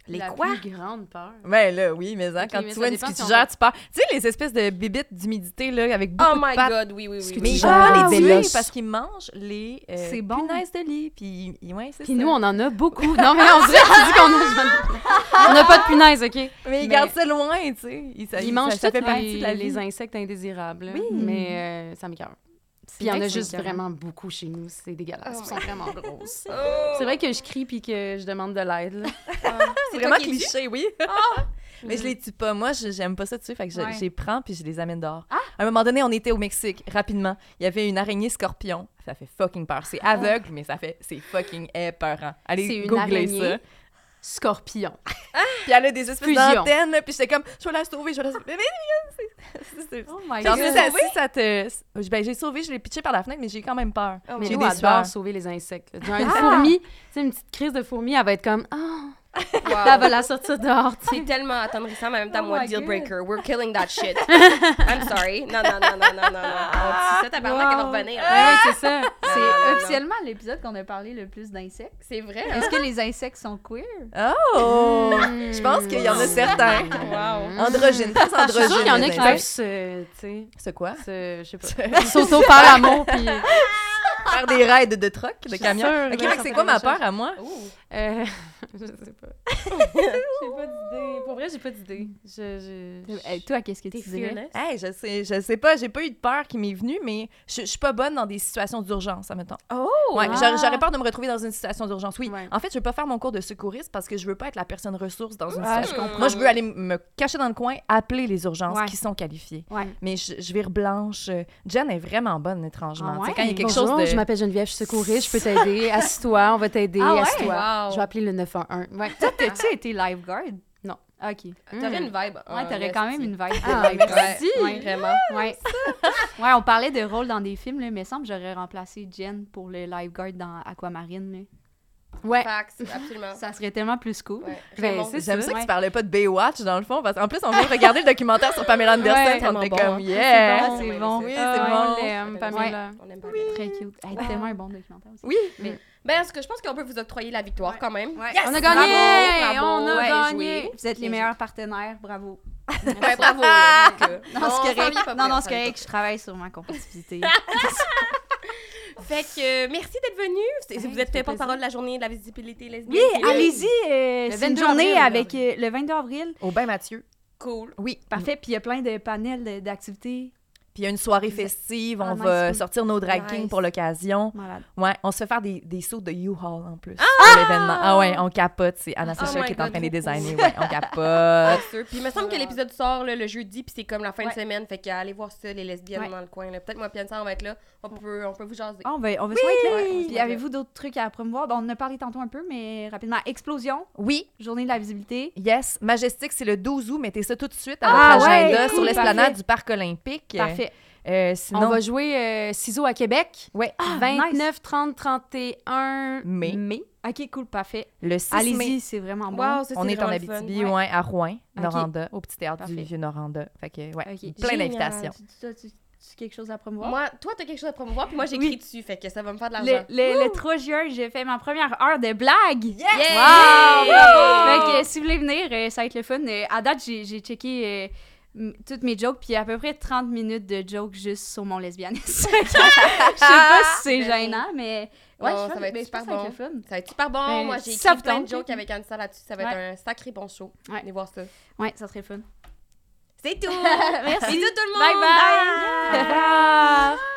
S5: Les la
S3: quoi?
S5: plus grande peur.
S4: Ben là, oui, mais hein,
S5: Ok,
S4: quand
S5: mais
S4: tu
S5: ça
S4: vois une
S5: dépend si on
S4: scutigère,
S5: va-
S4: tu pars. Tu sais, les espèces de bibites d'humidité, là, avec beaucoup
S3: Oh
S4: de
S3: my
S4: pattes.
S3: god, oui, oui, oui.
S4: Mais ils
S3: oui.
S4: vont
S5: Ah,
S4: pas les tuer
S5: véloces.
S4: parce qu'ils mangent les euh,
S2: C'est bon.
S4: punaises de lit. Puis, ils- ouais, c'est
S5: Puis
S4: ça.
S5: nous, on en a beaucoup. Non, mais on dirait que tu dis qu'on a... on n'a pas de punaises, OK?
S4: Mais ils
S5: Mais-
S4: gardent ça loin, tu sais. Ils, ça-
S5: Ils
S4: ça-
S5: mangent
S4: ça fait
S5: tous
S4: partie
S5: les,
S4: de la vie.
S5: les insectes indésirables. là.
S4: Oui.
S5: Mais euh, ça m'écoeure. Puis il y
S2: vrai
S5: en a
S2: que c'est
S5: juste
S2: écoeurant.
S5: vraiment beaucoup chez nous. C'est dégueulasse.
S3: Oh
S5: Ils
S3: my
S5: sont vraiment grosses.
S3: Oh!
S5: C'est vrai que je crie puis que je demande de l'aide. là.
S4: C'est
S3: toi
S4: vraiment
S3: qui les
S4: cliché, oui.
S5: Ah!
S4: mais je les tue pas. Moi, je- j'aime pas ça tuer. Fait que je,
S2: Ouais.
S4: je les prends puis je les amène dehors.
S5: Ah!
S4: À un moment donné, on était au Mexique, rapidement. Il y avait une araignée scorpion. Ça fait fucking peur. C'est aveugle, mais ça fait... C'est fucking épeurant.
S5: Ah! C'est
S4: Allez,
S5: une
S4: googlez
S5: araignée.
S4: ça.
S5: Scorpion.
S4: Puis elle a des espèces
S5: Fusion.
S4: d'antennes, là, puis j'étais comme, je vais la sauver, je vais la sauver. Mais, mais, mais, c'est- c'est- c'est-
S2: Oh my
S4: Genre,
S5: Tu
S4: si
S5: l'as
S4: ça, si ça te... Ben, j'ai sauvé, je l'ai pitché par la fenêtre, mais j'ai eu quand même peur.
S3: Oh
S5: Mais
S4: J'ai
S5: nous,
S4: des
S5: elle
S4: sueurs.
S5: adore Ah! sauver les insectes. là. Genre une fourmi, tu sais, une petite crise de fourmi, elle va être comme « Ah!
S3: Wow.
S5: Elle va la sortir dehors, tu sais.
S3: C'est tellement attendrissant, mais en même temps,
S2: Oh
S3: moi,
S2: my
S3: deal
S2: God.
S3: breaker. We're killing that shit. I'm sorry. Non, non, non, non, non, non, non. On dit ça, tabarnak, elle va
S5: Wow.
S3: revenir.
S5: Ouais, ouais, c'est
S3: Non, non,
S5: ça.
S3: non,
S2: C'est
S3: non.
S2: officiellement l'épisode qu'on a parlé le plus d'insectes.
S3: C'est vrai. hein?
S2: Est-ce que les insectes sont queer?
S4: Oh! Je pense qu'il y en a certains.
S3: Wow.
S4: Androgyne, très
S5: Hmm. Ah, Je suis sûre
S4: androgyne.
S5: qu'il y en a qui
S4: les
S5: peuvent
S4: insectes.
S5: se, tu sais,
S4: C'est quoi?
S5: se, je sais pas, s'auto-faire l'amour, puis...
S4: Faire des raids de troc, de
S5: suis
S4: camion.
S5: sûre,
S4: ok,
S5: là,
S4: fait que c'est quoi ma
S5: certaines
S4: peur à moi?
S3: Ouh.
S5: Euh, je sais pas. j'ai pas d'idée. Pour vrai, j'ai pas d'idée. Je, je,
S2: Euh, toi, qu'est-ce que tu
S3: T'es
S2: dirais?
S3: fearless.
S4: Hey, je sais, je sais pas, j'ai pas eu de peur qui m'est venue, mais je, je suis pas bonne dans des situations d'urgence, admettons.
S3: Oh!
S4: Ouais,
S2: ah.
S4: j'aurais- j'aurais peur de me retrouver dans une situation d'urgence. Oui.
S5: Ouais.
S4: En fait, je veux pas faire mon cours de secouriste parce que je veux pas être la personne ressource dans une
S2: Ah,
S4: situation.
S2: je comprends.
S4: Moi, je veux aller m- me cacher dans le coin, appeler les urgences
S2: Ouais.
S4: qui sont qualifiées.
S2: Ouais.
S4: Mais je, je vire blanche. euh, Jen est vraiment bonne, étrangement.
S2: Ah
S4: Tu sais,
S2: ouais?
S4: Quand il y a quelque
S5: Bonjour,
S4: chose de...
S5: je m'appelle Geneviève, je suis secouriste, je peux t'aider. Assis-toi, on va t'aider.
S2: Ah ouais?
S5: Assis-toi.
S3: Wow.
S5: Je vais appeler le 911. Ouais.
S2: Toi, t'as-tu été lifeguard?
S5: Non.
S2: OK. Ouais,
S3: T'aurais une vibe. hein,
S2: t'aurais quand même une vibe. de
S5: Ah,
S2: lifeguard.
S5: merci!
S2: Ouais.
S3: Vraiment.
S2: Ouais. ouais, on parlait de rôle dans des films, là, mais semble que j'aurais remplacé Jen pour le lifeguard dans Aquamarine.
S5: Ouais.
S3: Facts, absolument.
S2: là. Ça serait tellement plus cool.
S3: Ouais.
S5: Ben,
S3: Raymond.
S5: c'est
S4: J'aime
S5: ça,
S4: ça que
S2: ouais.
S4: tu parlais pas de Baywatch, dans le fond, parce qu'en plus, on vient de regarder le documentaire sur Pamela Anderson,
S5: Ouais,
S4: on était
S3: tellement
S4: comme,
S3: bon.
S4: yeah!
S2: Ah, c'est bon.
S4: Oui,
S5: Ah,
S4: c'est
S5: ouais,
S4: bon.
S5: on l'aime, Pamela.
S3: On aime pas
S2: Très cute. Hey, Tellement un bon documentaire aussi.
S4: Oui,
S3: Ben, en tout cas, je pense qu'on peut vous octroyer la victoire quand même.
S2: Ouais.
S5: On a gagné!
S3: Bravo,
S5: on a
S3: bravo, ouais,
S5: gagné!
S3: joué.
S2: Vous êtes
S3: Bien
S2: les meilleurs partenaires, bravo.
S3: Ouais, bravo. là, donc, euh,
S2: Non,
S3: on s'en
S2: c'est
S3: vient
S2: correct.
S3: pas
S2: Non,
S3: prêt,
S2: non,
S3: on
S2: c'est
S3: s'en vient
S2: correct. Je travaille sur ma compétitivité.
S3: pas. Fait que euh, merci d'être venu. C'est-
S2: Ouais,
S3: vous êtes
S2: ça fait
S3: porte-parole de la journée de la visibilité lesbienne.
S2: Oui, allez-y. euh,
S5: Le
S2: c'est une
S5: 22
S2: journée
S5: avril,
S2: avec euh, le 22 avril.
S4: au bain Mathieu.
S3: Cool.
S4: Oui.
S2: Parfait. Puis il y a plein de panels de- d'activités.
S4: Puis il y a une soirée festive,
S2: Ah,
S4: on
S2: nice,
S4: va
S2: oui.
S4: sortir nos drag kings
S3: Nice.
S4: pour l'occasion.
S2: Malade.
S4: Ouais, on se fait faire des, des sauts de U-Haul en plus pour l'événement. Ah ouais, on capote. C'est Anna
S3: Oh
S4: Fisher
S3: my
S4: qui est en
S3: God,
S4: train de les
S3: trop cool.
S4: designer. Ouais, on capote.
S3: Sûr. Puis il me semble que l'épisode sort là, le jeudi, puis c'est comme la fin de
S2: Ouais.
S3: semaine. Fait que allez voir ça, les lesbiennes
S2: Ouais.
S3: dans le coin. là. Peut-être moi, Pianza, on va être là. On peut, on peut vous jaser.
S2: Ah, on va, on va se mettre là.
S3: Ouais, on se
S2: Puis
S3: met
S2: avez-vous d'autres trucs à promouvoir? Bon, on en a parlé tantôt un peu, mais rapidement. Explosion,
S4: Oui,
S2: journée de la visibilité.
S4: yes. Majestic, c'est le 12 août. Mettez ça tout de suite à
S2: Ah
S4: votre
S2: ouais,
S4: agenda
S2: cool,
S4: sur
S2: parfait.
S4: l'esplanade du Parc olympique.
S2: Parfait.
S4: Euh,
S5: On
S4: sinon,
S5: va Ah! jouer euh, ciseaux à Québec.
S4: ouais,
S5: 29, 30, 31
S4: Mai.
S5: mai.
S2: OK, cool, parfait.
S4: le 6 mai.
S2: Allez-y, c'est vraiment bon.
S3: Wow, ça, c'est
S4: Ah, on est en
S3: vraiment le
S4: Abitibi,
S3: fun.
S4: ouais. à Rouen,
S2: Ok.
S4: Noranda, au petit théâtre du
S2: Parfait.
S4: vieux Noranda. Fait que, ouais,
S2: Ok.
S4: plein
S3: Génial.
S4: d'invitations.
S2: Tu, tu, tu- tu- quelque chose à promouvoir?
S3: Moi, toi, t'as quelque chose à promouvoir, puis moi, j'écris dessus. Fait que ça va me faire de
S2: le,
S3: l'argent.
S2: le, le 3 juin, j'ai fait ma première heure de blague.
S3: Yeah!
S2: Wow, bravo! Fait que, si vous voulez venir, euh, ça va être le fun. Euh, à date, j'ai j'ai checké euh, m- toutes mes jokes, puis à peu près 30 minutes de jokes juste sur mon lesbianisme. je sais pas si c'est gênant, mais ouais,
S3: Non,
S2: je
S3: Oh, ça va être
S2: mais ben, je
S3: super
S2: pense que ça va être le fun.
S3: Ça va être super bon.
S2: Ben,
S3: Moi, j'ai
S2: si ça
S3: écrit
S2: vous
S3: plein de
S2: tente,
S3: jokes
S2: puis-
S3: avec Anissa là-dessus. Ça va être un sacré bon show.
S2: Ouais.
S3: Allez voir ça.
S2: Ouais, ça serait le fun.
S3: C'est tout.
S2: Merci.
S3: Bisous tout le monde.
S2: Bye bye!
S3: Bye.
S2: Au revoir.